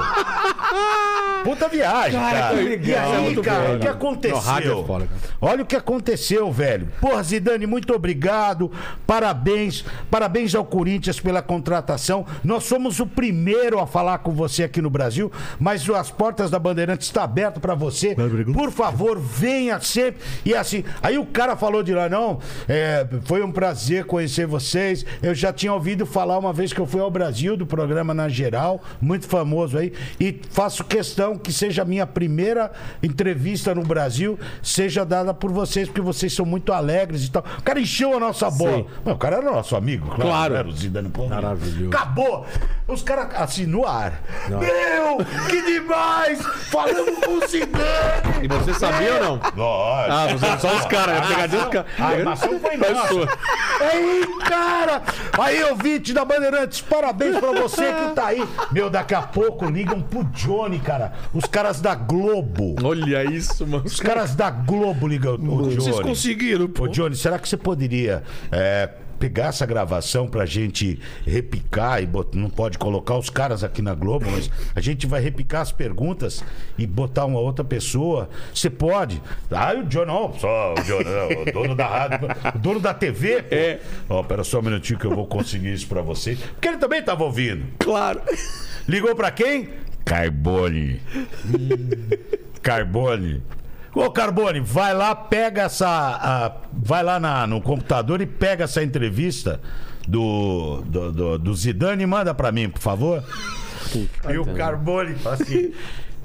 Puta viagem, cara.
Cara, que legal.
E aí,
Muito
cara,
bom,
o que
né?
aconteceu?
Não, rádio é foda, cara.
Olha o que aconteceu, velho. Porra, Zidane, muito obrigado. Parabéns. Parabéns ao Corinthians pela contratação. Nós somos o primeiro a falar com você aqui no Brasil, mas as portas da Bandeirantes estão abertas para você. Por favor, venha sempre. E assim, aí o cara falou de lá, não, é, foi um prazer conhecer vocês. Eu já tinha ouvido falar uma vez que eu fui ao Brasil do programa na geral, muito famoso aí, e faço questão que seja a minha primeira entrevista no Brasil, seja dada por vocês, porque vocês são muito alegres e tal. O cara encheu a nossa bola. Mas o cara era nosso amigo, claro.
Claro.
Era o Zidane, pô,
Maravilhoso.
Acabou! Os caras assim no ar. Meu, que demais! Falando com o Zidane!
E você sabia ou não?
Lógico.
Ah, você- só os caras, né? Pegadinha dos caras.
A armação Ah, foi
Mas
nossa.
É sua.
Aí, cara! Aí, ouvinte da Bandeirantes, parabéns pra você que tá aí. Meu, daqui a pouco ligam pro Johnny, cara. Os caras da Globo.
Olha isso, mano.
Os caras da Globo ligam o Johnny.
Vocês conseguiram, pô.
Ô, Johnny, será que você poderia é, pegar essa gravação pra gente repicar e bot- não pode colocar os caras aqui na Globo, mas a gente vai repicar as perguntas e botar uma outra pessoa. Você pode? Ah, o Johnny, ó, só o Johnny, não, o dono da rádio, o dono da TV, pô. Ó, pera só um minutinho que eu vou conseguir isso pra você. Porque ele também tava ouvindo.
Claro.
Ligou pra quem? Carbone. Carbone. Ô Carbone, vai lá, pega essa. a- vai lá na- no computador e pega essa entrevista do, do, do- do Zidane e manda pra mim, por favor. e o Carbone fala assim.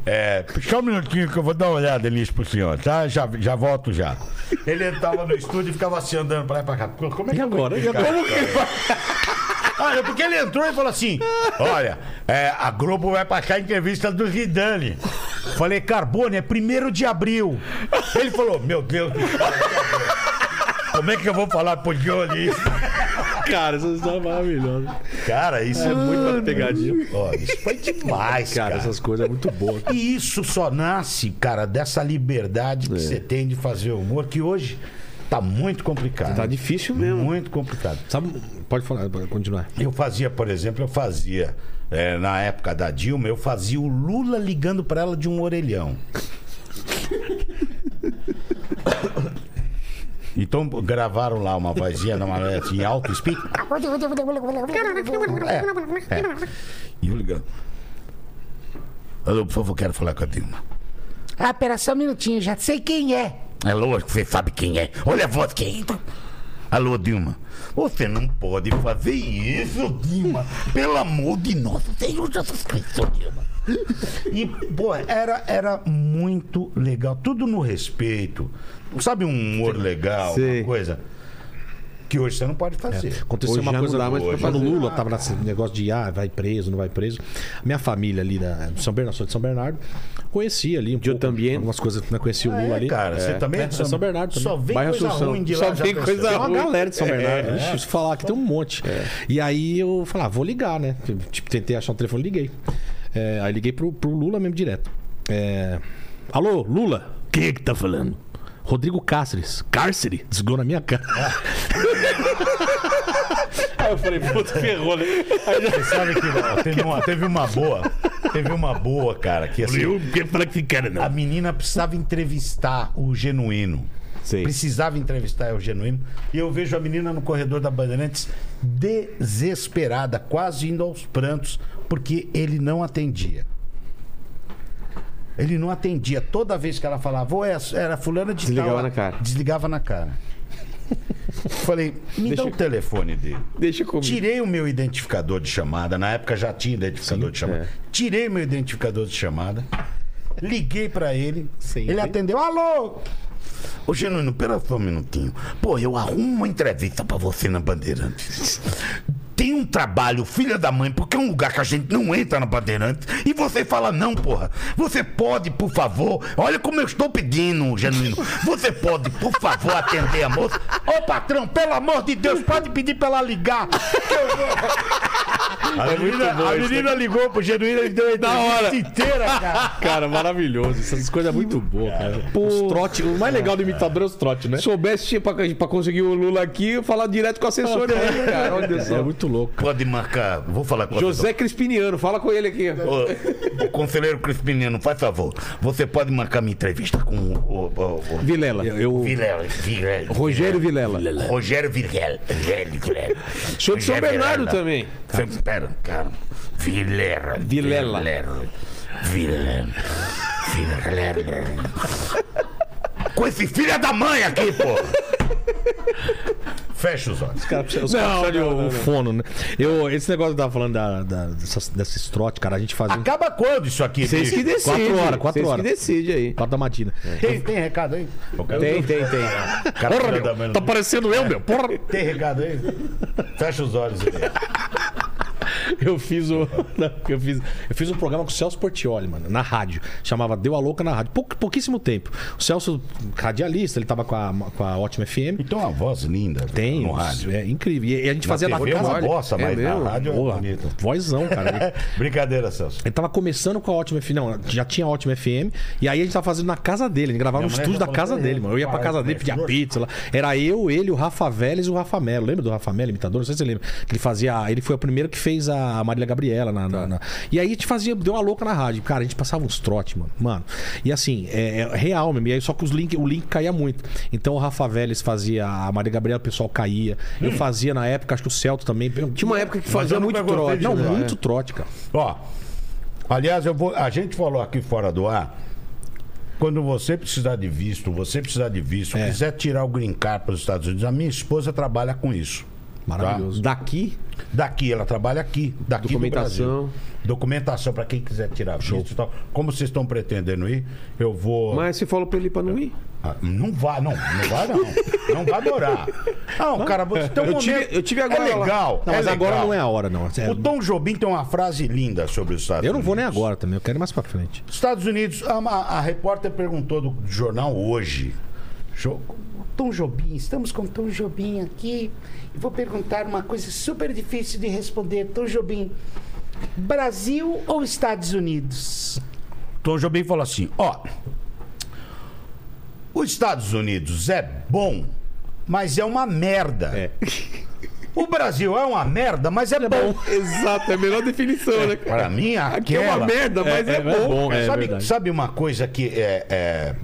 É, só um minutinho que eu vou dar uma olhada nisso pro senhor, tá? Já, já volto já. Ele entrava no estúdio e ficava assim andando pra lá e pra cá. Como é que
E agora? E agora?
Como que ele vai? Olha, porque ele entrou e falou assim: Olha, é, a Globo vai passar a entrevista do Zidane. Falei, Carbone, é primeiro de abril. Ele falou: Meu Deus do céu. Como é que eu vou falar pro Johnny isso?
Cara, tá vocês são maravilhosos.
Cara, isso é
É
muito.
muito pegadinha.
Ó, isso foi demais,
Cara,
cara.
essas coisas é muito boa.
E isso só nasce, cara, dessa liberdade
É.
que você tem de fazer humor, que hoje tá muito complicado.
Tá difícil mesmo.
Muito complicado.
Sabe, pode falar, pode continuar.
Eu fazia, por exemplo, eu fazia, eh, na época da Dilma, eu fazia o Lula ligando pra ela de um orelhão. Então gravaram lá uma vozinha numa, assim, alto speak. É, é. E eu ligando. Alô, por favor, quero falar com a Dilma.
Ah, pera só um minutinho, já sei quem é.
É lógico que você sabe quem é. Olha a voz quem Alô, Dilma. Você não pode fazer isso, Dilma. Pelo amor de nosso Senhor Jesus Cristo, Dilma. E, pô, era, era muito legal. Tudo no respeito. Sabe um humor legal,
Sei.
uma coisa que hoje você não pode fazer.
Aconteceu
Hoje
uma
já não
coisa
dá mais pra
hoje. no
fazer.
Lula, tava nesse negócio de ah, vai preso, não vai preso. Minha família ali da de São Bernardo, sou de São Bernardo, conhecia ali um de pouco,
também.
algumas coisas, né, conhecia o
Ah,
Lula
é,
ali.
cara, você também
é de São Bernardo também.
Só vem
Bairro
coisa
Assunção.
ruim de lá.
Só
já
vem
pensou.
coisa
Tem uma
ruim.
galera de São Bernardo.
é.
Deixa eu falar que tem um monte.
É.
E aí eu falei, ah, vou ligar, né? Tipo, tentei achar um telefone, liguei. É, aí liguei pro, pro Lula mesmo direto. É, Alô, Lula? Quem é que tá falando? Rodrigo Cáceres. Cárcere? Desligou na minha cara. aí eu falei, puta, ferrou, né? Aí já-
Você sabe que ó, teve uma, teve uma boa. Teve uma boa, cara, que assim.
quero falar que esse
né?
cara
A menina precisava entrevistar o genuíno. Precisava entrevistar o genuíno. E eu vejo a menina no corredor da Bandeirantes desesperada, quase indo aos prantos, porque ele não atendia. Ele não atendia. Toda vez que ela falava, "Ô, é- era fulana de
Desligava
tal",
na cara.
Desligava na cara. Falei, me dá o telefone dele.
Deixa comigo.
Tirei o meu identificador de chamada. Na época já tinha identificador de chamada.
é.
Tirei o meu identificador de chamada. Liguei pra ele. Ele atendeu. Alô! Ô, Genuíno, pera só um minutinho. Pô, eu arrumo uma entrevista pra você na Bandeirantes. Tem um trabalho, filha da mãe, porque é um lugar que a gente não entra na Bandeirantes. E você fala, não, porra. Você pode, por favor. Olha como eu estou pedindo, Genuíno. Você pode, por favor, atender a moça. Ô, patrão, pelo amor de Deus, pode pedir pra ela ligar. que eu vou." A menina, a menina ligou pro Genuíno e deu a entrevista inteira, cara.
Cara, maravilhoso. Essas coisas é muito boa, cara. Os trote, o mais legal do imitador é os trote, né?
Se soubesse tinha pra, pra conseguir o Lula aqui, eu falar direto com o assessor né? dele, cara. Olha
É
só.
muito louco.
louca.
Pode marcar. Vou falar com a
José Crispiniano, fala com ele aqui.
Ô, o conselheiro Crispiniano, faz favor. Você pode marcar minha entrevista com o. o, o, o-
Vilela.
Eu- Vilela. Vilela.
Rogério Vilela.
Rogério Vilela. Rogério Vilela.
Sou de São
Rogério
Bernardo
Vilela.
também.
São- Pera, cara. Vilela.
Vilela.
Vilela. Vilela. Com esse filho da mãe aqui, pô. Fecha os olhos.
Cara, precisa- os
Não,
caras precisam
não,
de um
não, não.
fono, né? Eu, esse negócio que eu tava falando da, da, dessas- desses trote, cara, a gente um fazia.
Acaba quando isso aqui?
Seis
bicho?
que decide. Quatro horas, quatro
Vocês que
horas.
decide aí.
Quatro da matina.
Tem, tem recado aí?
Tem, tem, tem.
Cara,
Porra,
filho da
meu,
mãe,
tá parecendo eu, meu. Porra.
Tem recado aí?
Fecha os olhos. Vilela.
Eu fiz o. não, Eu fiz, eu fiz um programa com o Celso Portioli, mano, na rádio. Chamava Deu a Louca na rádio. Pouco- pouquíssimo tempo. O Celso, radialista, ele tava com a, com a Ótima FM.
Então uma voz linda
Tem,
no rádio.
é incrível. E, e a gente fazia
na
Tá na
TV é
casa
uma bosta,
É
mas
mesmo?
na rádio é
Porra,
bonita.
Vozão, cara.
Brincadeira, Celso.
Ele tava começando com a Ótima FM. Não, já tinha a Ótima FM. E aí a gente tava fazendo na casa dele. A gente gravava no
Minha mulher já
estúdio da
falou
casa
pra
dele,
ele,
mano. Eu ia pra
pai,
casa
né,
dele, pedia
trouxa.
pizza lá. Era eu, ele, o Rafa Vélez e o Rafa Melo. Lembra do Rafa Melo, imitador? Não sei se você lembra. Que ele fazia. Ele foi o primeiro que fez a Marília Gabriela
Tá.
na. na- na- E aí a gente fazia, deu uma louca na rádio. Cara, a gente passava uns trote, mano. Mano. E assim, é, é real mesmo. E aí só que os link, o link caía muito. Então o Rafa Vélez fazia a Marília Gabriela, o pessoal caía.
Hum.
Eu fazia na época, acho que o Celto também.
Tinha uma época que fazia
eu nunca
muito trote.
gostei de
Não,
né?
muito trote, cara.
Ó, aliás, eu vou, a gente falou aqui fora do ar. Quando você precisar de visto, você precisar de visto, quiser tirar o green card para os Estados Unidos, a minha esposa trabalha com isso. tá?
Maravilhoso.
Daqui,
Daqui, ela trabalha aqui. Daqui
Documentação.
Do Brasil. Documentação para quem quiser tirar visto e tal. Como vocês estão pretendendo ir, eu vou.
mas você falou pra ele pra não ir.
Ah, não vai, não, não vai não. Não vai adorar. Não, cara, você tem um
Eu tive-
momento-
eu tive agora
É
lá.
legal.
Não,
é
mas agora
legal.
não é a hora, não. É-
O Tom Jobim tem uma frase linda sobre os Estados
Eu não vou nem
Unidos.
agora também, eu quero ir mais pra frente.
Estados Unidos, a, a- a repórter perguntou do jornal hoje. Jo-
Tom Jobim, estamos com Tom Jobim aqui. E vou perguntar uma coisa super difícil de responder. Tom Jobim, Brasil ou Estados Unidos?
Tom Jobim falou assim: ó, os Estados Unidos é bom, mas é uma merda. O Brasil é uma merda, mas é, bom.
Exato, é a melhor definição, né? cara?
Para mim,
Aqui é uma
aquela-
merda, mas é, bom.
é
sabe,
verdade.
sabe uma coisa que é, é,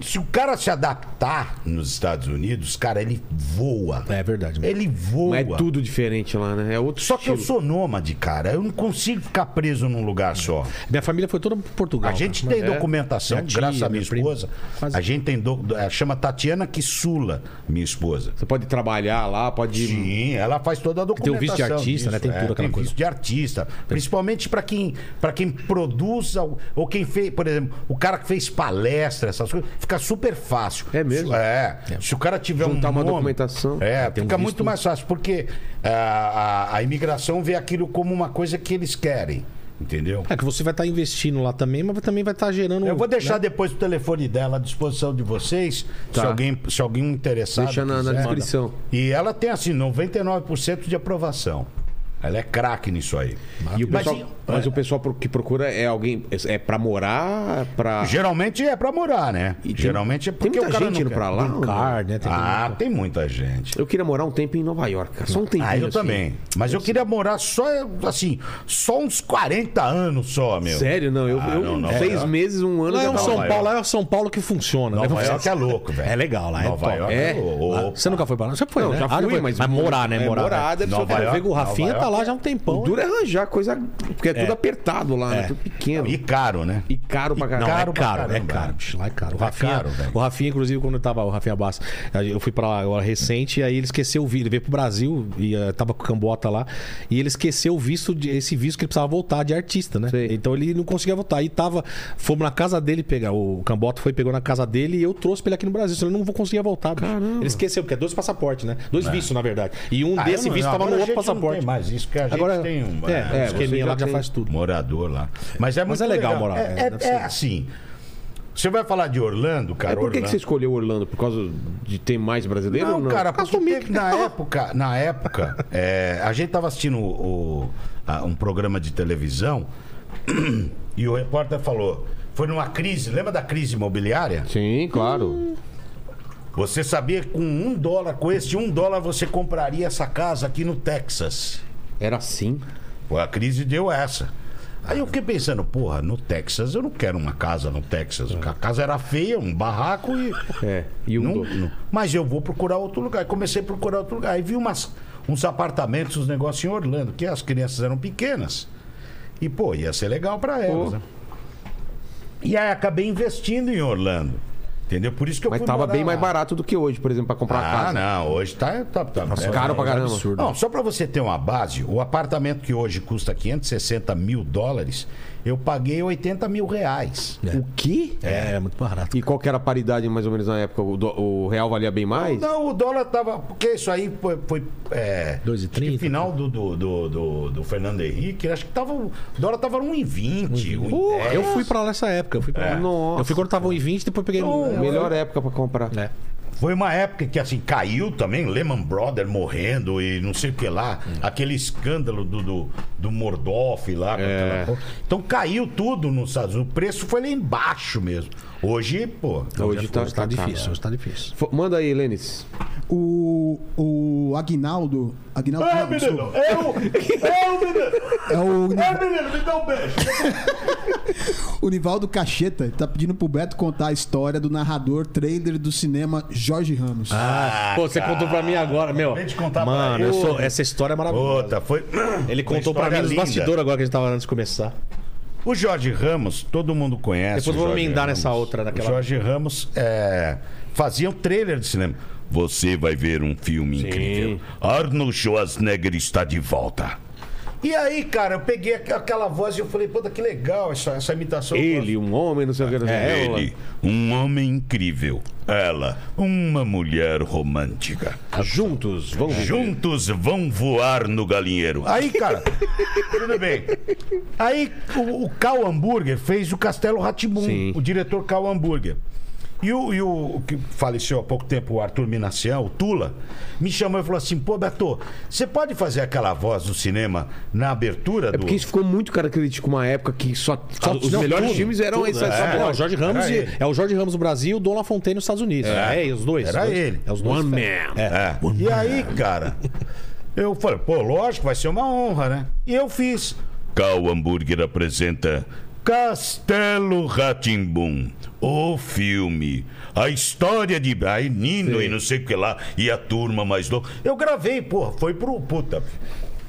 Se o cara se adaptar nos Estados Unidos, cara, ele voa.
É verdade. mesmo.
Ele voa.
Mas é tudo diferente lá, né? É outro
Só que eu
estilo.
sou nômade, cara. Eu não consigo ficar preso num lugar só.
Minha família foi toda pra Portugal. né?
A gente
cara.
tem documentação,
é Minha tia,
graças à minha
meu primo.
esposa.
Mas-
A gente tem. doc- ela Chama Tatiana Kissula, minha esposa.
Você pode trabalhar lá, pode.
Sim, ela faz toda a
Tem
documentação.
o visto de artista, né? Tem
disso, é,
tudo aquela
tem
coisa.
visto de artista. Principalmente para quem, pra quem produz ou, ou quem fez, por exemplo, o cara que fez palestra, essas coisas, fica super fácil.
É mesmo?
Se- É. Se o cara tiver
Juntar
um
uma
nome,
documentação.
É,
Tem um
fica
visto.
muito mais fácil, porque ah, a, a imigração vê aquilo como uma coisa que eles querem. Entendeu?
É que você vai estar investindo lá também, mas também vai estar gerando.
Eu vou deixar depois o telefone dela à disposição de vocês,
Tá.
se alguém se alguém interessado.
Deixa na- na
quiser.
descrição.
E ela tem assim 99% de aprovação. Ela é craque nisso aí.
E o
Mas-
pessoal- mas, o pessoal pro- que procura é alguém. É pra morar? Pra...
Geralmente é pra morar, né?
E tem-
Geralmente é
Tem
porque
muita
o cara
gente
não
indo
quer.
pra lá. ou não?
Card, né? Tem
Ah, tem muita gente.
Eu queria morar um tempo em Nova York, cara. Só um tempinho.
Ah, eu
assim.
também. Mas eu queria morar só assim, só uns 40 anos só, meu.
Sério, não. Eu,
Ah,
eu-
não, não.
seis
É.
meses, um ano.
Lá é
já
um
tava
São
lá.
Paulo, lá é o São Paulo que funciona. né?
Nova
Você-
York é louco, velho.
É legal lá, é
Nova
top.
York
É.
é louco.
Ah, Você nunca foi pra lá? Você foi,
Não,
né?
já
Ah,
fui,
foi.
mas-
morar, né?
é,
Morar.
morar, deve ser
Nova
outra
Eu
coisa.
vejo que o
Nova
Rafinha tá
York.
lá já há um tempão.
O duro é arranjar coisa. Porque é tudo
É.
apertado lá, né? Tudo pequeno.
E
E,
caro, né?
caro pra
Não,
caralho.
caro
é
pra
caro, é
caramba.
caro, bicho, lá é caro. O
É
Rafinha,
caro, velho.
o Rafinha, inclusive, quando eu tava, o Rafinha Bassa, eu fui pra lá agora recente, e aí ele esqueceu o visto, ele veio pro Brasil e eh, tava com o Cambota lá, e ele esqueceu o visto, de, esse visto que ele precisava voltar de artista, né?
Sei.
Então ele não conseguia voltar. Aí tava, fomos na casa dele pegar, o Cambota foi, pegou na casa dele e eu trouxe pra ele aqui no Brasil, senão ele não vou conseguir voltar, bicho. Ele esqueceu, porque é dois passaportes, né? Dois vistos, na verdade. E um
É. Ah, eu
desse
não-
visto
não,
tava
agora
no
a
outro
gente Não
passaporte.
tem mais isso, que a gente
Agora
tem um. ah,
É, um
é,
esqueminha
você
lá
já
que já
tem-
faz tudo.
morador lá. Mas é,
Mas
muito
é legal morar,
É,
é,
é-
deve
é
ser.
assim. Você vai falar de Orlando, cara?
É, por que, que
Orlando...
você escolheu Orlando? Por causa de ter mais brasileiro?
né? não,
ou não?
cara, porque teve- na época, na época, é, a gente tava assistindo o- o- a- um programa de televisão e o repórter falou, foi numa crise, lembra da crise imobiliária?
Sim, claro.
Você sabia que com um dólar, com esse um dólar, você compraria essa casa aqui no Texas.
Era assim?
A crise deu essa. Aí eu fiquei pensando, porra, no Texas eu não quero uma casa no Texas. A casa era feia, um barraco e.
É, e um
Não-
dobro.
não. Mas eu vou procurar outro lugar. Aí Comecei a procurar outro lugar. Aí vi umas, uns apartamentos, uns negócios em Orlando, que as crianças eram pequenas. E, pô, ia ser legal pra elas. né? E aí acabei investindo em Orlando. Entendeu? Por isso que eu
Mas
fui
tava
morar
bem mais
lá.
barato do que hoje, por exemplo, pra comprar
ah,
casa.
não, hoje tá, tá, tá
Nossa, caro pra caramba.
absurdo. Não, só pra você ter uma base, o apartamento que hoje custa 560 mil dólares, eu paguei 80 mil reais.
O quê?
É, é muito barato.
E qual que era a paridade mais ou menos na época? O, do- o real valia bem mais?
Não, o dólar tava. Porque isso aí foi. foi é,
2,30.
no final do, do, do, do, do Fernando Henrique, acho que tava, o dólar tava 1,20. 1,10.
Pô, É, eu fui pra lá nessa época. Eu fui, pra lá.
É. Nossa.
eu fui quando tava em 20, depois peguei.
Não,
Melhor época pra comprar.
É.
Foi uma época que assim caiu também Lehman Brothers morrendo e não sei o que lá, aquele escândalo do, do, do Mordoff lá. com aquela porra. Então caiu tudo nos Estados Unidos. O preço foi lá embaixo mesmo. Hoje, pô.
Hoje
Hoje
tá-
tá,
tá
difícil,
caro.
hoje tá difícil.
F- Manda aí, Lênis.
O, o Agnaldo. Agnaldo
É,
não, desculpa.
menino! Eu! Eu, menino!
É o,
É, menino! Me dá um beijo!
o Nivaldo Cacheta ele tá pedindo pro Beto contar a história do narrador trailer do cinema Jorge Ramos.
Ah, Pô, você contou pra mim agora, meu.
Acabei de contar pra
Mano, eu
ele.
sou- essa história é maravilhosa.
Puta, foi.
Ele
Uma
contou pra mim
história
nos
linda.
bastidores agora que a gente tava antes de começar.
O Jorge Ramos, todo mundo conhece.
Depois
o
vamos
Jorge
emendar
Ramos.
nessa outra, naquela-
O Jorge Ramos é, fazia um trailer de cinema.
Você vai ver um filme incrível. Arnold Schwarzenegger está de volta.
E aí, cara, eu peguei aqu- aquela voz e eu falei, puta, que legal essa, essa imitação.
Ele, um homem, não sei o que. É, ela.
Ele, um homem incrível. Ela, uma mulher romântica.
Ah, Juntos, vamos ver.
Juntos vão voar no galinheiro.
Aí, cara, tudo bem. Aí o, o Karl Hamburger fez o Castelo
Sim.
Ratibum, o diretor Karl Hamburger. E o, e o- o que faleceu há pouco tempo, o Arthur Minassian, o Tula, me chamou e falou assim: pô, Beto, você pode fazer aquela voz no cinema na abertura
É
do.
porque isso ficou muito característico uma época que só, só os
Ah, Não,
melhores
tudo,
times eram
tudo,
essa, essa
é.
bola.
Não, o Jorge Ramos
Era
e-
ele.
é o Jorge Ramos no Brasil e o Don LaFontaine nos Estados Unidos. É, é os dois.
Era
Dois-
ele.
É os dois.
One
fera.
man.
É.
É. E aí, cara, eu falei, pô, lógico, vai ser uma honra, né? E eu fiz.
Cal Hamburger apresenta Castelo Ratimbum, o filme, a história de Ai, Nino e não sei o que lá, e a turma mais louca.
Eu gravei, porra, foi pro puta.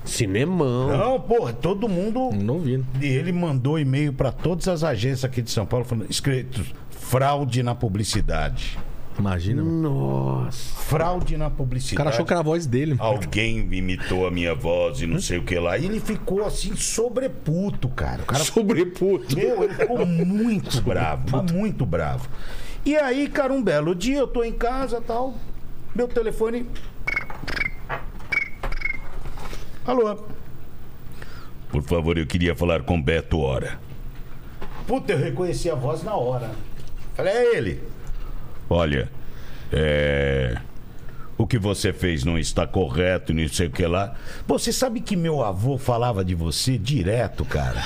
Cinemão.
Não, porra, todo mundo.
Não vi.
E ele mandou e-mail pra todas as agências aqui de São Paulo falando, escrito, fraude na publicidade.
Imagina, mano.
Nossa.
Fraude na publicidade.
O cara achou que era a voz dele.
Alguém imitou a minha voz e não sei o que lá.
Aí ele ficou assim, sobreputo, cara. O cara
Sobreputo.
Meu, ele ficou muito bravo, mas muito bravo. E aí, cara, um belo dia, eu tô em casa tal, meu telefone. Alô?
Por favor, eu queria falar com Beto Ora.
Puta, eu reconheci a voz na hora. Falei, é ele.
Olha, é. O que você fez não está correto, e não sei o que lá.
Pô, você sabe que meu avô falava de você direto, cara?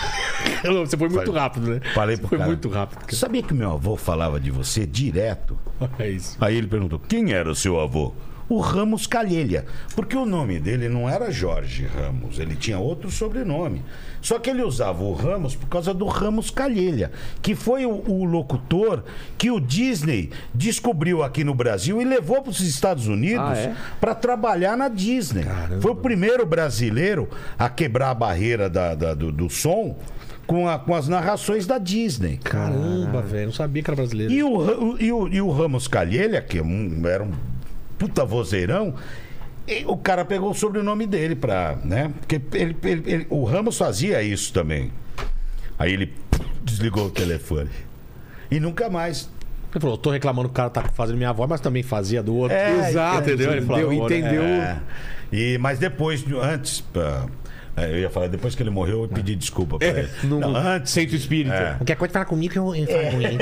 Você foi muito rápido, né?
Falei pro
Foi
cara.
muito rápido.
Você sabia que meu avô falava de você direto?
É isso.
Aí ele perguntou: quem era o seu avô?
O Ramos Calhelha. Porque o nome dele não era Jorge Ramos, ele tinha outro sobrenome. Só que ele usava o Ramos por causa do Ramos Calhelha, que foi o, o locutor que o Disney descobriu aqui no Brasil e levou para os Estados Unidos
Ah, é?
para trabalhar na Disney. Foi o primeiro brasileiro a quebrar a barreira da- da- do, do som com, a- com as narrações da Disney.
Caramba, velho. Não sabia que era brasileiro.
E o, Ra- o- e o, e o Ramos Calhelha, que é um- era um puta vozeirão, e o cara pegou o sobrenome dele pra. Né? Porque ele- ele- ele- o Ramos fazia isso também. Aí ele desligou o telefone. E nunca mais.
Ele falou, eu tô reclamando que o cara tá fazendo minha voz, mas também fazia do outro.
É,
Exato, entendeu? Ele falou,
né?
entendeu, entendeu.
agora, é.
É. E, mas depois, antes, pá, É, eu ia falar, depois que ele morreu, eu pedi desculpa pra ele.
no
Não, antes.
centro espírita.
É.
Qualquer coisa fala comigo que eu, eu falo com ele.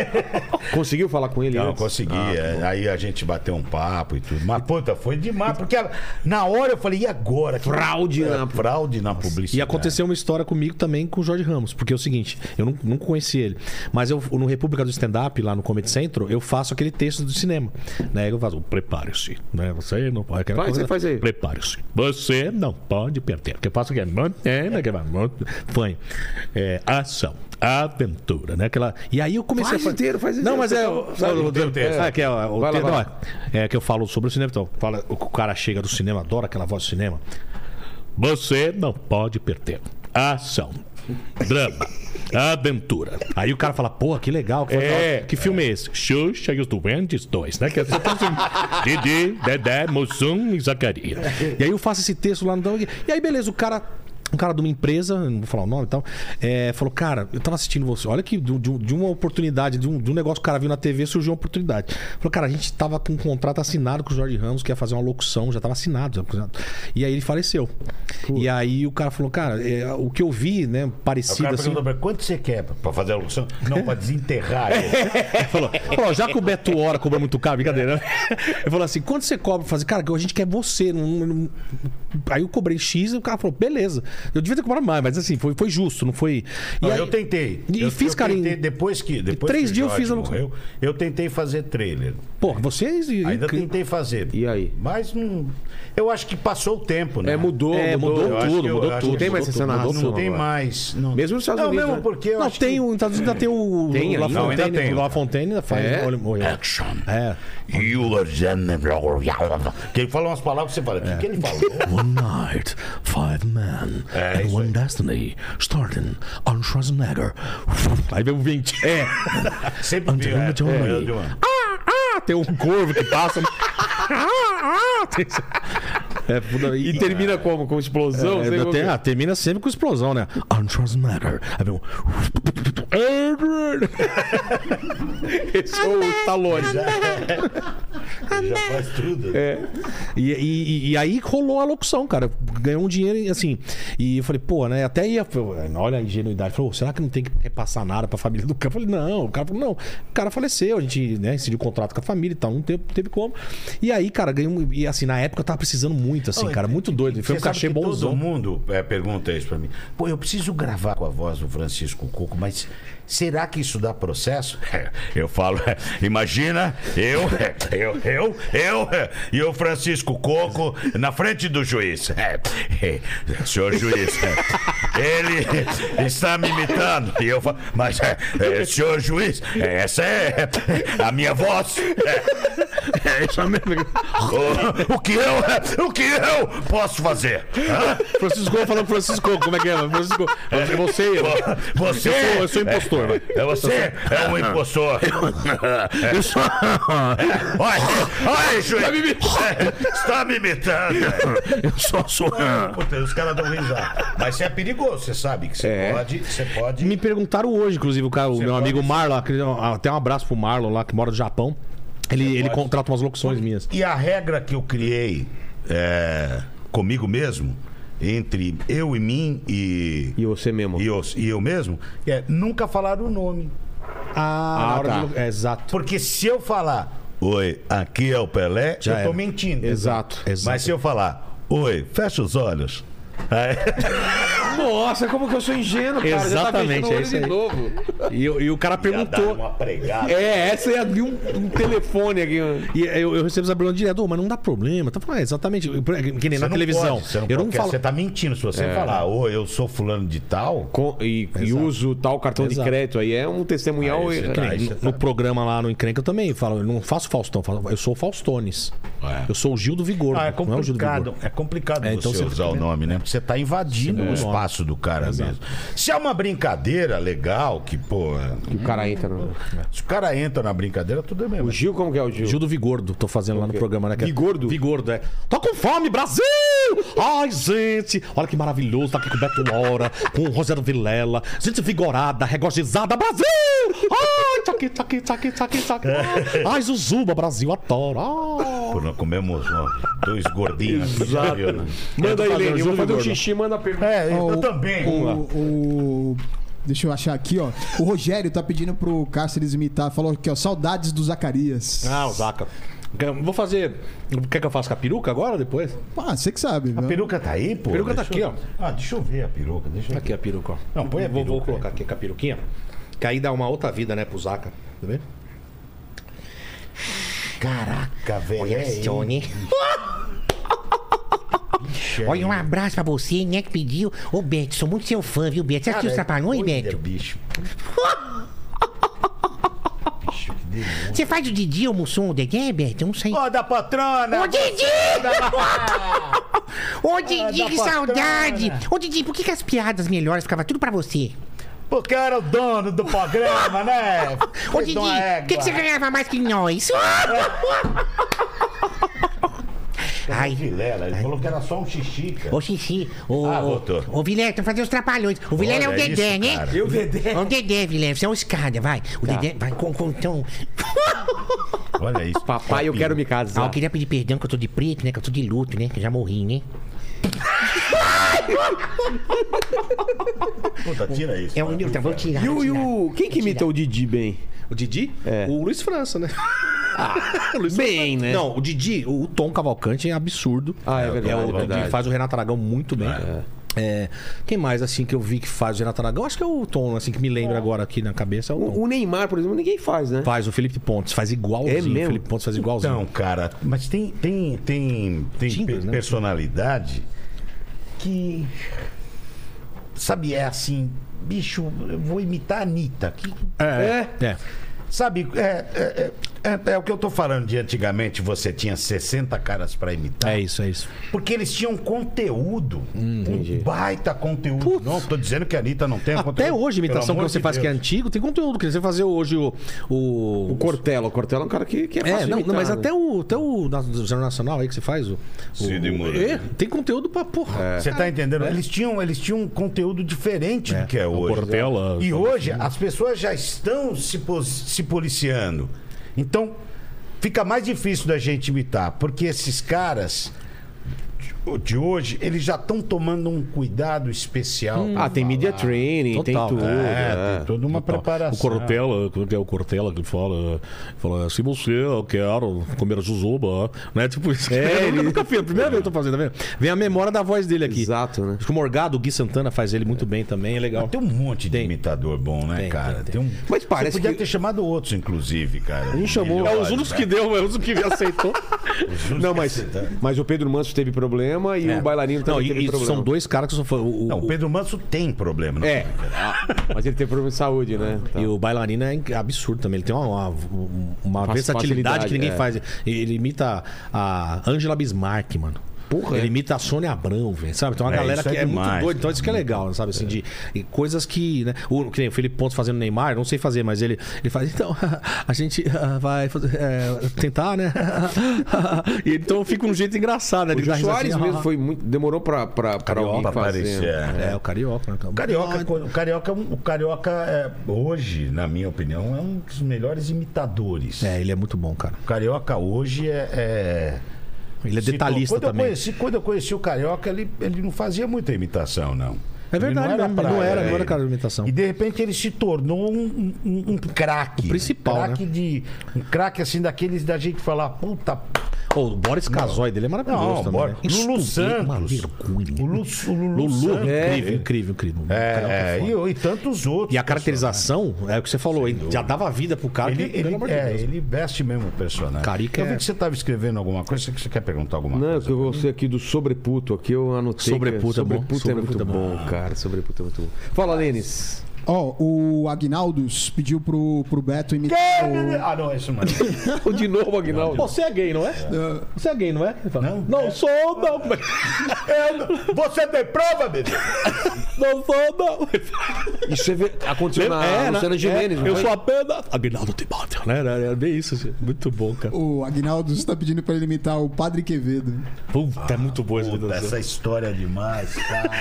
Conseguiu falar com ele?
Não,
antes?
consegui.
Ah,
é. aí a gente bateu um papo e tudo. Mas, puta, foi demais. Porque a- na hora eu falei, e agora? Que
Fraude
é,
na-
fraude na publicidade.
E
É.
aconteceu uma história comigo também com o Jorge Ramos, porque é o seguinte, eu não, não conheci ele, mas eu no República do Stand Up, lá no Comedy Central, eu faço aquele texto do cinema, né? Eu faço, prepare-se, né? Você não pode... aquela
Faz,
coisa,
você faz aí.
Prepare-se, você não pode perder, porque eu faço aquele... É, que vai- Foi. É, ação, aventura, né? Aquela... E aí eu comecei
Faz
a fazer...
inteiro, faz
Não,
inteiro,
mas é...
tá-
o-
sabe,
o-
inteiro, inteiro.
Ah, que é, o- o
Vai lá,
texto-
vai lá.
não, é que eu falo sobre o cinema. Então, fala, o cara chega do cinema, adora aquela voz do cinema. Você não pode perder. Ação. Drama. Aventura. Aí o cara fala, pô, que legal. Que,
É.
que filme é esse? Xuxa e os Duendes 2, né? Que é só pra assim, Didi, Dedé, Mussum e Zacarias. E aí eu faço esse texto lá no Dog. E aí, beleza, o cara. Um cara de uma empresa, não vou falar o nome e tal, é, falou: Cara, eu tava assistindo você. Olha que de, de- de uma oportunidade, de um, de um negócio que o cara viu na TV, surgiu uma oportunidade. Falou: Cara, a gente tava com um contrato assinado com o Jorge Ramos, que ia fazer uma locução, já tava assinado. já- E aí ele faleceu. E aí o cara falou: Cara, é, o que eu vi, né,
Aí O
parecido
cara
assim.
perguntou pra ele, quanto você quer pra fazer a locução? Não, pra desenterrar
É,
ele.
Falou, ó, já que o Beto Hora cobra muito caro, brincadeira, né? Ele falou assim: quanto você cobra? Eu falei, cara, a gente quer você. não- não- não- Aí eu cobrei X e o cara falou, beleza. Eu devia ter cobrado mais, mas assim, foi, foi justo, não foi. E
Não,
aí-
eu tentei.
E
eu,
fiz,
eu
cara, em-
tentei Depois que. Depois
três
que o
dias eu
Jorge
fiz a locução.
morreu, Eu tentei fazer trailer.
Pô, vocês.
Ainda tentei fazer.
E aí?
Mas não. Eu acho que passou o tempo, né?
É, mudou,
É,
mudou,
mudou
Eu acho
tudo,
que eu-
mudou
eu acho
tudo.
que
Tem mais
mudou
essa
tudo.
narração.
Não tem
agora.
mais. Não,
Mesmo nos Estados
não,
Unidos,
É mesmo
né?
porque eu
Não,
acho
tem
que...
o. Estados Unidos ainda tem o.
Tem
o La
ainda?
Não, ainda
Fontaine,
tem.
o La Fontaine ainda faz.
É?
olha, morreu.
Action.
É.
You are general. Que ele fala umas palavras que você fala.
É.
O que, que ele falou?
One night, five men,
É,
and
isso
one destiny, starting on Schwarzenegger.
Aí vem o 20. É.
Sempre vi, é,
Antonio
é,
Jolie.
de uma-
Ah, tem um corvo que passa. Ah, ah, tem- É, puta,
E termina como? Com explosão?
É,
Sei
eu
como
tenho-
que-
ah, termina sempre com explosão, né?
On Schwarzenegger. Aí vem um-
Edward!
Esse é o Stallone.
Ele já faz tudo.
É, E, e- e aí rolou a locução, cara. Ganhou um dinheiro, e, assim. E eu falei, pô, né? Até ia. eu- Olha a ingenuidade. Falou, será que não tem que repassar nada pra família do cara? Eu falei, não. O cara falou, não. O cara faleceu, a gente, né, decidiu contrato com a família e tal. Não teve, teve como. E aí, cara, ganhei um. E assim, na época eu tava precisando muito, assim, cara. Muito doido. Foi um
Você sabe
cachê
que
bonzão.
Todo mundo é, pergunta isso pra mim. Pô, eu preciso gravar com a voz do Francisco Cuco, mas será que isso dá processo? Eu falo, é, imagina, eu, é, eu, eu, eu é, e o Francisco Coco na frente do juiz. É, é, Senhor juiz, é, ele está me imitando. E eu falo, mas, é, é, senhor juiz, é, essa é a minha voz. É, é isso mesmo. Oh, O, o que eu, o que eu posso fazer? Hã?
Francisco falando Francisco, como é que é? Francisco, você.
Você
Eu sou- eu sou impostor, né? vai.
É você é um impostor. Eu sou. tá Olha, olha, juiz. É, Está me imitando. Eu só sou.
Ah.
Puta, os caras dão risada. Mas isso é perigoso, você sabe que você
É.
pode. Você pode.
Me perguntaram hoje, inclusive, o, cara, o meu
pode-
amigo Marlon, aquele- até um abraço pro Marlon lá, que mora no Japão. Ele, ele
pode-
contrata umas locuções minhas.
E a regra que eu criei é, comigo mesmo, entre eu e mim e.
E você mesmo.
E eu, e eu mesmo, é nunca falar o nome.
Ah, na hora de- é, exato.
Porque se eu falar, oi, aqui é o Pelé,
Já
eu tô
era.
mentindo.
Exato, exato.
Mas se eu falar, oi, fecha os olhos. Aí,
Nossa, como que eu sou ingênuo, cara. Já tá mexendo
Exatamente,
o
é
olho
isso
de
aí.
novo.
E, eu- e o cara
ia dar
perguntou.
uma pregada.
É, essa ia vir um, um telefone aqui. ó.
E eu, eu recebo essa pergunta direto, "Ô, mas não dá problema. Tá falando, é, exatamente. Que
Você
nem na
não
televisão.
pode, você não
eu
pode,
não
porque
falo. É.
Você tá mentindo se você falar, oi, eu sou fulano de tal.
Com- e, e uso tal cartão de
Exato. Ah,
crédito aí. É um testemunhal.
Aí você
errado.
Que nem
Aí você
no,
tá-
no programa lá no Encrenca eu também falo, eu não faço Faustão, eu falo, eu sou o Faustones. Eu sou o Gil do Vigor.
Ah, é
não é o Gil do Vigor.
complicado. É complicado
É, então
você
você
usar o
fica-
nome, né? Porque você tá invadindo
Sim,
o
é.
espaço do cara mesmo. Se é uma brincadeira legal, que, pô. é-
Que o cara entra
Hum.
no.
Se o cara entra na brincadeira, tudo é mesmo.
O Gil, como que é o Gil?
Gil do Vigordo, tô fazendo lá no programa, né? que é-
Vigordo?
Vigordo, é. Tô com fome, Brasil! Ai, gente! Olha que maravilhoso, tá aqui com o Beto Lora, com o Rogério Vilela. Gente vigorada, regozijada, Brasil! Ai, tá aqui, tá aqui, tá aqui, tá aqui, tá aqui. Ai, Zuzuba, Brasil, adoro. Ai.
Por não comermos ó, dois gordinhos. aqui,
Exato.
viu, né?
É,
Manda aí,
Fazer
Lene. Eu vou
Júlio
fazer um
Gordo.
xixi, manda a pergunta.
É,
Ó, o-
Vamos lá.
O, o- Deixa eu achar aqui, ó. O Rogério tá pedindo pro Cáceres imitar. Falou aqui, ó. Saudades do Zacarias.
Ah, o Zaca. Quer- Vou fazer. Quer que eu faça com a peruca agora ou depois?
Ah, você que sabe.
A peruca tá aí, pô?
A peruca tá
Deixa eu-
aqui,
Ah, deixa eu ver a peruca. Deixa eu...
Tá aqui a peruca, ó.
Não, põe a
vou, vou
peruca
colocar aqui com a peruquinha. Que aí dá uma outra vida, né, pro Zaca. Tá vendo?
Caraca, velho.
Olha,
é isso.
Sony.
Bicho, é
Olha, um
isso.
abraço pra você, né, que pediu. Ô, Beto, sou muito seu fã, viu, Beto? Você assistiu os
Cara,
Trapalhões,
olha,
Beto?
bicho.
Você faz o Didi ou o Mussum, o Dedé, Beto? Eu não sei.
Ó, da patrona! tá
Ô, Didi! Ô, Didi,
ah,
da
que
patrona.
saudade! Ô, Didi, por que, que as piadas melhores ficavam tudo pra você?
Porque era o dono do programa, né?
Ô,
Foi de
Didi,
uma
o
é,
égua.
que, que você ganhava mais que nós? Ai,
Vilela, ele falou que era só um xixi, cara.
Ô, Xixi, ô,
Ah,
ô,
voltou.
ô Vilé, estão fazendo os trapalhões. O Vilé é o
Olha
Dedé,
isso,
né?
cara. Tá.
Eu, Dedé.
É o Dedé, Vilé, você é um escada, vai. O Dedé, vai com, com então.
Olha isso.
Papai, eu quero me
Ah,
casar.
eu queria pedir perdão que eu tô de preto, né? Que eu tô de luto, né? Que eu já morri, né?
Puta, tira isso.
um
É o meu, tá, vou tirar.
E o, e
tirar.
o- Quem que imita o Didi bem?
O Didi?
É.
O Luiz França, né? Ah, Luiz
bem, né?
Não, o Didi, o Tom Cavalcante é absurdo.
Ah, é verdade,
o
é verdade.
que faz o Renato Aragão muito bem. É, quem mais, assim, que eu vi que faz o Renato Aragão? Acho que é o Tom, assim, que me lembra agora aqui na cabeça. É o Tom.
O, o Neymar, por exemplo, ninguém faz, né?
Faz o Felipe Pontes, faz igualzinho.
É mesmo?
O Felipe Pontes faz igualzinho.
Então, cara, mas tem tem tem tem
Timbres,
pe-
né?
personalidade que sabe é assim, bicho, eu vou imitar a Anitta. Que,
é, é. é.
sabe, é, é, é, é- é o que eu tô falando de antigamente, você tinha 60 caras pra imitar.
É isso, é isso.
Porque eles tinham conteúdo. um baita conteúdo. Não, tô dizendo que a Anitta não tem conteúdo.
Até hoje, a imitação
tá pelo
que
amor
você
de
faz que é
Deus.
antigo, tem conteúdo. Que você fazer hoje o. O,
O Cortella. O Cortella é um cara que, que é fácil
É,
de
não,
imitar,
não, mas
né?
até o, até o na- do Jornal Nacional aí que você faz. O, o-
Cid
o-
Moreira.
é, tem conteúdo pra porra.
Você tá
É.
entendendo? Eles tinham, eles tinham um conteúdo diferente do que é hoje.
Portela.
E hoje as pessoas já estão se, pos- se policiando. Então, fica mais difícil da gente imitar, porque esses caras de- de hoje, eles já estão tomando um cuidado especial.
Ah, tem media training,
Total.
tem tudo.
É,
é.
tem toda uma
O
preparação.
Cortella, quando é o Cortella que fala, fala, se você quer comer jujuba, né? Tipo isso.
É,
eu nunca,
ele-
nunca fiz, a primeira vez que eu tô fazendo, tá vendo? Vem a memória da voz dele aqui.
Exato, né?
Acho que o Morgado, o Gui Santana faz ele muito bem também, é legal.
Tem um monte de
Tem.
imitador bom, né,
Tem,
cara?
tem,
Tem, um...
Mas parece
Você podia
que-
ter chamado outros, inclusive, cara.
um
gente chamou-
Melhores,
É os únicos
né?
que deu, é os únicos que aceitou.
Não, mas, mas o Pedro Manso teve problema e o bailarino
É. Não,
também
e,
teve
e
problema.
são dois caras que são. fã- O, o-
Não, o Pedro Manso tem problema. não
É, Ah, mas ele teve problema de saúde, né?
Tá.
E o bailarino é inc- absurdo também. Ele tem uma, uma, um, uma
Faz-
versatilidade que ninguém
é.
facilidade,
faz. Ele ele imita a Angela Bismarck, mano.
Porra, é.
ele imita a Sônia Abrão, velho. Sabe? Então a
É,
galera
isso
que
é
é, muito
demais, né?
doida. Então isso que é legal, sabe? Assim, de, e coisas que. Né? O, que nem o Felipe Pontes fazendo Neymar, não sei fazer, mas ele, ele faz. Então, a gente ah, vai fazer- é, tentar, né? E então fica um jeito engraçado. né?
O
Ele dá
Jô
risada
Soares
assim,
mesmo
ah,
foi muito. Demorou pra, pra, pra
Carioca
alguém
Pra
fazer. né?
aparecer. é.
É, o Carioca, né?
O Carioca, o Carioca, é um- o Carioca é, hoje, na minha opinião, é um dos melhores imitadores.
É, ele é muito bom, cara.
O Carioca hoje é. é-
Ele é
se
detalhista
tornou- quando
também.
Eu conheci, quando eu conheci o Carioca, ele, ele não fazia muita imitação, não.
É
Ele
verdade,
não era,
mesmo, ele não
praia,
era, não era
ele.
cara de imitação.
E de repente ele se tornou um, um, um craque.
O principal, né?
Um craque de. Um craque assim daqueles da gente falar, puta.
Pô, o Boris Casoy dele é maravilhoso
Não,
também.
bora.
né?
Lulu
Estúpido, uma
Santos.
vergonha.
O Lu, o Lulu,
Lulu, é
Santos.
incrível, incrível, incrível. Carioca
É,
é
é,
foda.
e, e tantos outros.
E
pessoal.
a caracterização, é o que você falou, ele já dava vida pro cara.
Ele,
que,
ele-
pelo amor de
é,
Deus.
ele veste mesmo o personagem.
Carica
eu vi
é-
que você estava escrevendo alguma coisa, que você quer perguntar alguma
Não,
coisa.
que eu gostei aqui do sobreputo, aqui eu anotei. que
Sobreputo é bom,
sobreputo é muito
sobreputo é
bom,
bom.
cara. Sobreputo é muito bom. Fala, Lênis.
Ó, o Agnaldos pediu pro, pro Beto imitar o...
Ah, não, é isso mesmo.
De novo, Aguinaldo.
Você é gay, não é? Você é gay, não é? Ele fala,
Não.
sou, não.
Você tem prova, bebê?
Não sou, não.
Isso é ver- aconteceu na
É, né?
Luciana Gimenez,
É,
não
eu
foi?
sou apenas. Aguinaldo Timóteo, né? Era- Era bem isso, assim. muito bom, cara.
O Agnaldos tá pedindo pra ele imitar o Padre Quevedo.
Puta, é muito bom esse
Puta, essa história é demais, cara.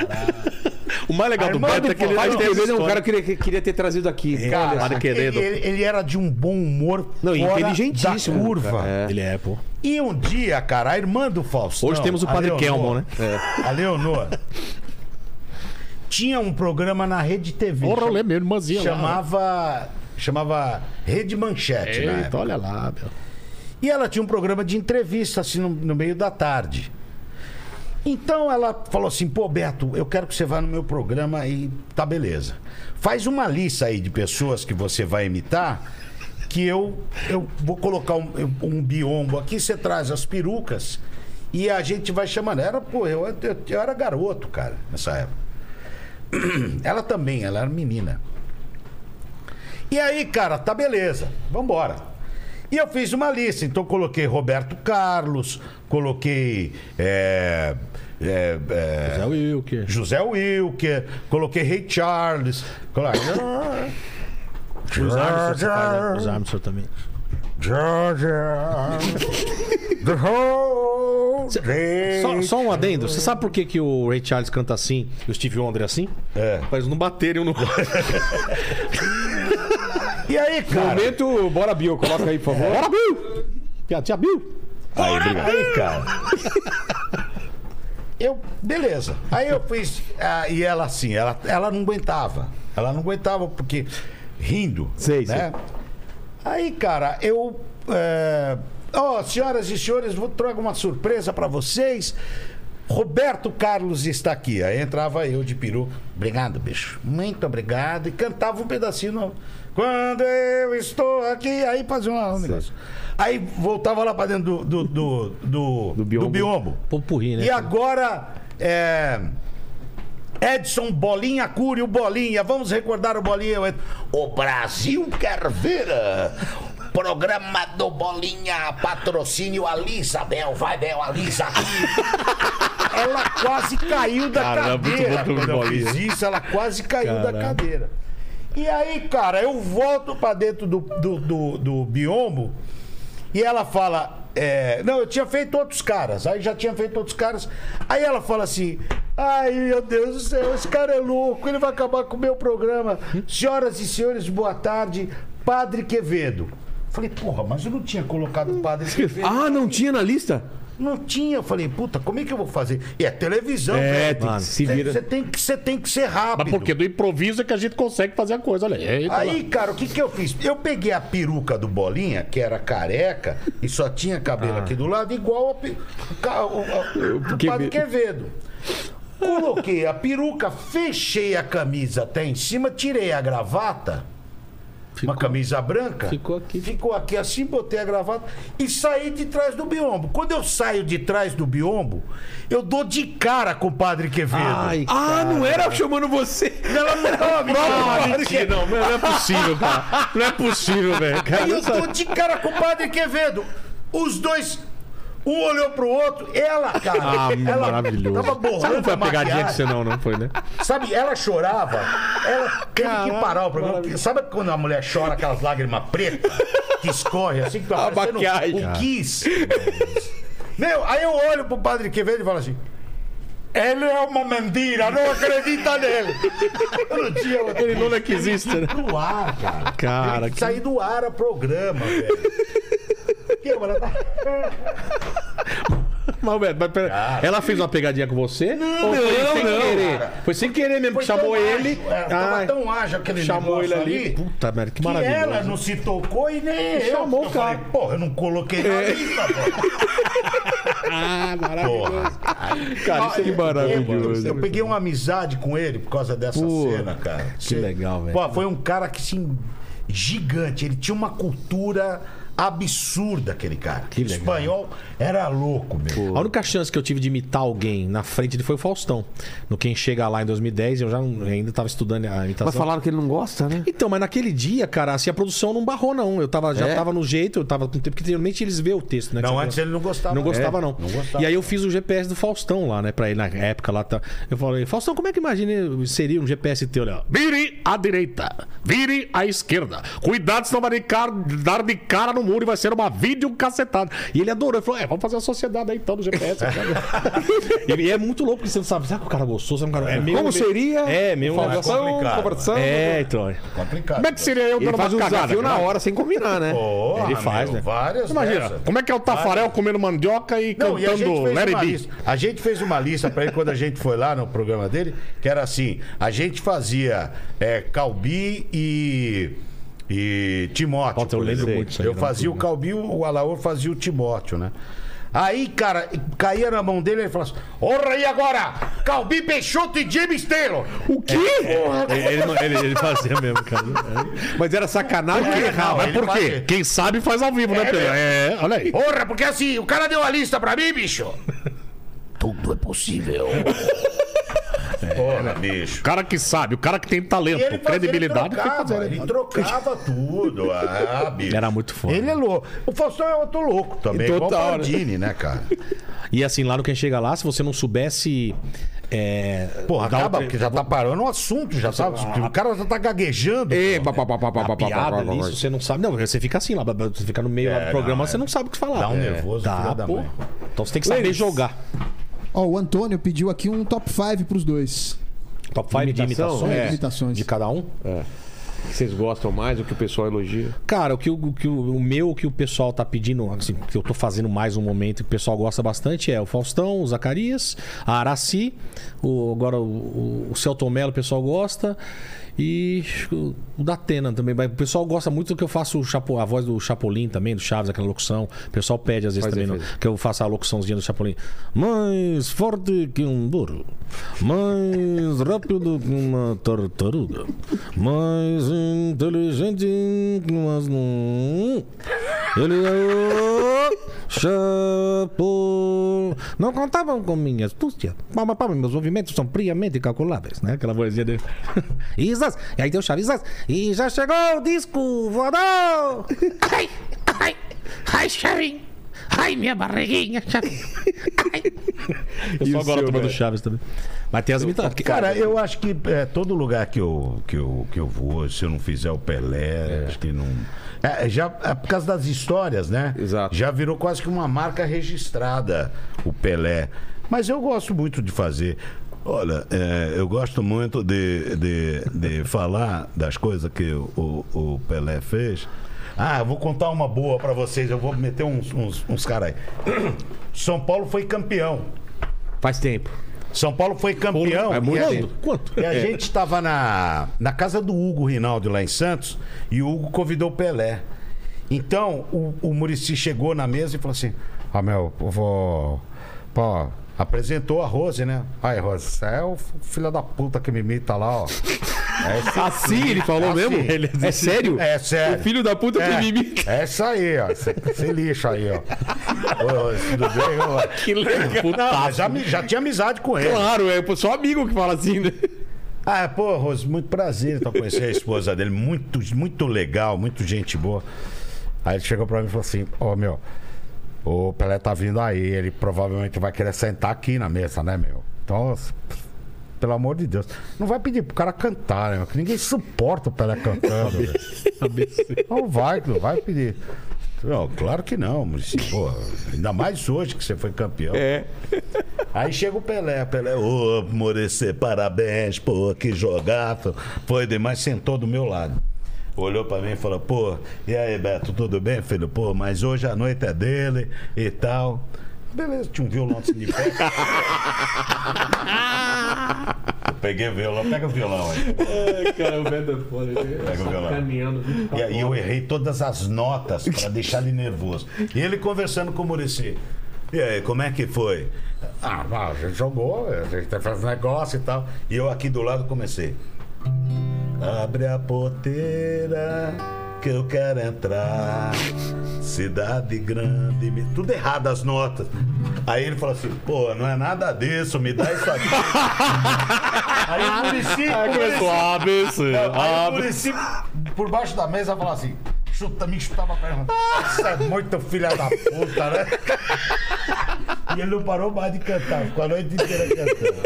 O mais legal
A
do
irmã
Beto é que ele
Padre
tem
Quevedo é um cara
história.
que queria, queria ter trazido aqui.
Cara,
Olha só.
ele, ele era de um bom humor
Não,
fora
inteligentíssimo.
da curva.
cara.
Ele é, pô.
E um dia, cara, a irmã do Faustão... É.
Hoje temos o
a
Padre
Leonor-
Kelmon, né?
A Leonor... tinha um programa na Rede TV.
Porra, eu lembro, minha irmãzinha lá.
Chamava... Chamava Rede Manchete, né?
Eita, olha lá, meu.
E ela tinha um programa de entrevista, assim, no, no meio da tarde. Então ela falou assim: pô, Beto, eu quero que você vá no meu programa e tá beleza. Faz uma lista aí de pessoas que você vai imitar, que eu, eu vou colocar um, eu- um biombo aqui, você traz as perucas e a gente vai chamando. Era, pô, eu, eu- eu era garoto, cara, nessa época. Ela também, ela era menina. E aí, cara, tá beleza, vambora. E eu fiz uma lista, então coloquei Roberto Carlos, coloquei. é, é, é,
Zé Wilker.
José Wilker, coloquei Ray Charles. Coloquei... ah,
Os Armstrong, você faz, né? Os Armstrong também.
Georgia, the whole day.
Só, só um adendo. Você sabe por que, que o Ray Charles canta assim e o Steve Wonder assim?
É.
Pra eles não baterem um no.
E aí, cara?
Momento, bora Bill, coloca aí, por favor.
Bora, Bill! Tia, tia Bill!
Aí, cara. Eu, beleza. Aí eu fiz. ah, e ela assim, ela, ela não aguentava. Ela não aguentava, porque. Rindo.
Sei,
né? Aí, cara, eu. é, Ó, senhoras e senhores, vou trago uma surpresa pra vocês. Roberto Carlos está aqui. Aí entrava eu de peru. Obrigado, bicho. Muito obrigado. E cantava um pedacinho. no- Quando eu estou aqui, aí fazia uma- um negócio. Aí voltava lá pra dentro do. do, do, do,
biombo.
Do biombo.
Popurri, né?
E agora, é, Edson Bolinha, Cúrio Bolinha, vamos recordar o Bolinha. o Ed-
O Brasil quer ver. ah, Programa do Bolinha, patrocínio a Lisa, Bel, vai Bel, a Lisa.
Ela quase caiu da
Caramba, muito
cadeira.
bom pro
Quando eu
Bolinha.
fiz isso, ela quase caiu da
Caramba.
cadeira. E aí, cara, eu volto pra dentro do, do, do, do biombo e ela fala. é, não, eu tinha feito outros caras, aí já tinha feito outros caras. Aí ela fala assim: Ai meu Deus do céu, esse cara é louco, ele vai acabar com o meu programa. Senhoras e senhores, boa tarde, Padre Quevedo. Falei, porra, mas eu não tinha colocado o Padre Quevedo.
Ah, não tinha na lista?
Não tinha. Eu falei, puta, como é que eu vou fazer? E é televisão,
É,
velho.
tem que se vira.
Você tem, que- cê tem que ser rápido.
Mas porque do improviso é que a gente consegue fazer a coisa, olha aí. Eita,
Aí, cara, o que que eu fiz? Eu peguei a peruca do Bolinha, que era careca, e só tinha
Ah.
cabelo aqui do lado, igual a, pe- o ca- o- a- do Padre Quevedo. Coloquei a peruca, fechei a camisa até em cima, tirei a gravata, uma camisa branca.
Ficou aqui.
Ficou aqui assim, botei a gravata e saí de trás do biombo. Quando eu saio de trás do biombo, eu dou de cara com o Padre Quevedo.
Ai,
Ah, não era chamando você.
Ela não tava me chamando.
mentira, não, não é possível, cara. Não é possível, velho. Cara,
Aí eu tô de cara com o Padre Quevedo. Os dois, um olhou pro outro, ela, cara.
Ah,
ela
maravilhoso.
Tava borrando
Sabe não foi a pegadinha que
maquiagem.
você não, não foi, né?
Sabe, ela chorava. Ela teve que parar o programa. porque Sabe quando a mulher chora aquelas lágrimas pretas que escorre assim? Que tá
A
parecendo
maquiagem.
O Kiss.
Ah.
Meu, aí eu olho pro Padre Quevedo e falo assim... Ele é uma mentira, não acredita nele. Outro dia, eu-
Ele não é que existe, né?
pro ar, cara.
Cara,
Teve que
que-
sair do ar a programa, velho. Que, mano, tá-
Mas, Beto, mas pera, ela fez uma pegadinha com você? Não, ou foi
não,
sem
não,
querer?
cara.
Foi sem querer mesmo,
Foi
que chamou
tão ágil,
ele.
é, tava
ai,
tão ágil aquele
chamou ele
negócio
ali.
ali,
Puta merda, que
que
maravilha.
ela não se tocou e nem eu.
chamou
Eu
o cara. É.
falei, Porra, eu não coloquei na lista, pô.
Ah, maravilhoso. Cara, isso é
Eu-
maravilhoso.
Eu, eu peguei uma amizade com ele por causa dessa
Pô,
cena, cara.
que
Cê-
legal, velho.
Pô, foi um cara que se gigante, ele tinha uma cultura absurda aquele cara.
Que
o
legal.
espanhol era louco, meu.
A única chance que eu tive de imitar alguém na frente dele foi o Faustão. No Quem Chega Lá em 2010, eu já não- ainda tava estudando a imitação.
Mas falaram que ele não gosta, né?
Então, mas naquele dia, cara, assim, a produção não barrou, não. Eu tava, já
É?
tava no jeito, eu tava com tempo, porque geralmente eles vê o texto, né? que
Não,
você
antes
fala.
ele não gostava.
Não gostava, não.
É, gostava.
E aí eu fiz o GPS do Faustão lá, né? Pra ele na época lá. Tá... Eu falei, Faustão, como é que imagina seria um GPS teu, Léo?
Vire à direita, vire à esquerda. Cuidado, senão vai de car- dar de cara no
no muro e vai ser uma vídeo cacetada. E ele adorou. Ele falou: é, vamos fazer a sociedade aí então do GPS.
e, e é muito louco, porque você não sabe. Sabe que o cara gostou? Sabe que o cara... É meio,
Como seria?
É, meio um negócio-
Informação, conversão.
É, então.
né?
Complicado.
Como é que seria eu
Ele
dando uma
faz um
cagada?
desafio na hora, sem combinar, né?
Porra,
Ele faz, né?
Várias
Imagina,
dessas.
como é que é o Tafarel comendo mandioca e
Não, e a gente
cantando
fez
Larry
uma
B?
lista. A gente fez uma lista pra ele quando a gente foi lá no programa dele, que era assim: a gente fazia é, Calbi e. E Timóteo.
Puta, eu
por
lembro
exemplo.
muito isso aí, né?
Eu
não,
fazia o Calbi, o Alaor fazia o Timóteo, né? Aí, cara, caía na mão dele e ele falava assim: Orra aí agora! Calbi Peixoto e James Taylor!
O quê?
É.
Ele, ele- ele- ele fazia mesmo, cara.
Mas era sacanagem que errava.
Mas
ele
por quê?
faz-
Quem sabe faz ao vivo, né, Pedro? É, olha aí.
Porra, porque assim, o cara deu a lista pra mim, bicho. Tudo é possível.
Porra, bicho.
O cara que sabe, o cara que tem
E
talento,
ele fazia,
credibilidade, tem
ele
que
trocava,
fazer.
ele trocava tudo. Ah, bicho.
Era muito foda.
Ele é louco. O Faustão é outro louco também, igual o
Total, né?
Pardini, né, cara?
E assim, lá no Quem Chega Lá, se você não soubesse. É,
Porra,
dar o
acaba,
tre-
porque já tá parando o assunto, já tá, o cara já tá gaguejando.
Ei, pá, pá, pá, pá, pá,
a
pá, pá,
piada
pá, pá,
ali, se você não sabe. Não, você fica assim lá, você fica no meio lá do programa, você não sabe o que falar.
É,
É.
Dá um nervoso,
Dá,
filha da
pô.
mãe.
Então você tem que saber
Lênis.
jogar.
Ó, o Antônio pediu aqui um top 5 pros dois.
Top 5 de
Imitação?
imitações?
É.
Imitações.
De cada um?
O que vocês gostam mais, o que o pessoal elogia?
Cara, o que o, o que o, o meu, o que o pessoal tá pedindo, assim, que eu tô fazendo mais um momento e que o pessoal gosta bastante é o Faustão, o Zacarias, a Araci, o, agora o, o, o Celton Mello o pessoal gosta. E o o da Atena também. mas O pessoal gosta muito do que eu faço o Chapo, a voz do Chapolin também, do Chaves, aquela locução. O pessoal pede às vezes
Faz aí,
também no-
faz aí.
que eu faça a locuçãozinha do Chapolin. Mais forte que um burro. Mais rápido que uma tartaruga. Mais inteligente que um umas. nu- Ele é o Chapo. Não contavam com minha astúcia. Palma, palma, meus movimentos são friamente calculáveis, né? Aquela vozinha dele. Isas! E aí deu chave, Isas! E já chegou o disco voador!
Ai, ai, ai, Chavinho. Ai, minha barriguinha, Chavinho.
Eu
E
só
o
agora
seu,
tomando
velho?
Chaves também. Mas tem as imitações.
Cara, eu acho que é, todo lugar que eu, que, eu, que eu vou, se eu não fizer o Pelé, acho que não. É, já, é por causa das histórias, né?
Exato.
Já virou quase que uma marca registrada o Pelé. Mas eu gosto muito de fazer. Olha, é, eu gosto muito de, de, de falar das coisas que o, o Pelé fez. Ah, eu vou contar uma boa pra vocês. Eu vou meter uns, uns, uns caras aí. São Paulo foi campeão.
Faz tempo.
São Paulo foi campeão.
é muito
e a
tempo.
gente- É.
Quanto?
e a gente estava na, na casa do Hugo Rinaldi lá em Santos e o Hugo convidou o Pelé. Então o, o Murici chegou na mesa e falou assim: Ah, meu, eu vou. Pô, apresentou a Rose, né? Aí, Rose, você é o filho da puta que me imita lá, ó. É
Assim ele falou
Assim.
mesmo? É sério?
É sério.
O filho da puta
É,
que me imita.
essa aí, ó. Esse, esse lixo aí, ó. Ô, Rose, tudo bem? Ô,
Que legal.
Não, mas já, me- já tinha amizade com ele.
é, Claro, é só amigo que fala assim, né?
Ah, pô, Rose, muito prazer então conhecer a esposa dele. Muito, muito legal, muito gente boa. Aí ele chegou pra mim e falou assim: Ô meu, o Pelé tá vindo aí, ele provavelmente vai querer sentar aqui na mesa, né, meu? Então, s- pelo amor de Deus. Não vai pedir pro cara cantar, né? meu? Que ninguém suporta o Pelé cantando. velho. Não vai, não vai pedir. Não, claro que não, mas, pô, ainda mais hoje que você foi campeão.
É.
Aí chega o Pelé, Pelé, ô, Morecê, parabéns, pô, que jogado. Foi demais, sentou do meu lado. Olhou pra mim e falou, pô, e aí, Beto, tudo bem, filho? Pô, mas hoje a noite é dele e tal. Beleza, tinha um violão assim de pé. Eu peguei o violão, pega o violão aí. Pega o violão. E aí eu errei todas as notas pra deixar ele nervoso. E ele conversando com o Murici. E aí, como é que foi? Ah, a gente jogou, a gente tá fazendo negócio e tal. E eu aqui do lado comecei. Abre a porteira que eu quero entrar. Cidade grande. me- Tudo errado as notas. Aí ele falou assim: pô, não é nada disso, me dá isso aqui. Aí o Murici.
Começou a
Ah,
ABC.
Aí o
ABC.
Murici, por baixo da mesa, falava assim: chuta, me chutava a perna. Isso é muito filha da puta, né? E ele não parou mais de cantar, ficou a noite inteira cantando.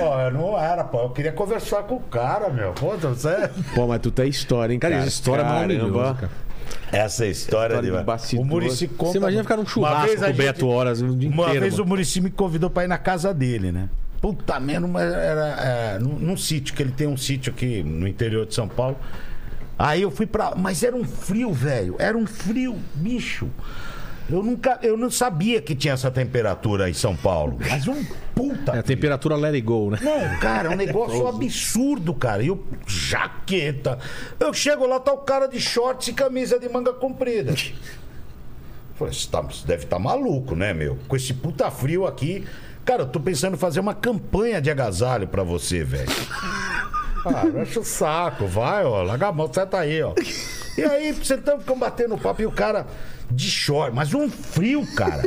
Ó, eu não era, pô. Eu queria conversar com o cara, meu. é. Pô, você.
Pô, mas tu tá história, hein, cara?
Cara, história maravilhosa, cara.
Essa é história de.
O Murici conta.
Você imagina ficar num
Uma
churrasco
vez
com
a
o Beto Horas o dia
Uma
inteiro,
vez
mano.
o Murici me convidou pra ir na casa dele, né? Puta merda, mas era é, num, num sítio, que ele tem um sítio aqui no interior de São Paulo. Aí eu fui pra. Mas era um frio, velho. Era um frio, bicho. Eu nunca. Eu não sabia que tinha essa temperatura em São Paulo. Mas um puta.
É, a temperatura let it go, né?
Não, cara, é um negócio absurdo, cara. E eu, jaqueta. Eu chego lá, tá o cara de shorts e camisa de manga comprida. Eu Falei, você, tá- você deve estar maluco, né, meu? Com esse puta frio aqui. Cara, eu tô pensando em fazer uma campanha de agasalho pra você, velho. Ah, mexe o saco, vai, ó. Larga a mão, senta aí, ó. E aí, sentamos, ficamos batendo papo e o cara de short, mas um frio, cara.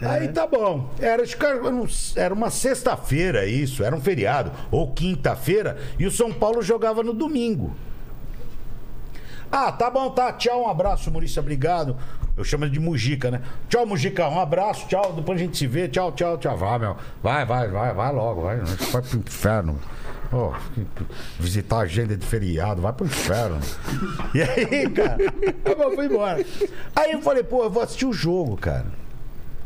Aí tá bom. Era, acho que era um- era uma sexta-feira isso, era um feriado. Ou quinta-feira, e o São Paulo jogava no domingo. Ah, tá bom, tá. Tchau, um abraço, Maurício, obrigado. Eu chamo ele de Mujica, né? Tchau, Mujica, um abraço, tchau. Depois a gente se vê, tchau, tchau, tchau. Vai, meu. Vai, vai, vai, vai logo, vai. Vai pro inferno. Ô, visitar a agenda de feriado, vai pro inferno. E aí, cara? Tá bom, fui embora. Aí eu falei, pô, eu vou assistir o jogo, cara.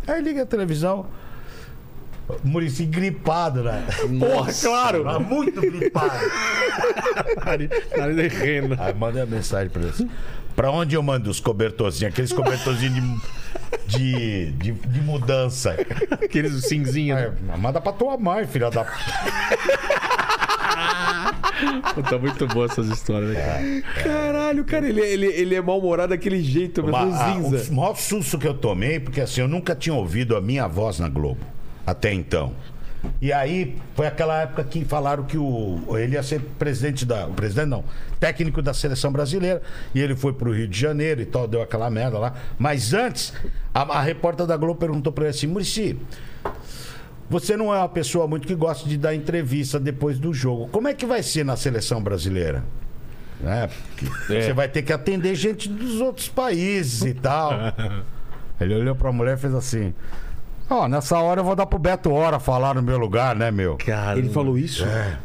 Aí liga a televisão. Murici gripado, né? Porra, claro! mas Muito gripado. Nariz é derrendo. Aí mandei uma mensagem pra eles. Pra onde eu mando os cobertorzinhos? Aqueles cobertorzinhos de, de, de, de mudança. Aqueles né? cinzinhos. Manda pra tua mãe, filha da.
Tá muito boa essas histórias, né, cara?
Caralho, cara, ele, é- ele, ele é mal-humorado daquele jeito, mas
Uma-
um
a-
zinza.
o maior susto que eu tomei, porque assim, eu nunca tinha ouvido a minha voz na Globo até então. E aí foi aquela época que falaram que o, ele ia ser presidente da. o Presidente não, técnico da seleção brasileira. E ele foi pro Rio de Janeiro e tal, deu aquela merda lá. Mas antes, a, a repórter da Globo perguntou pra ele assim, Murici, você não é uma pessoa muito que gosta de dar entrevista depois do jogo. Como é que vai ser na seleção brasileira? Né? Porque Você vai ter que atender gente dos outros países e tal.
Ele olhou pra mulher e fez assim. Ó, nessa hora eu vou dar pro Beto Hora falar no meu lugar, né, meu?
Ele falou isso?
É.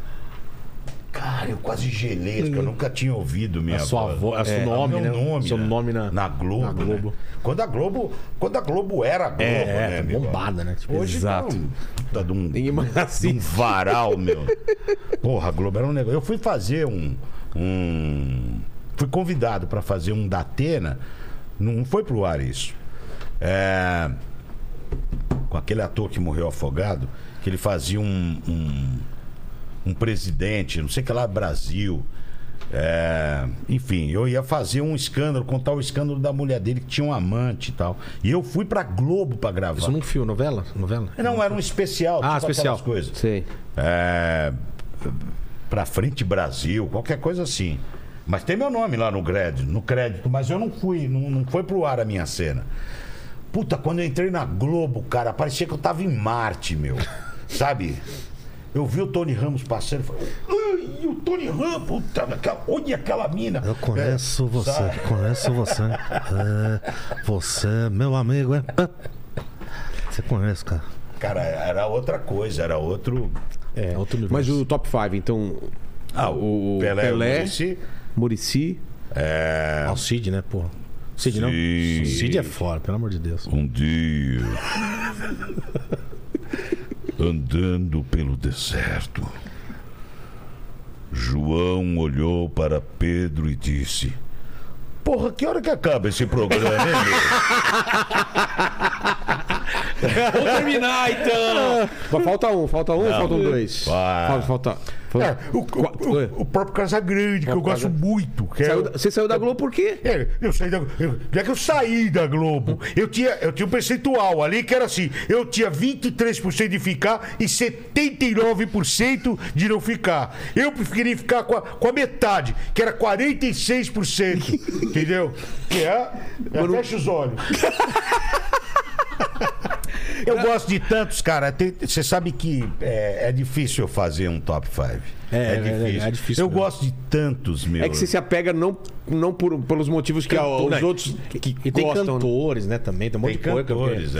Cara, eu quase gelei, porque eu nunca tinha ouvido minha
Hum. A sua
voz.
voz, é, seu nome,
meu
né?
nome,
Seu
né?
nome na,
na Globo.
na Globo.
né? Quando a Globo, quando a Globo era Globo,
É,
né,
é,
meu?
bombada, né? Tipo,
Hoje tá
exato. assim.
um, tá de um,
Ninguém mais
de um varal, meu. Porra, a Globo era um negócio. Eu fui fazer um. um- fui convidado pra fazer um da Atena. Não foi pro ar isso. É, com aquele ator que morreu afogado, que ele fazia um, um, um presidente, não sei o que lá, Brasil. É, enfim, eu ia fazer um escândalo, contar o escândalo da mulher dele que tinha um amante e tal. E eu fui pra Globo pra gravar.
Isso num um fio, novela? Novela?
Não, era um especial.
Ah, especial.
aquelas coisas.
Sei.
É, pra Frente Brasil, qualquer coisa assim. Mas tem meu nome lá no crédito, no crédito, mas eu não fui, não, não foi pro ar a minha cena. Puta, quando eu entrei na Globo, cara, parecia que eu tava em Marte, meu. Sabe? Eu vi o Tony Ramos passando e falei, ai, o Tony Ramos, puta, aquela- olha aquela mina.
Eu conheço
É,
você,
sabe?
conheço você. É, você, meu amigo, é. Você conhece, cara.
Cara, era outra coisa, era outro.
É, outro nível.
Mas o top 5, então.
Ah, o
o
Pelé,
Pelé,
o Muricy.
Murici.
É.
Ah, o Cid, né, porra? Cid não?
Cid.
O Cid é fora, pelo amor de Deus.
Um dia. Andando pelo deserto, João olhou para Pedro e disse: Porra, que hora que acaba esse programa, hein, meu?
Vamos terminar, então! Mas falta um, falta um ou faltam dois?
pá.
Falta, falta.
É,
falta-
o, o- o- o próprio Casagrande, que eu gosto muito. que é
é. Saiu
o-
da- você saiu da Globo por quê?
É, eu saí da eu, Já que eu saí da Globo, eu tinha, eu tinha um percentual ali que era assim: eu tinha 23% de ficar e 79% de não ficar. Eu preferia ficar com a, com a metade, que era 46%.
um
entendeu? Que é. é fecha os olhos. Eu gosto de tantos, cara. Tem- Você sabe que é, é difícil eu fazer um top 5.
É, é
difícil.
verdade, é difícil
Eu
mesmo.
gosto de tantos, meu.
É que você se apega não, não por, pelos motivos que é,
Cantor-
os
né?
outros que
E tem
gostam. né?
cantores, né, também. Tem um monte
Tem
de coisa.
cantores,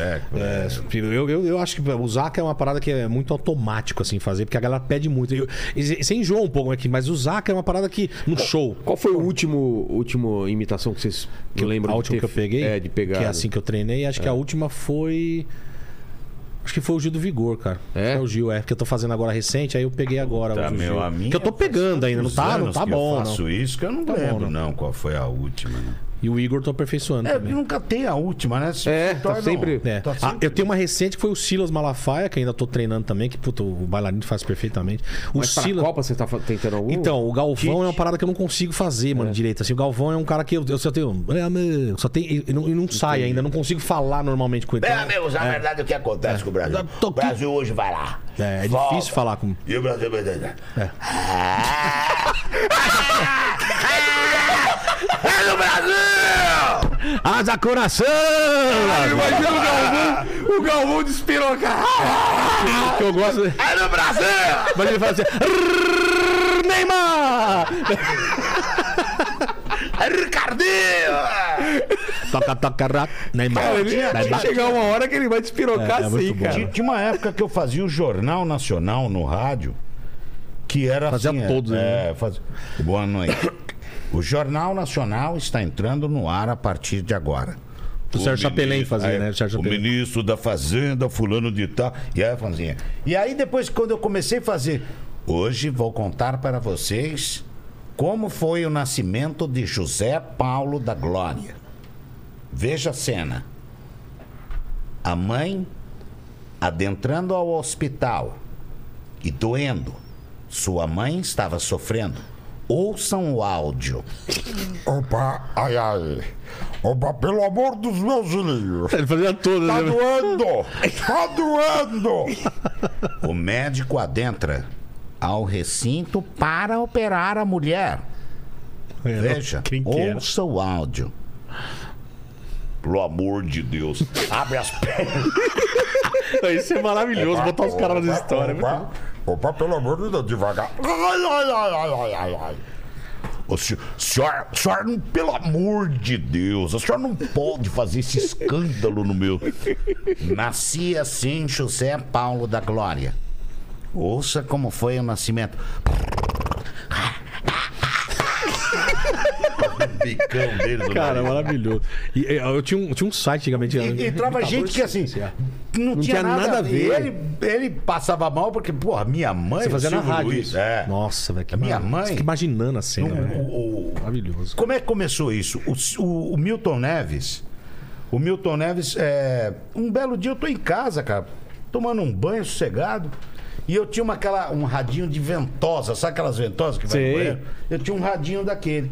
porque-
é,
é, eu, eu, eu acho que o Zaca é uma parada que é muito automático, assim, fazer, porque a galera pede muito. Eu, e você enjoa um pouco aqui, mas o Zaca é uma parada que. No show.
Qual foi o último último imitação que vocês lembram?
a
de
última
ter-
que eu peguei.
É, de pegar.
Que é assim que eu treinei. Acho que a última foi. Acho que foi o Gil do Vigor, cara. É? é o Gil, é. Porque eu tô fazendo agora recente, aí eu peguei agora.
Tá,
o
meu,
Gil.
a minha
Que eu tô pegando ainda, não
Os
tá, não
anos
tá
que
bom.
Eu faço
não.
isso que eu não
Tá bom,
lembro,
não.
não, qual foi a última. Né?
E o Igor eu tô aperfeiçoando.
É,
também.
nunca tem a última, né? Se
É,
se
tá
torna-
sempre-
É.
tá
Ah,
sempre-
eu tenho uma recente que foi o Silas Malafaia, que ainda tô treinando também, que puta, o bailarino faz perfeitamente. O
Mas pra
Silas.
Copa você tá fa- tentando algum?
Então, o Galvão é uma parada que eu não consigo fazer, mano, direito. Assim, o Galvão é um cara que eu, eu só tenho. "É, meu", Só tem. E e não, e não sai ainda, eu não consigo falar normalmente com ele.
É, meus, a verdade é o que acontece com o Brasil.
Tô
O
aqui.
Brasil hoje vai lá.
É, é
Volta.
difícil falar com.
E o Brasil vai "Ah, lá. É do Brasil!
Asa coração!
Imagina o Galvão, o Galvão despirou,
Que eu gosto.
É do Brasil!
Mas ele fala assim. "Rrrr, Neymar!
Ricardinho!
Toca, toca, rac, Neymar.
Vai
Neymar.
chegar uma hora que ele vai despirocar
É, é
assim,
muito bom.
Tinha,
cara.
tinha uma época que eu fazia o Jornal Nacional no rádio, que era
Fazia
assim. é,
todos,
É, fazia- Boa noite. O Jornal Nacional está entrando no ar a partir de agora.
O Sérgio Chapelin
ministro-
fazia,
aí,
né? O Sérgio
o
Chapelin.
ministro da Fazenda, fulano de tal. E aí, Fanzinha. E aí, depois, quando eu comecei a fazer, hoje vou contar para vocês como foi o nascimento de José Paulo da Glória. Veja a cena. A mãe adentrando ao hospital e doendo. Sua mãe estava sofrendo. Ouçam o áudio.
Opa, ai, ai. Opa, pelo amor dos meus filhos.
Ele fazia todas,
Tá
né?
doendo! Tá doendo!
O médico adentra ao recinto para operar a mulher. Veja,
Quem que era?
ouça o áudio.
Pelo amor de Deus.
Abre as pernas.
Isso é maravilhoso, botar os caras nas histórias.
Opa, opa, pelo amor de Deus, devagar. Ai, ai, ai, ai, ai, ai, ai.
Ô, se- senhora, senhora, não- pelo amor de Deus, a senhora não pode fazer esse escândalo no meu.
Nascia assim José Paulo da Glória. Ouça como foi o nascimento.
Bicão dele do
Cara,
nariz.
maravilhoso. E, e, eu tinha um, tinha um site antigamente.
é. E, entrava gente que assim, não, tinha nada, a ver. Ele, ele passava mal porque, porra, minha mãe.
Você fazia
o
na
Silvio
rádio.
Luiz,
isso.
é.
Nossa, velho. que
A minha
maravilha.
mãe-
Você fica imaginando a cena, velho.
O- o-
Maravilhoso.
Como é que começou isso? O, o- o Milton Neves. O Milton Neves, é, um belo dia eu tô em casa, cara, tomando um banho sossegado. E eu tinha uma, aquela, um radinho de ventosa, sabe aquelas ventosas que vai no
Sei.
banheiro? Eu tinha um radinho daquele.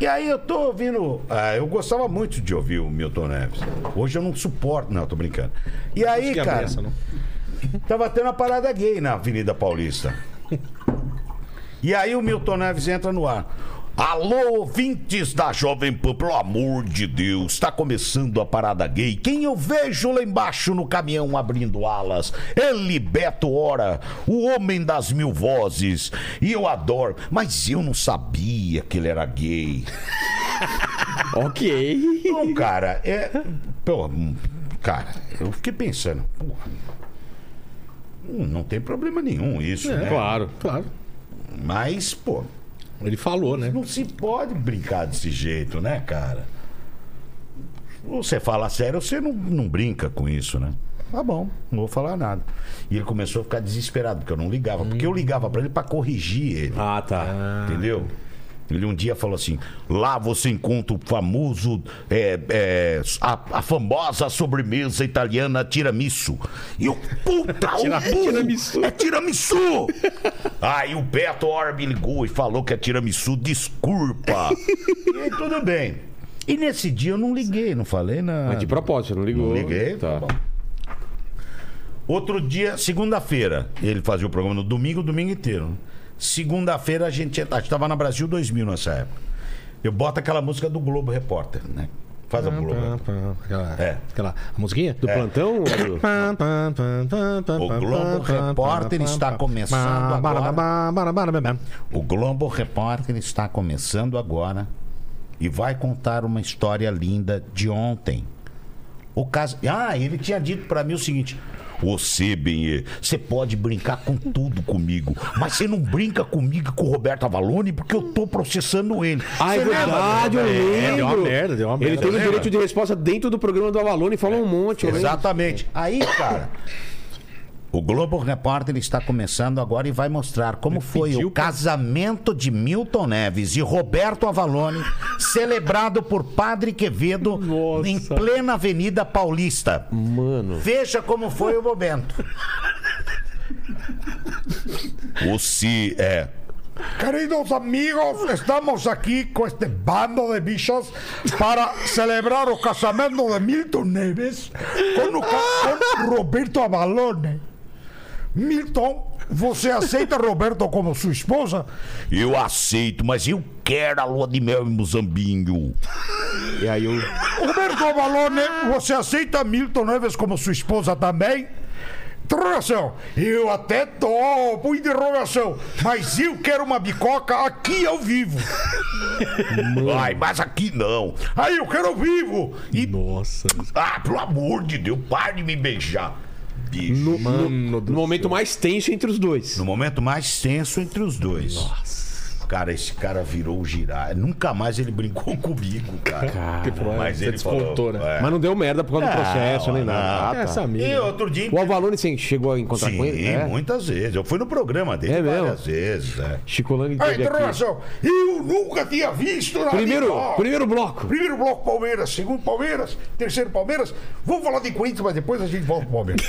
E aí eu tô ouvindo. Ah, eu gostava muito de ouvir o Milton Neves. Hoje eu não suporto. Não, tô brincando. E aí,
que é abre
cara.
essa, né? não.
Tava tendo a parada gay na Avenida Paulista. E aí o Milton Neves entra no ar.
Alô, ouvintes da Jovem Pan, pelo amor de Deus, está começando a parada gay. Quem eu vejo lá embaixo no caminhão abrindo alas? Ele, Beto Ora, o homem das mil vozes. E eu adoro, mas eu não sabia que ele era gay.
Ok.
Então, cara, é. Pô, hum, cara, eu fiquei pensando, porra. hum, Não tem problema nenhum isso, né?
Claro.
Claro.
Mas, pô,
Ele falou, né?
não se pode brincar desse jeito, né, cara? Ou Você fala sério, ou você não, não brinca com isso, né? Tá bom, não vou falar nada. E ele começou a ficar desesperado, porque eu não ligava. Porque eu ligava pra ele pra corrigir ele.
Ah, tá.
Entendeu? Ele um dia falou assim: lá você encontra o famoso, é, é, a, a famosa sobremesa italiana tiramisu. E o puta, o burro,
tiramisu.
é tiramisu!
Aí o Beto Ora me ligou e falou que é tiramisu, desculpa.
e aí, tudo bem. E nesse dia eu não liguei, não falei nada.
Mas de propósito, não ligou.
Não liguei,
Tá.
tá bom. Outro dia, segunda-feira, ele fazia o programa no domingo, o domingo inteiro. Segunda-feira a gente estava na Brasil 2000 nessa época. Eu boto aquela música do Globo Repórter, né? Faz a
Pam,
Globo.
pam, Aquela,
É.
aquela musiquinha do
É.
plantão? ou do- Pam, pam, pam, pam, pam,
O
pam,
Globo
pam,
Repórter
pam,
está
pam,
começando
pam, pam,
agora.
pam, pam, pam, pam, pam.
O Globo Repórter está começando agora e vai contar uma história linda de ontem. O caso. Ah, ele tinha dito pra mim o seguinte. Você, Benê, você pode brincar com tudo comigo, mas você não brinca comigo e com o Roberto Avalone porque eu tô processando ele.
Ah, é
Você lembra,
verdade, eu
Benê?
lembro.
deu uma merda,
é
deu uma merda.
Ele teve o
Lembra?
direito de resposta dentro do programa do Avalone e falou um monte. eu lembro.
Exatamente. Aí, cara. O Globo Repórter está começando agora e vai mostrar como foi o casamento de Milton Neves e Roberto Avalone, celebrado por Padre Quevedo em plena Avenida Paulista.
Mano.
Veja como foi o momento. O si é.
Queridos amigos, estamos aqui com este bando de bichos para celebrar o casamento de Milton Neves com, o ca- com Roberto Avalone. Milton, você aceita Roberto como sua esposa?
Eu aceito, mas eu quero a lua de mel em Mozambinho.
E aí o.
Roberto Avalone, você aceita Milton Neves como sua esposa também? Interrogação. Eu até topo, interrogação. Mas eu quero uma bicoca aqui ao vivo.
Ai, mas aqui não.
Aí eu quero ao vivo. E
Nossa.
Ah, pelo amor de Deus, pare de me beijar. Bicho.
No, no- no momento mais tenso entre os dois.
No momento mais tenso entre os dois. Nossa. Cara, esse cara virou o girar. Nunca mais ele brincou comigo, cara. Mas
você
ele
descontou,
falou,
né?
é.
Mas não deu merda por causa do
Não,
processo nem nada.
não.
Ah, tá.
Essa
E
merda.
outro dia.
O Avalone sim, chegou a encontrar com ele?
Sim,
É.
muitas vezes. Eu fui no programa dele
É mesmo?
várias vezes. né?
Chico Lang
Aí,
teve aqui.
interrogação. Eu nunca tinha visto na
Primeiro,
vida.
primeiro bloco.
Primeiro bloco Palmeiras, segundo Palmeiras, terceiro Palmeiras. Vamos falar de Corinthians, mas depois a gente volta pro Palmeiras.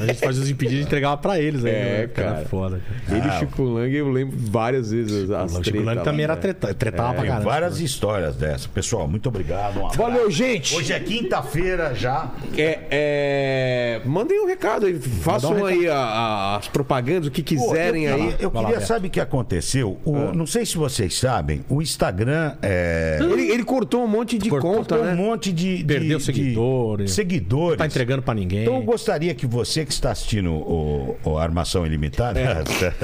A gente fazia os impedidos e entregava pra eles aí.
É,
né?
cara.
foda. cara.
Ele e Chico Lang, eu lembro várias vezes. As
Ah, O Chico
treta
Lang
lá,
também era
né?
treta- tretava pra
Tem
caramba.
várias histórias dessa. Pessoal, muito obrigado. um abraço.
Valeu, gente!
Hoje é quinta-feira já.
É, é, mandem um recado aí, façam aí a- a- as propagandas, o que quiserem
eu
aí.
queria, eu queria sabe o que aconteceu? O- Não sei se vocês sabem, o Instagram é.
Ele, ele cortou um monte de conta,
Tem um
né?
monte de. de-
Perdeu
de
seguidores.
Seguidores.
Tá entregando pra ninguém.
Então eu gostaria que você que está assistindo o, o Armação Ilimitada,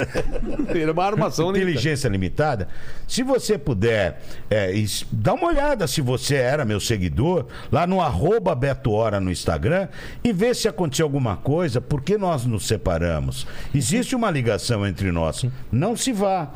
Era uma armação, né?
Inteligência Limitada, se você puder, é, es- dá uma olhada se você era meu seguidor, lá no arroba Beto Hora no Instagram, e vê se aconteceu alguma coisa, porque nós nos separamos. Existe uma ligação entre nós. Não se vá.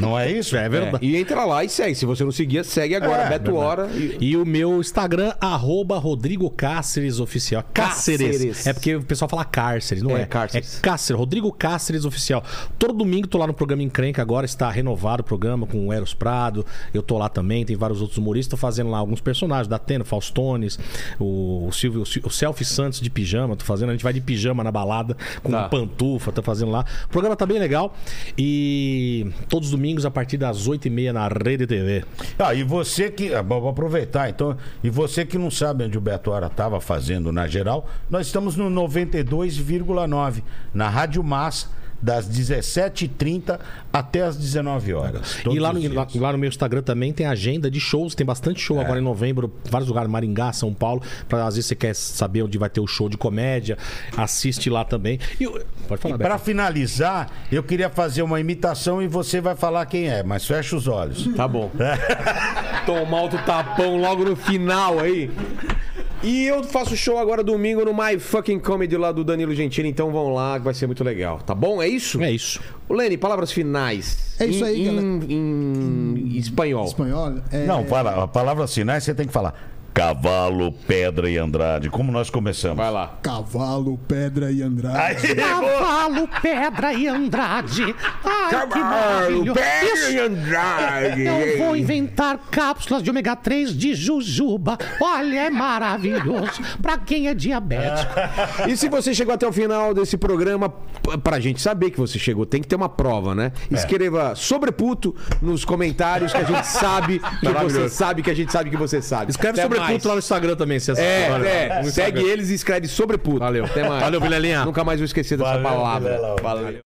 Não é isso? É
É, e entra lá e segue. Se você não seguia, segue agora.
É,
Beto Hora. E...
E o meu Instagram, arroba Rodrigo Cáceres Oficial. Cáceres.
Cáceres.
É porque o pessoal fala Cáceres, não
É,
é?
Cáceres.
É Cáceres, Rodrigo Cáceres Oficial. Todo domingo tô lá no programa Encrenca, agora está renovado o programa com o Eros Prado. Eu tô lá também, tem vários outros humoristas tô fazendo lá alguns personagens, da Tena, Faustones, o, o Silvio, o Sil- o Selfie Santos de pijama, tô fazendo. A gente vai de pijama na balada com
Tá.
pantufa, tá fazendo lá. O programa tá bem legal. E todos os domingos, a partir das 8h30 na Rede TV.
Ah, e você que. ah, Vou vou aproveitar, então. E você que não sabe onde o Beto Hora estava fazendo na geral, nós estamos no 92,9, na Rádio Massa, das 17h30 até as 19 horas.
E lá
Todos
no,
os
lá-
dias.
lá no meu Instagram também tem agenda de shows, tem bastante
É.
show agora em novembro, vários lugares, Maringá, São Paulo. Pra, às vezes você quer saber onde vai ter o show de comédia, assiste lá também. E, o- pode falar,
E
Beto.
para finalizar, eu queria fazer uma imitação e você vai falar quem é, mas fecha os olhos.
Tá bom. Tomar outro tapão logo no final aí. E eu faço show agora domingo no My Fucking Comedy lá do Danilo Gentili, então vão lá que vai ser muito legal, tá bom? É isso?
É isso.
Lene, palavras finais.
É isso
em,
aí, galera.
Em, em espanhol.
Espanhol? É...
Não, fala, a palavra sinais você tem que falar. Cavalo, pedra e Andrade. Como nós começamos?
Vai lá.
Cavalo, pedra e Andrade.
Cavalo, pedra e Andrade. Ai, que maravilhoso. Isso,
É,
eu vou inventar cápsulas de ômega 3 de jujuba. Olha, é maravilhoso. Pra quem é diabético.
E se você chegou até o final desse programa, p- pra gente saber que você chegou, tem que ter uma prova, né?
É.
Escreva sobreputo nos comentários que a gente sabe que você sabe, que a gente sabe que você sabe.
Escreve
Até
sobre
mais.
tudo lá no Instagram também, se
É,
Olha,
é.
no
Segue
Instagram.
eles e escreve sobreputo. Valeu. Até mais.
Valeu, Vilelinha.
Nunca mais vou esquecer dessa
Valeu,
palavra.
Vilela.
Valeu.